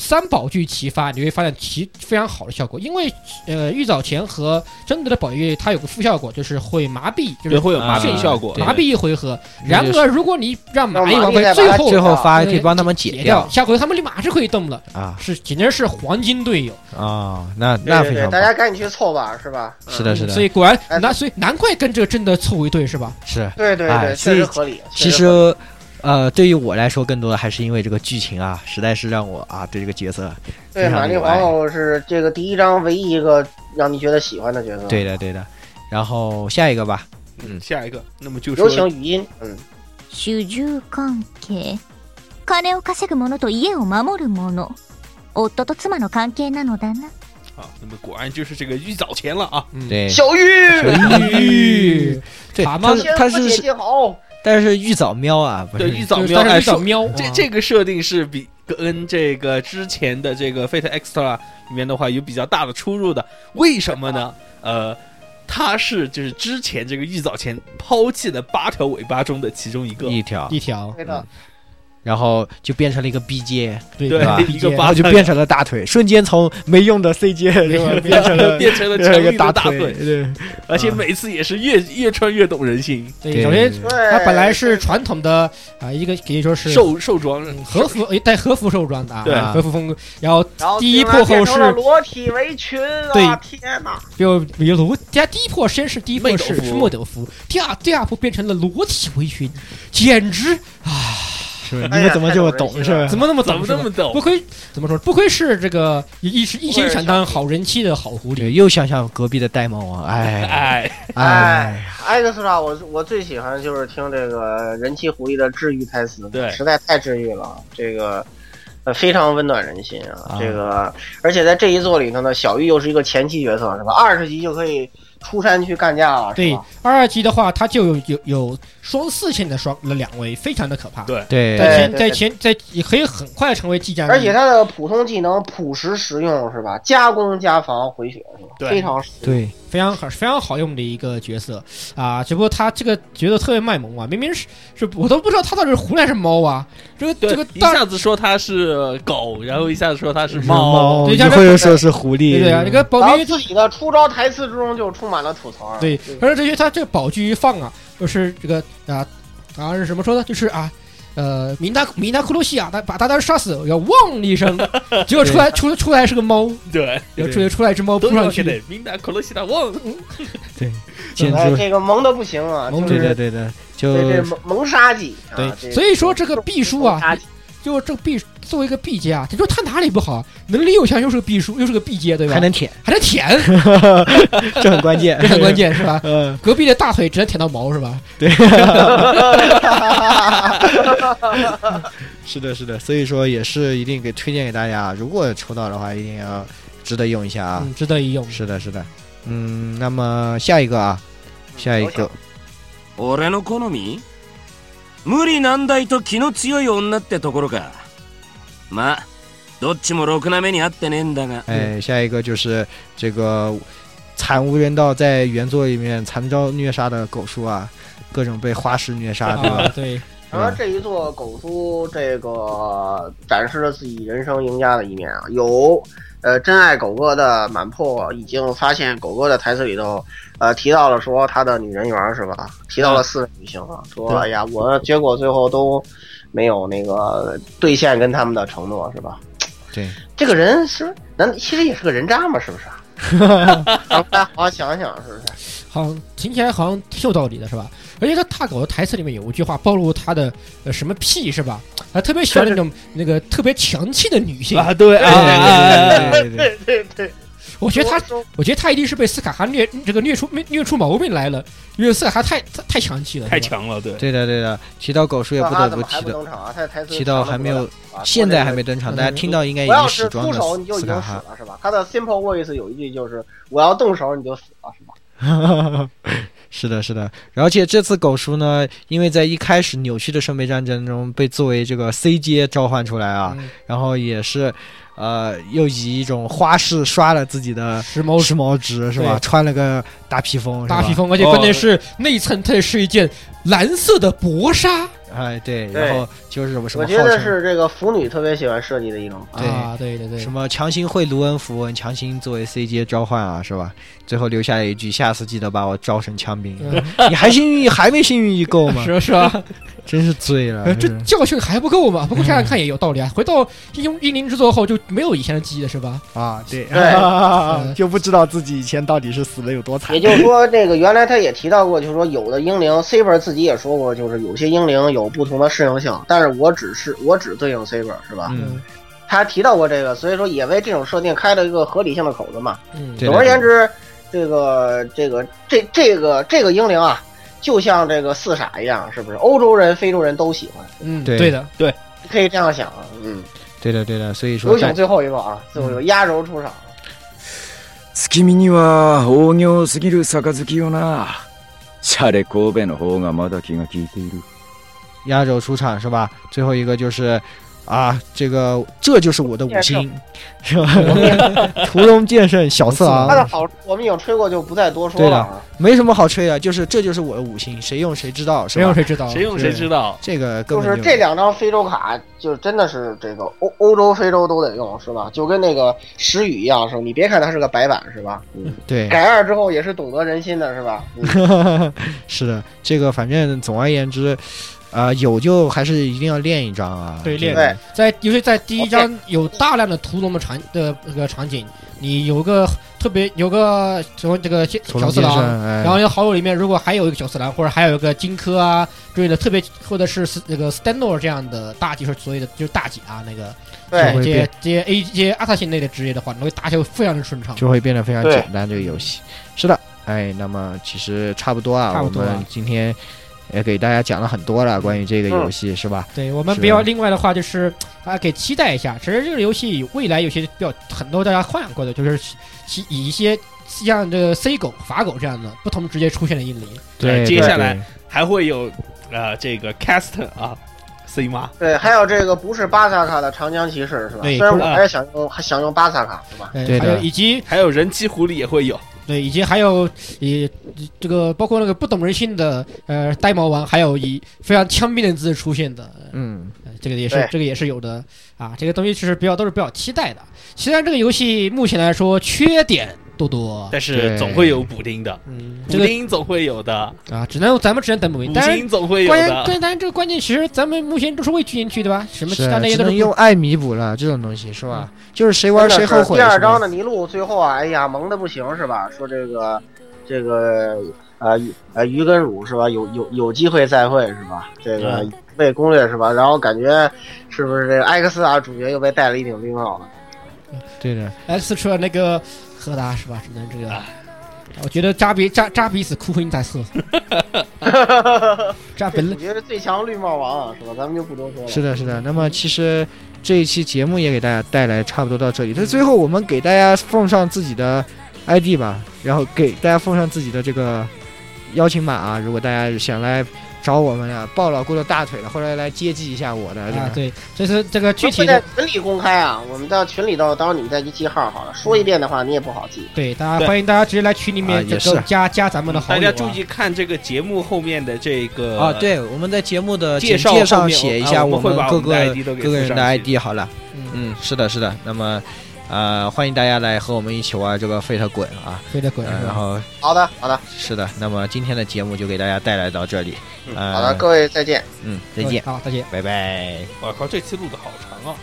Speaker 3: 三宝具齐发，你会发现其非常好的效果。因为呃，玉藻前和贞德的宝具它有个副效果，就是会麻痹，就
Speaker 1: 对
Speaker 3: 是
Speaker 1: 会有麻痹啊效果，
Speaker 4: 对
Speaker 3: 麻痹一回合。
Speaker 4: 对
Speaker 3: 然而，如果你让
Speaker 2: 让
Speaker 3: 玛丽
Speaker 2: 玛
Speaker 3: 王
Speaker 2: 丽
Speaker 3: 妃
Speaker 2: 再把
Speaker 3: 最
Speaker 2: 它
Speaker 3: 后
Speaker 4: 最后发
Speaker 3: 对
Speaker 4: 可以帮他们
Speaker 3: 解
Speaker 4: 解掉
Speaker 3: 下回合他们立马是可以动了，
Speaker 4: 啊
Speaker 3: 是简直是黄金队友。
Speaker 4: 啊，那
Speaker 2: 对
Speaker 4: 那
Speaker 2: 对
Speaker 4: 非
Speaker 2: 对，
Speaker 4: 常
Speaker 2: 大
Speaker 4: 棒
Speaker 2: 家赶紧去凑吧，是吧？嗯
Speaker 4: 是的，是
Speaker 3: 所
Speaker 4: 的，
Speaker 3: 以果然
Speaker 2: 哎
Speaker 3: 难，所以难怪跟这个贞德凑一对是吧？
Speaker 4: 是。
Speaker 2: 对对
Speaker 4: 哎
Speaker 2: 对，
Speaker 4: 所
Speaker 2: 确
Speaker 4: 以
Speaker 2: 实合理。确
Speaker 4: 其实
Speaker 2: 合理，
Speaker 4: 呃，对于我来说，更多的还是因为这个剧情啊，实在是让我啊对这个角色非
Speaker 2: 对
Speaker 4: 常
Speaker 2: 玛丽
Speaker 4: 有
Speaker 2: 皇
Speaker 4: 爱。
Speaker 2: 后是这个第一章唯一一个让你觉得喜欢的角色。，
Speaker 4: 对的，对的。然后下一个吧，
Speaker 1: 嗯，下一个，那么就
Speaker 2: 有
Speaker 1: 说
Speaker 2: 请语音，嗯，
Speaker 5: 主従関係金を稼ぐ者と家を守る者夫と妻の関係なのだな
Speaker 1: 啊，那么果然就是这个玉藻前了啊，
Speaker 4: 对，
Speaker 2: 小玉，
Speaker 3: 玉
Speaker 4: 对，
Speaker 3: 蛤蟆
Speaker 2: 先和
Speaker 4: 他他是嗯
Speaker 2: 姐姐好。
Speaker 4: 但是玉藻喵啊，不
Speaker 1: 对
Speaker 4: 是
Speaker 1: 玉藻
Speaker 3: 就是
Speaker 1: 喵，
Speaker 3: 但
Speaker 1: 哎，
Speaker 3: 是找
Speaker 1: 说
Speaker 3: 喵，
Speaker 1: 这
Speaker 3: 啊
Speaker 1: 这个设定是比跟这个之前的这个 Fate Extra 里面的话有比较大的出入的，为什么呢？呃，它是就是之前这个玉藻前抛弃的八条尾巴中的其中一个，
Speaker 4: 一条，
Speaker 3: 一条，
Speaker 2: 对的，
Speaker 4: 嗯然后就变成了一个 B 阶，
Speaker 3: 对
Speaker 1: 对
Speaker 4: 吧
Speaker 3: 吧？
Speaker 1: 一个
Speaker 4: 然
Speaker 1: 八
Speaker 4: 后就变成了大腿，瞬间从没用的 C 阶是吧变成了
Speaker 1: 变成了
Speaker 4: 变
Speaker 1: 强
Speaker 4: 成
Speaker 1: 硬
Speaker 4: 一个
Speaker 1: 的
Speaker 4: 大
Speaker 1: 大
Speaker 4: 腿，
Speaker 1: 腿，
Speaker 4: 对，
Speaker 1: 而且每次也是越越穿越懂人心，
Speaker 3: 对，首先
Speaker 2: 对，
Speaker 3: 它本来是传统的啊，一个可以说是
Speaker 1: 兽兽装
Speaker 3: 嗯和服，哎带和服兽装的，
Speaker 1: 对
Speaker 3: 啊，和服风格，然后
Speaker 2: 然后
Speaker 3: 第一
Speaker 2: 竟然
Speaker 3: 破后
Speaker 2: 变成了
Speaker 3: 是
Speaker 2: 裸体围裙啊！
Speaker 3: 对
Speaker 2: 天哪，
Speaker 3: 就比如加第一破先是第一破
Speaker 1: 妹斗
Speaker 3: 是
Speaker 1: 服
Speaker 3: 是墨斗服，第二第二破变成了裸体围裙，简直
Speaker 4: 是吧？
Speaker 2: 哎
Speaker 4: 你
Speaker 2: 呀
Speaker 4: 们怎么
Speaker 2: 太
Speaker 4: 这么
Speaker 2: 懂人
Speaker 4: 懂
Speaker 2: 心
Speaker 4: 是
Speaker 2: 了
Speaker 4: 吧
Speaker 3: 怎？么那么
Speaker 1: 怎
Speaker 3: 懂
Speaker 1: 么
Speaker 3: 是吧
Speaker 1: 那么懂
Speaker 3: 不？亏怎么说？不亏是这个一一一心想当好人妻的好狐狸。
Speaker 4: 对，又想想隔壁的呆猫王， 哎
Speaker 1: 哎，
Speaker 4: 哎，
Speaker 2: ，Extra，我我最喜欢就是听这个人气狐狸的治愈台词，
Speaker 1: 对
Speaker 2: 实在太治愈了，这个。呃，非常温暖人心啊！
Speaker 4: 啊
Speaker 2: 这个，而且在这一作里头呢，小玉又是一个前期角色，是吧？二十级就可以出山去干架了，是
Speaker 3: 对
Speaker 2: 吧？，
Speaker 3: 二二级的话，它就有有有双四线的双了两位，非常的可怕。
Speaker 1: 对
Speaker 4: 对
Speaker 3: 在前
Speaker 2: 对
Speaker 3: 在前在也可以很快成为技战力，
Speaker 2: 而且他的普通技能朴实实用，是吧？加攻加防回血，是吧？
Speaker 1: 对
Speaker 2: 非常实用
Speaker 4: 对，
Speaker 3: 非常好非常好用的一个角色啊！只不过他这个角色特别卖萌啊，明明是是我都不知道他到底是狐狸还是猫啊！这个
Speaker 1: 对
Speaker 3: 这个，
Speaker 1: 一
Speaker 3: 大
Speaker 1: 下子说它是狗，然后一下子说它是猫，
Speaker 4: 猫，
Speaker 3: 对
Speaker 4: 一
Speaker 3: 像这
Speaker 4: 会儿又说是狐狸，
Speaker 3: 对
Speaker 1: 嗯
Speaker 3: 对啊，这个宝
Speaker 2: 然后
Speaker 3: 明
Speaker 2: 自己的出招台词之中就充满了吐槽。
Speaker 3: 对，
Speaker 1: 嗯
Speaker 3: 而且这些他这个宝具一放啊，就是这个啊啊是什么说呢？就是啊。呃，明达明达库洛西亚，他把他当时杀死，要汪 一声，结果出来出出来是个猫，
Speaker 1: 对，
Speaker 3: 然后出来出来一只猫扑
Speaker 1: 都
Speaker 3: 上
Speaker 1: 上去
Speaker 3: 去，
Speaker 1: 的。明达可乐西达旺，
Speaker 4: 简
Speaker 2: 哎，
Speaker 4: 直，
Speaker 2: 这个萌的不行啊，
Speaker 3: 萌
Speaker 2: 就
Speaker 4: 对
Speaker 2: 是
Speaker 4: 的对的，
Speaker 2: 对这
Speaker 4: 就
Speaker 2: 萌萌杀技。啊
Speaker 3: 对
Speaker 2: 这
Speaker 3: 所以说这个必输啊
Speaker 2: 萌杀技
Speaker 3: 就这个 B 作为一个 B 阶啊，你说他哪里不好？能力又强，又是个 B 叔，又是个 B 阶，对吧？
Speaker 4: 还能 舔，
Speaker 3: 还能舔，
Speaker 4: 这很关键，
Speaker 3: 这很关。键是吧？
Speaker 4: 嗯，
Speaker 3: 隔壁的大腿只能舔到毛是吧？
Speaker 4: 是的，是的，所以说也是一定给推荐给大家，如果抽到的话，一定要值得用一下啊。
Speaker 3: 嗯，值得一用。
Speaker 4: 是的，是的，嗯，那么下一个啊，下一个，
Speaker 6: 俺の好み無理難題と気の強い女ってところかまあどっちもろくな目にあってねえんだが
Speaker 4: 哎，下一个就是这个惨无人道在原作里面惨遭虐杀的狗叔啊，各种被花式虐杀，对
Speaker 3: 啊
Speaker 4: 吧？，
Speaker 3: 对，
Speaker 2: 然
Speaker 4: 嗯
Speaker 2: 后这一座狗叔这个展示了自己人生赢家的一面啊，有呃真爱狗哥的满破已经发现狗哥的台词里头，呃提到了说他的女人缘是吧？提到了四位女性啊，说
Speaker 4: 嗯对
Speaker 2: 哎呀我结果最后都没有那个兑现跟他们的承诺是吧？
Speaker 4: 对，
Speaker 2: 这个人是不是难其实也是个人渣嘛是 不是啊？咱们大家好好想想是不是？
Speaker 3: 好像听起来好像挺有道理的是吧？而且他大狗的台词里面有一句话暴露他的呃什么屁是吧？他特别喜欢那 种那个特别强气的女性，
Speaker 1: 啊，对啊啊啊，啊
Speaker 4: 对对对，
Speaker 2: 对对，
Speaker 3: 我觉得他。
Speaker 2: 说
Speaker 3: 我觉得他一定是被斯卡哈虐这个虐出虐出毛病来了，因为斯卡哈太太太强气了，
Speaker 1: 太
Speaker 3: 是吧。
Speaker 1: 强了，对，
Speaker 4: 对的，对的。提到狗叔也
Speaker 2: 那
Speaker 4: 不
Speaker 2: 他
Speaker 4: 得
Speaker 2: 怎
Speaker 4: 不
Speaker 2: 么还
Speaker 4: 提
Speaker 2: 不
Speaker 4: 的，
Speaker 2: 登场啊？他的台词
Speaker 4: 提到还没有，
Speaker 2: 啊
Speaker 4: 现在还没登场，大家听到应该已
Speaker 2: 我要
Speaker 4: 经
Speaker 2: 是
Speaker 4: 时装
Speaker 2: 出
Speaker 4: 的
Speaker 2: 手，你就已
Speaker 4: 斯
Speaker 2: 经
Speaker 4: 卡
Speaker 2: 死
Speaker 4: 哈。
Speaker 2: 了是吧？他的 simple voice 有一句就是“我要动手你就死了”是吧？
Speaker 4: 是的，是的，而且这次狗叔呢，因为在一开始扭曲的圣杯战争中被作为这个 C 阶召唤出来啊，
Speaker 3: 嗯
Speaker 4: 然后也是，呃，又以一种花式刷了自己的
Speaker 3: 时髦
Speaker 4: 时髦值是吧？
Speaker 3: 对
Speaker 4: 穿了个大披风，是吧
Speaker 3: 大披，风，而且关键
Speaker 4: 哦
Speaker 3: 是内衬，它也是一件蓝色的薄纱
Speaker 4: 哎，对，
Speaker 2: 对
Speaker 4: 然后就是什么什
Speaker 2: 我
Speaker 4: 么
Speaker 2: 觉
Speaker 4: 号
Speaker 2: 得
Speaker 4: 称
Speaker 2: 是这个腐女特别喜欢设计的一种。
Speaker 4: 对
Speaker 3: 啊，对对对
Speaker 4: 什，么强行会卢恩符文，强行作为 C 阶召唤啊，是吧？最后留下了一句：“下次记得把我招成枪兵。
Speaker 3: 嗯
Speaker 4: 你还幸运一还没幸运一够吗？
Speaker 3: 是是吧？
Speaker 4: 真是醉了
Speaker 3: 呃，这
Speaker 4: 啊是嗯
Speaker 3: 教训还不够吗？不过想想看也有道理啊。回到英雄英灵之作后就没有以前的记忆了，是吧？
Speaker 4: 啊，对，
Speaker 3: 对
Speaker 4: 就不知道自己以前到底是死的有多惨
Speaker 2: 也。就是说，这个原来他也提到过，就是说有的英灵 Saber 自己也说过，就是有些英灵有不同的适应性，但是我只是我只对应 Saber 是吧？
Speaker 4: 嗯，
Speaker 2: 他提到过这个，所以说也为这种设定开了一个合理性的口子嘛。
Speaker 3: 嗯，
Speaker 4: 对
Speaker 2: 总而言之，这个这个这这个这个英灵啊，就像这个四傻一样，是不是？欧洲人、非洲人都喜欢，
Speaker 3: 嗯，
Speaker 4: 对
Speaker 3: 对的，
Speaker 2: 可以这样想啊。嗯，
Speaker 4: 对的对的，所以说
Speaker 2: 有请最后一个啊，最后一个压轴出场。
Speaker 7: 月見には大行すぎる杯よなシャレ神戸の方がまだ気が利いている
Speaker 4: 压轴出场是吧？最后一个就是啊，这个这就是我的五星，是吧？ 屠龙剑圣小次
Speaker 2: 他的
Speaker 4: 郎，
Speaker 2: 好处我们已经吹过，就不再多说了啊。
Speaker 4: 没什么好吹的，就是这就是我的五星，谁用谁知道，是
Speaker 3: 谁用
Speaker 4: 吧？
Speaker 3: 谁知道？
Speaker 1: 谁用谁知道？
Speaker 4: 这个根
Speaker 2: 就
Speaker 4: 本
Speaker 2: 是这两张非洲卡，就真的是这个欧欧洲、非洲都得用，是吧？就跟那个石宇一样，是吧？你别看它是个白板，是吧？嗯，
Speaker 4: 对，
Speaker 2: 改二之后也是懂得人心的，是吧？嗯
Speaker 4: 是的，这个反正总而言之，啊，有就还是一定要练一张啊，
Speaker 3: 对
Speaker 4: 这
Speaker 3: 练
Speaker 4: 个
Speaker 2: 对
Speaker 3: 在尤其在第一章有大量的屠龙的场的那个场景，你有个特别有个什么这个小
Speaker 4: 屠
Speaker 3: 小
Speaker 4: 龙
Speaker 3: 次
Speaker 4: 剑
Speaker 3: 郎，
Speaker 4: 圣，哎
Speaker 3: 然后有好友里面如果还有一个小次郎，或者还有一个荆轲啊之类的，特别或者是斯那个 Stanor 这样的大技术，所谓的就是大姐啊，那个
Speaker 4: 就
Speaker 2: 对
Speaker 4: 会
Speaker 3: 这
Speaker 4: 变
Speaker 3: 些这些 A 这些阿萨辛类的职业的话，你会打起来会非常的顺畅。
Speaker 4: 就会变得非常
Speaker 2: 对
Speaker 4: 简单。这个游戏是的，哎，那么其实差不多啊，
Speaker 3: 差不多
Speaker 4: 我
Speaker 3: 啊嗯
Speaker 4: 们今天也给大家讲了很多了，关于这个游戏、是吧？
Speaker 3: 对我们
Speaker 4: 是
Speaker 3: 比较另外的话就是啊，给期待一下。其实这个游戏未来有些比较很多大家幻想过的，就是其以一些像这个 C 狗、法狗这样的不同职业出现的英灵。
Speaker 1: 对
Speaker 4: 对，
Speaker 1: 接下
Speaker 4: 对
Speaker 1: 来还会有呃这个 cast 啊，C 妈
Speaker 2: 对，还有这个不是巴萨卡的长江骑士，是吧？
Speaker 3: 对
Speaker 2: 虽然
Speaker 1: 不
Speaker 2: 我
Speaker 1: 是
Speaker 2: 还是想用还想用巴萨卡，是吧？
Speaker 3: 呃
Speaker 4: 对的
Speaker 3: 还有以及
Speaker 1: 还有人机狐狸也会有，
Speaker 3: 对，以及还有以这个包括那个不懂人性的呃呆毛王，还有以非常枪毙的字出现的，
Speaker 4: 嗯，
Speaker 3: 呃这个也是
Speaker 2: 对
Speaker 3: 这个也是有的啊。这个东西其实比较都是比较期待的。虽然这个游戏目前来说缺点多多，
Speaker 1: 但是
Speaker 4: 对
Speaker 1: 总会有补丁的，
Speaker 3: 嗯，
Speaker 1: 补
Speaker 3: 这个
Speaker 1: 丁总会有的，
Speaker 3: 啊，只能咱们只能等补
Speaker 1: 补
Speaker 3: 丁。但是
Speaker 1: 丁总会有
Speaker 3: 关键
Speaker 1: 的。
Speaker 3: 对，但是这个关键其实咱们目前都是未去进去对吧？什么
Speaker 4: 是
Speaker 3: 其他那些
Speaker 4: 只
Speaker 3: 都嗯是
Speaker 4: 能用爱弥补了，这种东西是吧？就是谁
Speaker 2: 真
Speaker 4: 玩
Speaker 2: 的
Speaker 4: 谁
Speaker 2: 是
Speaker 4: 后悔。
Speaker 2: 第二
Speaker 4: 是吧
Speaker 2: 章的麋鹿最后啊，哎呀，萌的不行是吧？说这个这个呃鱼呃鱼跟乳是吧？有有有机会再会是吧？这个
Speaker 1: 嗯
Speaker 2: 被攻略是吧？然后感觉是不是这个 X 啊主角又被戴了一顶绿帽了？
Speaker 4: 对的，
Speaker 3: X 出了那个赫达是吧？只能这个
Speaker 1: 啊。
Speaker 3: 我觉得扎比扎扎比死哭魂 在色，扎比
Speaker 2: 主角是最强绿帽王啊是吧？咱们就不多
Speaker 1: 哦
Speaker 2: 说了。
Speaker 4: 是的，是的。那么其实这一期节目也给大家带来差不多到这里，
Speaker 1: 嗯
Speaker 4: 那最后我们给大家奉上自己的 ID 吧，然后给大家奉上自己的这个邀请码啊，如果大家想来找我们啊，抱老顾的大腿了，或者来接济一下我的这个。
Speaker 3: 啊，对，这是这个具体
Speaker 2: 会在
Speaker 3: 的，
Speaker 2: 群里公开啊，我们到群里到到时候你们再去记号好了。说一遍的话你也不好记。
Speaker 3: 对大家
Speaker 1: 对
Speaker 3: 欢迎大家直接来群里
Speaker 4: 啊
Speaker 3: 面
Speaker 4: 也
Speaker 3: 这
Speaker 4: 是
Speaker 3: 个加加咱们的好
Speaker 1: 大
Speaker 3: 友，
Speaker 1: 家
Speaker 3: 啊
Speaker 1: 注，意看这个节目后面的这个
Speaker 4: 啊，，对，我们在节目的
Speaker 1: 介绍
Speaker 4: 简介
Speaker 1: 后
Speaker 4: 上
Speaker 1: 面
Speaker 4: 写一
Speaker 1: 啊
Speaker 4: 下
Speaker 1: 我们会
Speaker 4: 们
Speaker 1: 把
Speaker 4: 各
Speaker 1: 我们的
Speaker 4: 个
Speaker 1: ID 都给
Speaker 4: 各
Speaker 1: 附
Speaker 4: 个人
Speaker 1: 上
Speaker 4: 的
Speaker 1: 去
Speaker 4: ID 好了。
Speaker 3: 嗯，
Speaker 4: 嗯，是的，是的。那么，呃，欢迎大家来和我们一起玩这个 Fate 滚啊。
Speaker 3: 飞的鬼
Speaker 4: 嗯、
Speaker 3: 是
Speaker 4: 然
Speaker 3: 吧？
Speaker 4: 后
Speaker 2: 好的，好的，
Speaker 4: 是的，那么今天的节目就给大家带来到这里。
Speaker 2: 嗯，
Speaker 4: 啊
Speaker 2: 好的，各位再见。
Speaker 4: 嗯，再见，
Speaker 3: 好，再见。啊
Speaker 4: 拜拜。
Speaker 1: 我靠，这期录的好长啊！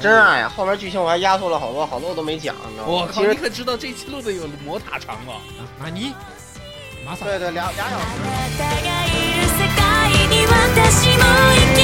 Speaker 2: 真爱啊！后面剧情我还压缩了好多，好多我都没讲，你知道吗？
Speaker 1: 我
Speaker 2: 其
Speaker 1: 靠，
Speaker 2: 实
Speaker 1: 你可知道这期录的有魔塔长啊？
Speaker 3: 啊，你马上。
Speaker 2: 对对，俩俩小时
Speaker 5: あなたがいる世界に私も生き